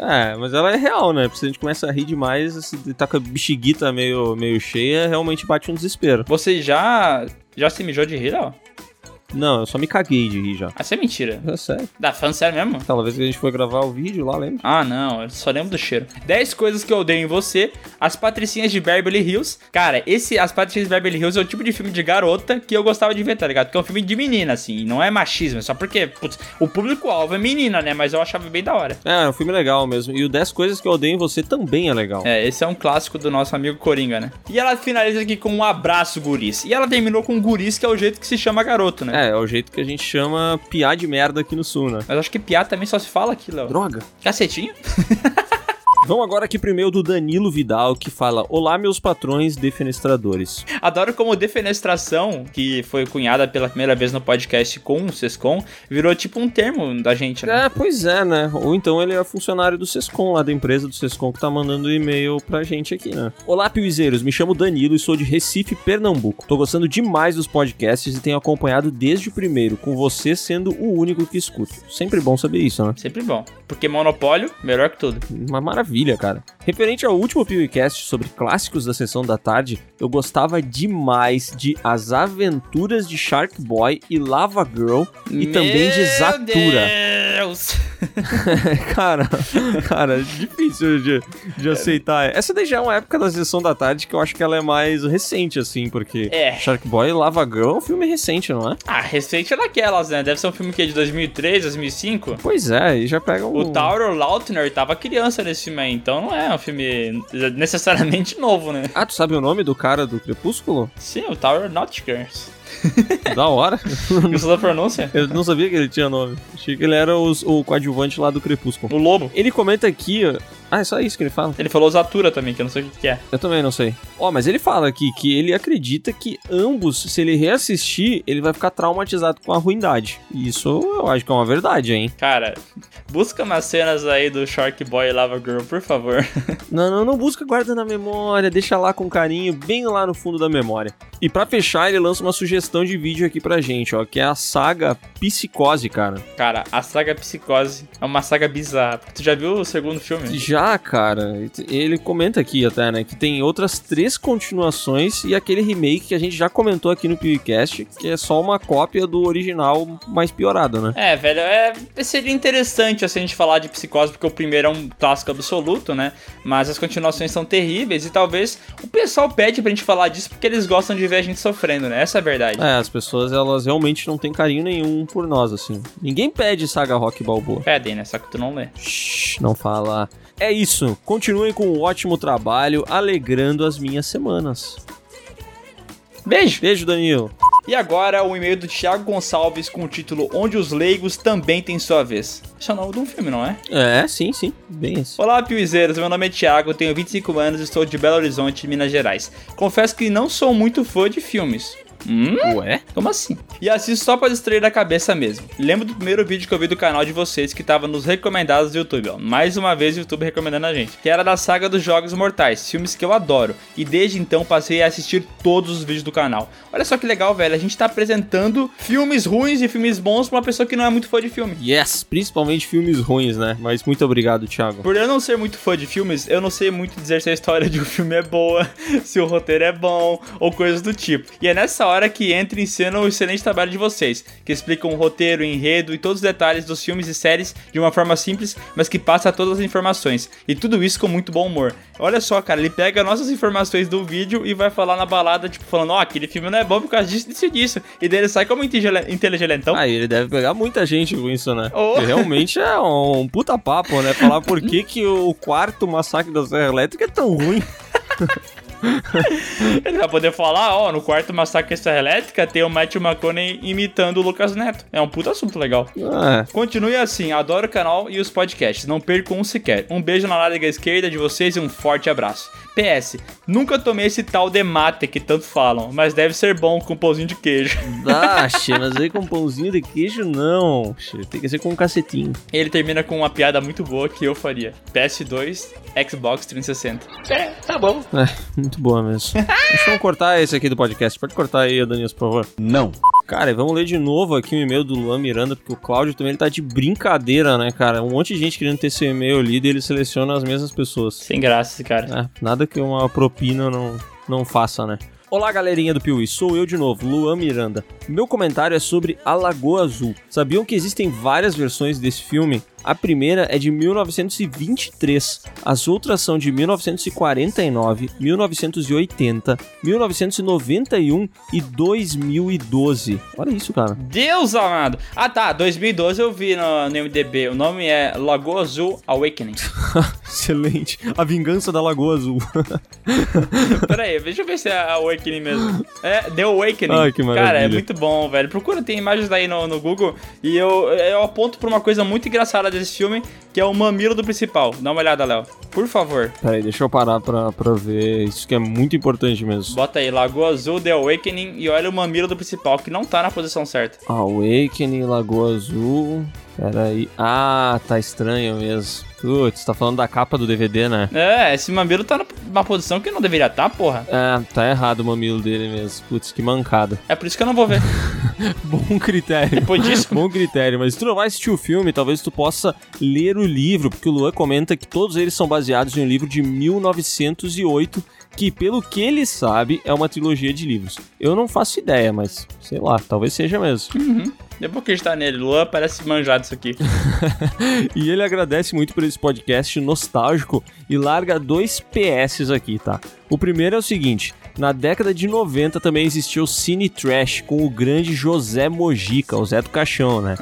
[SPEAKER 6] É, mas ela é real, né? Porque Se a gente começa a rir demais, se tá com a bexiguita meio, meio cheia, realmente bate um desespero.
[SPEAKER 2] Você já já se mijou de rir, Léo?
[SPEAKER 6] Não, eu só me caguei de rir já.
[SPEAKER 2] Essa é mentira.
[SPEAKER 6] É sério.
[SPEAKER 2] Dá fã sério mesmo?
[SPEAKER 6] Aquela vez que a gente foi gravar o vídeo lá, lembra?
[SPEAKER 2] Ah, não, eu só lembro do cheiro. 10 coisas que eu odeio em você, As Patricinhas de Beverly Hills. Cara, esse As Patricinhas de Beverly Hills é o tipo de filme de garota que eu gostava de ver, tá ligado? Porque é um filme de menina, assim, e não é machismo, é só porque, putz, o público-alvo é menina, né? Mas eu achava bem da hora.
[SPEAKER 6] É, é um filme legal mesmo. E o 10 Coisas que eu odeio em você também é legal.
[SPEAKER 2] É, esse é um clássico do nosso amigo Coringa, né? E ela finaliza aqui com um abraço, guris. E ela terminou com guris, que é o jeito que se chama garoto, né?
[SPEAKER 6] É, é o jeito que a gente chama piá de merda aqui no sul, né?
[SPEAKER 2] Mas acho que piá também só se fala aqui, Léo.
[SPEAKER 6] Droga.
[SPEAKER 2] Cacetinho?
[SPEAKER 6] Vamos agora aqui primeiro do Danilo Vidal, que fala: Olá, meus patrões defenestradores.
[SPEAKER 2] Adoro como defenestração, que foi cunhada pela primeira vez no podcast com o Sescom, virou tipo um termo da gente, né?
[SPEAKER 6] É, pois é, né? Ou então ele é funcionário do Sescom, lá da empresa do Sescom, que tá mandando e-mail pra gente aqui, né? Olá, piuizeiros. Me chamo Danilo e sou de Recife, Pernambuco. Tô gostando demais dos podcasts e tenho acompanhado desde o primeiro, com você sendo o único que escuto. Sempre bom saber isso, né?
[SPEAKER 2] Sempre bom. Porque monopólio, melhor que tudo.
[SPEAKER 6] Uma maravilha, cara. Referente ao último PewCast sobre clássicos da sessão da tarde, eu gostava demais de As Aventuras de Shark Boy e Lava Girl e também de Zatura.
[SPEAKER 2] Meu Deus!
[SPEAKER 6] cara, cara, difícil de,
[SPEAKER 2] É.
[SPEAKER 6] de aceitar. Essa daí já é uma época da sessão da tarde que eu acho que ela é mais recente, assim, porque
[SPEAKER 2] É.
[SPEAKER 6] Shark Boy e Lava Girl é um filme recente, não é?
[SPEAKER 2] Ah, recente é daquelas, né? Deve ser um filme que é de 2003, 2005.
[SPEAKER 6] Pois é, aí já pega um...
[SPEAKER 2] O Tauro Lautner tava criança nesse filme aí, então não é um filme necessariamente novo, né?
[SPEAKER 6] Ah, tu sabe o nome do cara do Crepúsculo?
[SPEAKER 2] Sim, o Tauro Nauticus.
[SPEAKER 6] Da hora.
[SPEAKER 2] Gostou da pronúncia?
[SPEAKER 6] Eu não sabia que ele tinha nome. Achei que ele era os- o coadjuvante lá do Crepúsculo.
[SPEAKER 2] O Lobo.
[SPEAKER 6] Ele comenta aqui. ó- Ah, é só isso que ele fala?
[SPEAKER 2] Ele falou Zatura também, que eu não sei o que que é.
[SPEAKER 6] Eu também não sei. Ó, mas ele fala aqui que ele acredita que ambos, se ele reassistir, ele vai ficar traumatizado com a ruindade. E isso eu acho que é uma verdade, hein?
[SPEAKER 2] Cara, busca umas cenas aí do Shark Boy e Lava Girl, por favor.
[SPEAKER 6] Não, não, não busca, guarda na memória, deixa lá com carinho, bem lá no fundo da memória. E pra fechar, ele lança uma sugestão de vídeo aqui pra gente, ó, que é a saga Psicose, cara.
[SPEAKER 2] Cara, a saga Psicose é uma saga bizarra. Tu já viu o segundo filme?
[SPEAKER 6] Já, cara, ele comenta aqui até, né, que tem outras três continuações e aquele remake que a gente já comentou aqui no PewCast, que é só uma cópia do original mais piorado, né?
[SPEAKER 2] É, velho, é, seria interessante assim, a gente falar de psicose, porque o primeiro é um clássico absoluto, né? Mas as continuações são terríveis e talvez o pessoal pede pra gente falar disso porque eles gostam de ver a gente sofrendo, né? Essa é a verdade.
[SPEAKER 6] É, as pessoas, elas realmente não têm carinho nenhum por nós, assim. Ninguém pede saga rock balboa.
[SPEAKER 2] Pedem, né? Só que tu não lê.
[SPEAKER 6] Não fala. É isso. Continuem com o ótimo trabalho, alegrando as minhas semanas.
[SPEAKER 2] Beijo.
[SPEAKER 6] Beijo, Danilo.
[SPEAKER 2] E agora o e-mail do Thiago Gonçalves com o título Onde os Leigos Também Têm Sua Vez. Isso é o nome de um filme, não é?
[SPEAKER 6] É, sim, sim. Bem assim. isso.
[SPEAKER 2] Olá, piuizeiros. Meu nome é Thiago, tenho 25 anos e estou de Belo Horizonte, Minas Gerais. Confesso que não sou muito fã de filmes. Hum?
[SPEAKER 6] Ué?
[SPEAKER 2] Como assim? E assisto só pra distrair da cabeça mesmo. Lembro do primeiro vídeo que eu vi do canal de vocês que tava nos recomendados do YouTube, ó. Mais uma vez o YouTube recomendando a gente. Que era da saga dos Jogos Mortais, filmes que eu adoro. E desde então passei a assistir todos os vídeos do canal. Olha só que legal, velho. A gente tá apresentando filmes ruins e filmes bons pra uma pessoa que não é muito fã de filme.
[SPEAKER 6] Yes, principalmente filmes ruins, né? Mas muito obrigado, Thiago.
[SPEAKER 2] Por eu não ser muito fã de filmes, eu não sei muito dizer se a história de um filme é boa, se o roteiro é bom ou coisas do tipo. E é nessa hora que entra em cena o excelente trabalho de vocês, que explicam o roteiro, o enredo e todos os detalhes dos filmes e séries de uma forma simples, mas que passa todas as informações. E tudo isso com muito bom humor. Olha só, cara, ele pega nossas informações do vídeo e vai falar na balada, tipo, falando: Ó, aquele filme não é bom por causa disso, disso e disso. E daí ele sai como inteligele- inteligentão.
[SPEAKER 6] Aí Ah, ele deve pegar muita gente com isso, né?
[SPEAKER 2] Oh.
[SPEAKER 6] Porque Realmente é um puta papo, né? Falar por que, que o quarto massacre da Serra Elétrica é tão ruim.
[SPEAKER 2] Ele vai poder falar, ó, no quarto massacre da Serra Elétrica tem o Matthew McConaughey imitando o Lucas Neto. É um puta assunto legal.
[SPEAKER 6] É.
[SPEAKER 2] Continue assim, adoro o canal e os podcasts, não perco um sequer. Um beijo na larga esquerda de vocês e um forte abraço. PS, nunca tomei esse tal de mate que tanto falam, mas deve ser bom com um pãozinho de queijo.
[SPEAKER 6] Ah, che, mas aí com pãozinho de queijo, não. Che, Tem que ser com um cacetinho.
[SPEAKER 2] Ele termina com uma piada muito boa que eu faria. PS2, Xbox 360. É, tá bom.
[SPEAKER 6] É, muito boa mesmo. Deixa eu cortar esse aqui do podcast. Pode cortar aí, Danilo, por favor. Não. Cara, e vamos ler de novo aqui o e-mail do Luan Miranda, porque o Cláudio também ele tá de brincadeira, né, cara? Um monte de gente querendo ter seu e-mail lido e ele seleciona as mesmas pessoas.
[SPEAKER 2] Sem graça esse cara.
[SPEAKER 6] É, nada que uma propina não, não faça, né? Olá, galerinha do Piuí, sou eu de novo, Luan Miranda. Meu comentário é sobre A Lagoa Azul. Sabiam que existem várias versões desse filme? A primeira é de 1923, as outras são de 1949, 1980, 1991 e 2012. Olha isso, cara.
[SPEAKER 2] Deus amado! Ah tá, 2012 eu vi no, no MDB. O nome é Lagoa Azul Awakening.
[SPEAKER 6] Excelente. A Vingança da Lagoa Azul.
[SPEAKER 2] Pera aí, deixa eu ver se é Awakening mesmo. É, The Awakening.
[SPEAKER 6] Ai, que maravilha.
[SPEAKER 2] Cara, é muito bom, velho. Procura, tem imagens aí no, no Google. E eu, eu aponto pra uma coisa muito engraçada desse filme, que é o mamilo do principal. Dá uma olhada, Léo. Por favor.
[SPEAKER 6] Peraí, deixa eu parar pra, pra ver. Isso que é muito importante mesmo.
[SPEAKER 2] Bota aí, Lagoa Azul, The Awakening e olha o mamilo do principal, que não tá na posição certa.
[SPEAKER 6] Awakening, Lagoa Azul. Peraí. Ah, tá estranho mesmo. Putz, tá falando da capa do DVD, né?
[SPEAKER 2] É, esse mamilo tá na- numa posição que não deveria estar, tá, porra.
[SPEAKER 6] Ah, tá errado o mamilo dele mesmo. Putz, que mancada.
[SPEAKER 2] É por isso que eu não vou ver.
[SPEAKER 6] Bom critério. Bom critério. Mas se tu não vai assistir o filme, talvez tu possa ler o livro, porque o Luan comenta que todos eles são baseados em um livro de 1908, que pelo que ele sabe é uma trilogia de livros. Eu não faço ideia, mas sei lá, talvez seja mesmo.
[SPEAKER 2] Uhum. Depois que a gente tá nele, Luan parece manjado isso aqui.
[SPEAKER 6] E ele agradece muito por esse podcast nostálgico e larga dois PS aqui, tá? O primeiro é o seguinte: na década de 90 também existiu o Cine Trash com o grande José Mojica, o Zé do Caixão, né?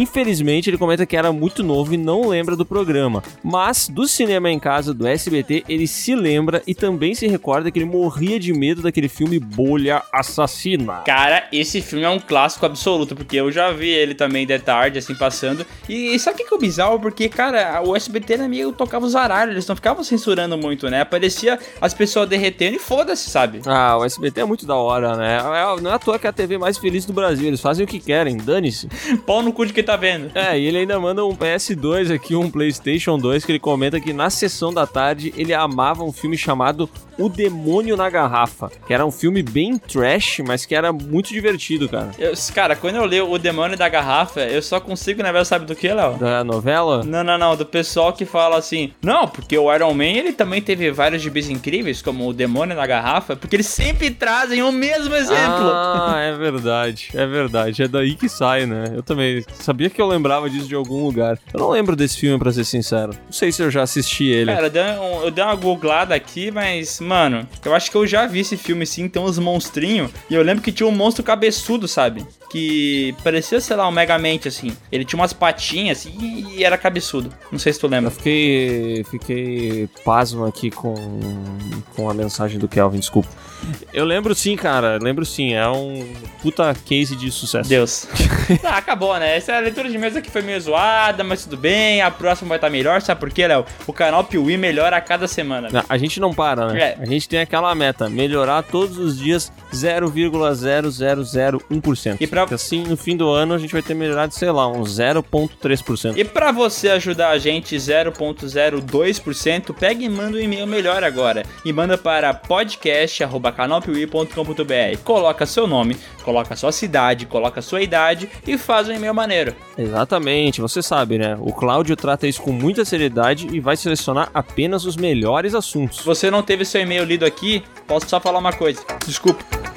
[SPEAKER 6] Infelizmente, ele comenta que era muito novo e não lembra do programa, mas do cinema em casa do SBT ele se lembra e também se recorda que ele morria de medo daquele filme Bolha Assassina.
[SPEAKER 2] Cara, esse filme é um clássico absoluto, porque eu já vi ele também de tarde, assim, passando. E, e sabe o que que é o bizarro? Porque, cara, o SBT era meio tocava os aralhos, eles não ficavam censurando muito, né? Aparecia as pessoas derretendo e foda-se, sabe?
[SPEAKER 6] Ah, o SBT é muito da hora, né? É- Não é à toa que é a TV mais feliz do Brasil. Eles fazem o que querem, dane-se.
[SPEAKER 2] Pau no cu de quem tá vendo.
[SPEAKER 6] É, e ele ainda manda um PS2 aqui, um PlayStation 2, que ele comenta que na sessão da tarde ele amava um filme chamado O Demônio na Garrafa, que era um filme bem trash, mas que era muito divertido, cara.
[SPEAKER 2] Eu- cara, quando eu leio O Demônio da Garrafa, eu só consigo, na verdade, sabe do que, Léo?
[SPEAKER 6] Da novela?
[SPEAKER 2] Não, não, não, do pessoal que fala assim, não, porque o Iron Man ele também teve vários gibis incríveis, como o Demônio na Garrafa, Porque eles sempre trazem o mesmo exemplo.
[SPEAKER 6] Ah, é verdade, é verdade. É daí que sai, né? Eu também sabia que eu lembrava disso de algum lugar. Eu não lembro desse filme, pra ser sincero. Não sei se eu já assisti ele.
[SPEAKER 2] Cara, eu dei, um- eu dei uma googlada aqui, mas, mano, eu acho que eu já vi esse filme sim, tem uns monstrinhos. E eu lembro que tinha um monstro cabeçudo, sabe? Que parecia, sei lá, um Megamente, assim. Ele tinha umas patinhas assim, e, e era cabeçudo. Não sei se tu lembra.
[SPEAKER 6] Eu fiquei, fiquei pasmo aqui com, com a mensagem do Kelvin, desculpa. Eu lembro sim, cara, lembro sim. É um puta case de sucesso.
[SPEAKER 2] Deus. Ah, acabou, né? Essa leitura de e-mails aqui foi meio zoada, mas tudo bem. A próxima vai estar melhor. Sabe por quê, Léo? O canal Piuí melhora a cada semana.
[SPEAKER 6] Não, A gente não para, né?
[SPEAKER 2] É.
[SPEAKER 6] A gente tem aquela meta, melhorar todos os dias 0,0001%. E pra... Assim, no fim do ano, a gente vai ter melhorado, sei lá, um uns 0,3%.
[SPEAKER 2] E pra você ajudar a gente 0.02%, pega e manda um e-mail melhor agora e manda para podcast@canalpiuí.com.br. Coloca seu nome, coloca sua cidade, coloca sua idade e faz um e-mail maneiro.
[SPEAKER 6] Exatamente, você sabe, né? O Cláudio trata isso com muita seriedade e vai selecionar apenas os melhores assuntos.
[SPEAKER 2] Se você não teve seu e-mail lido aqui, posso só falar uma coisa. Desculpa.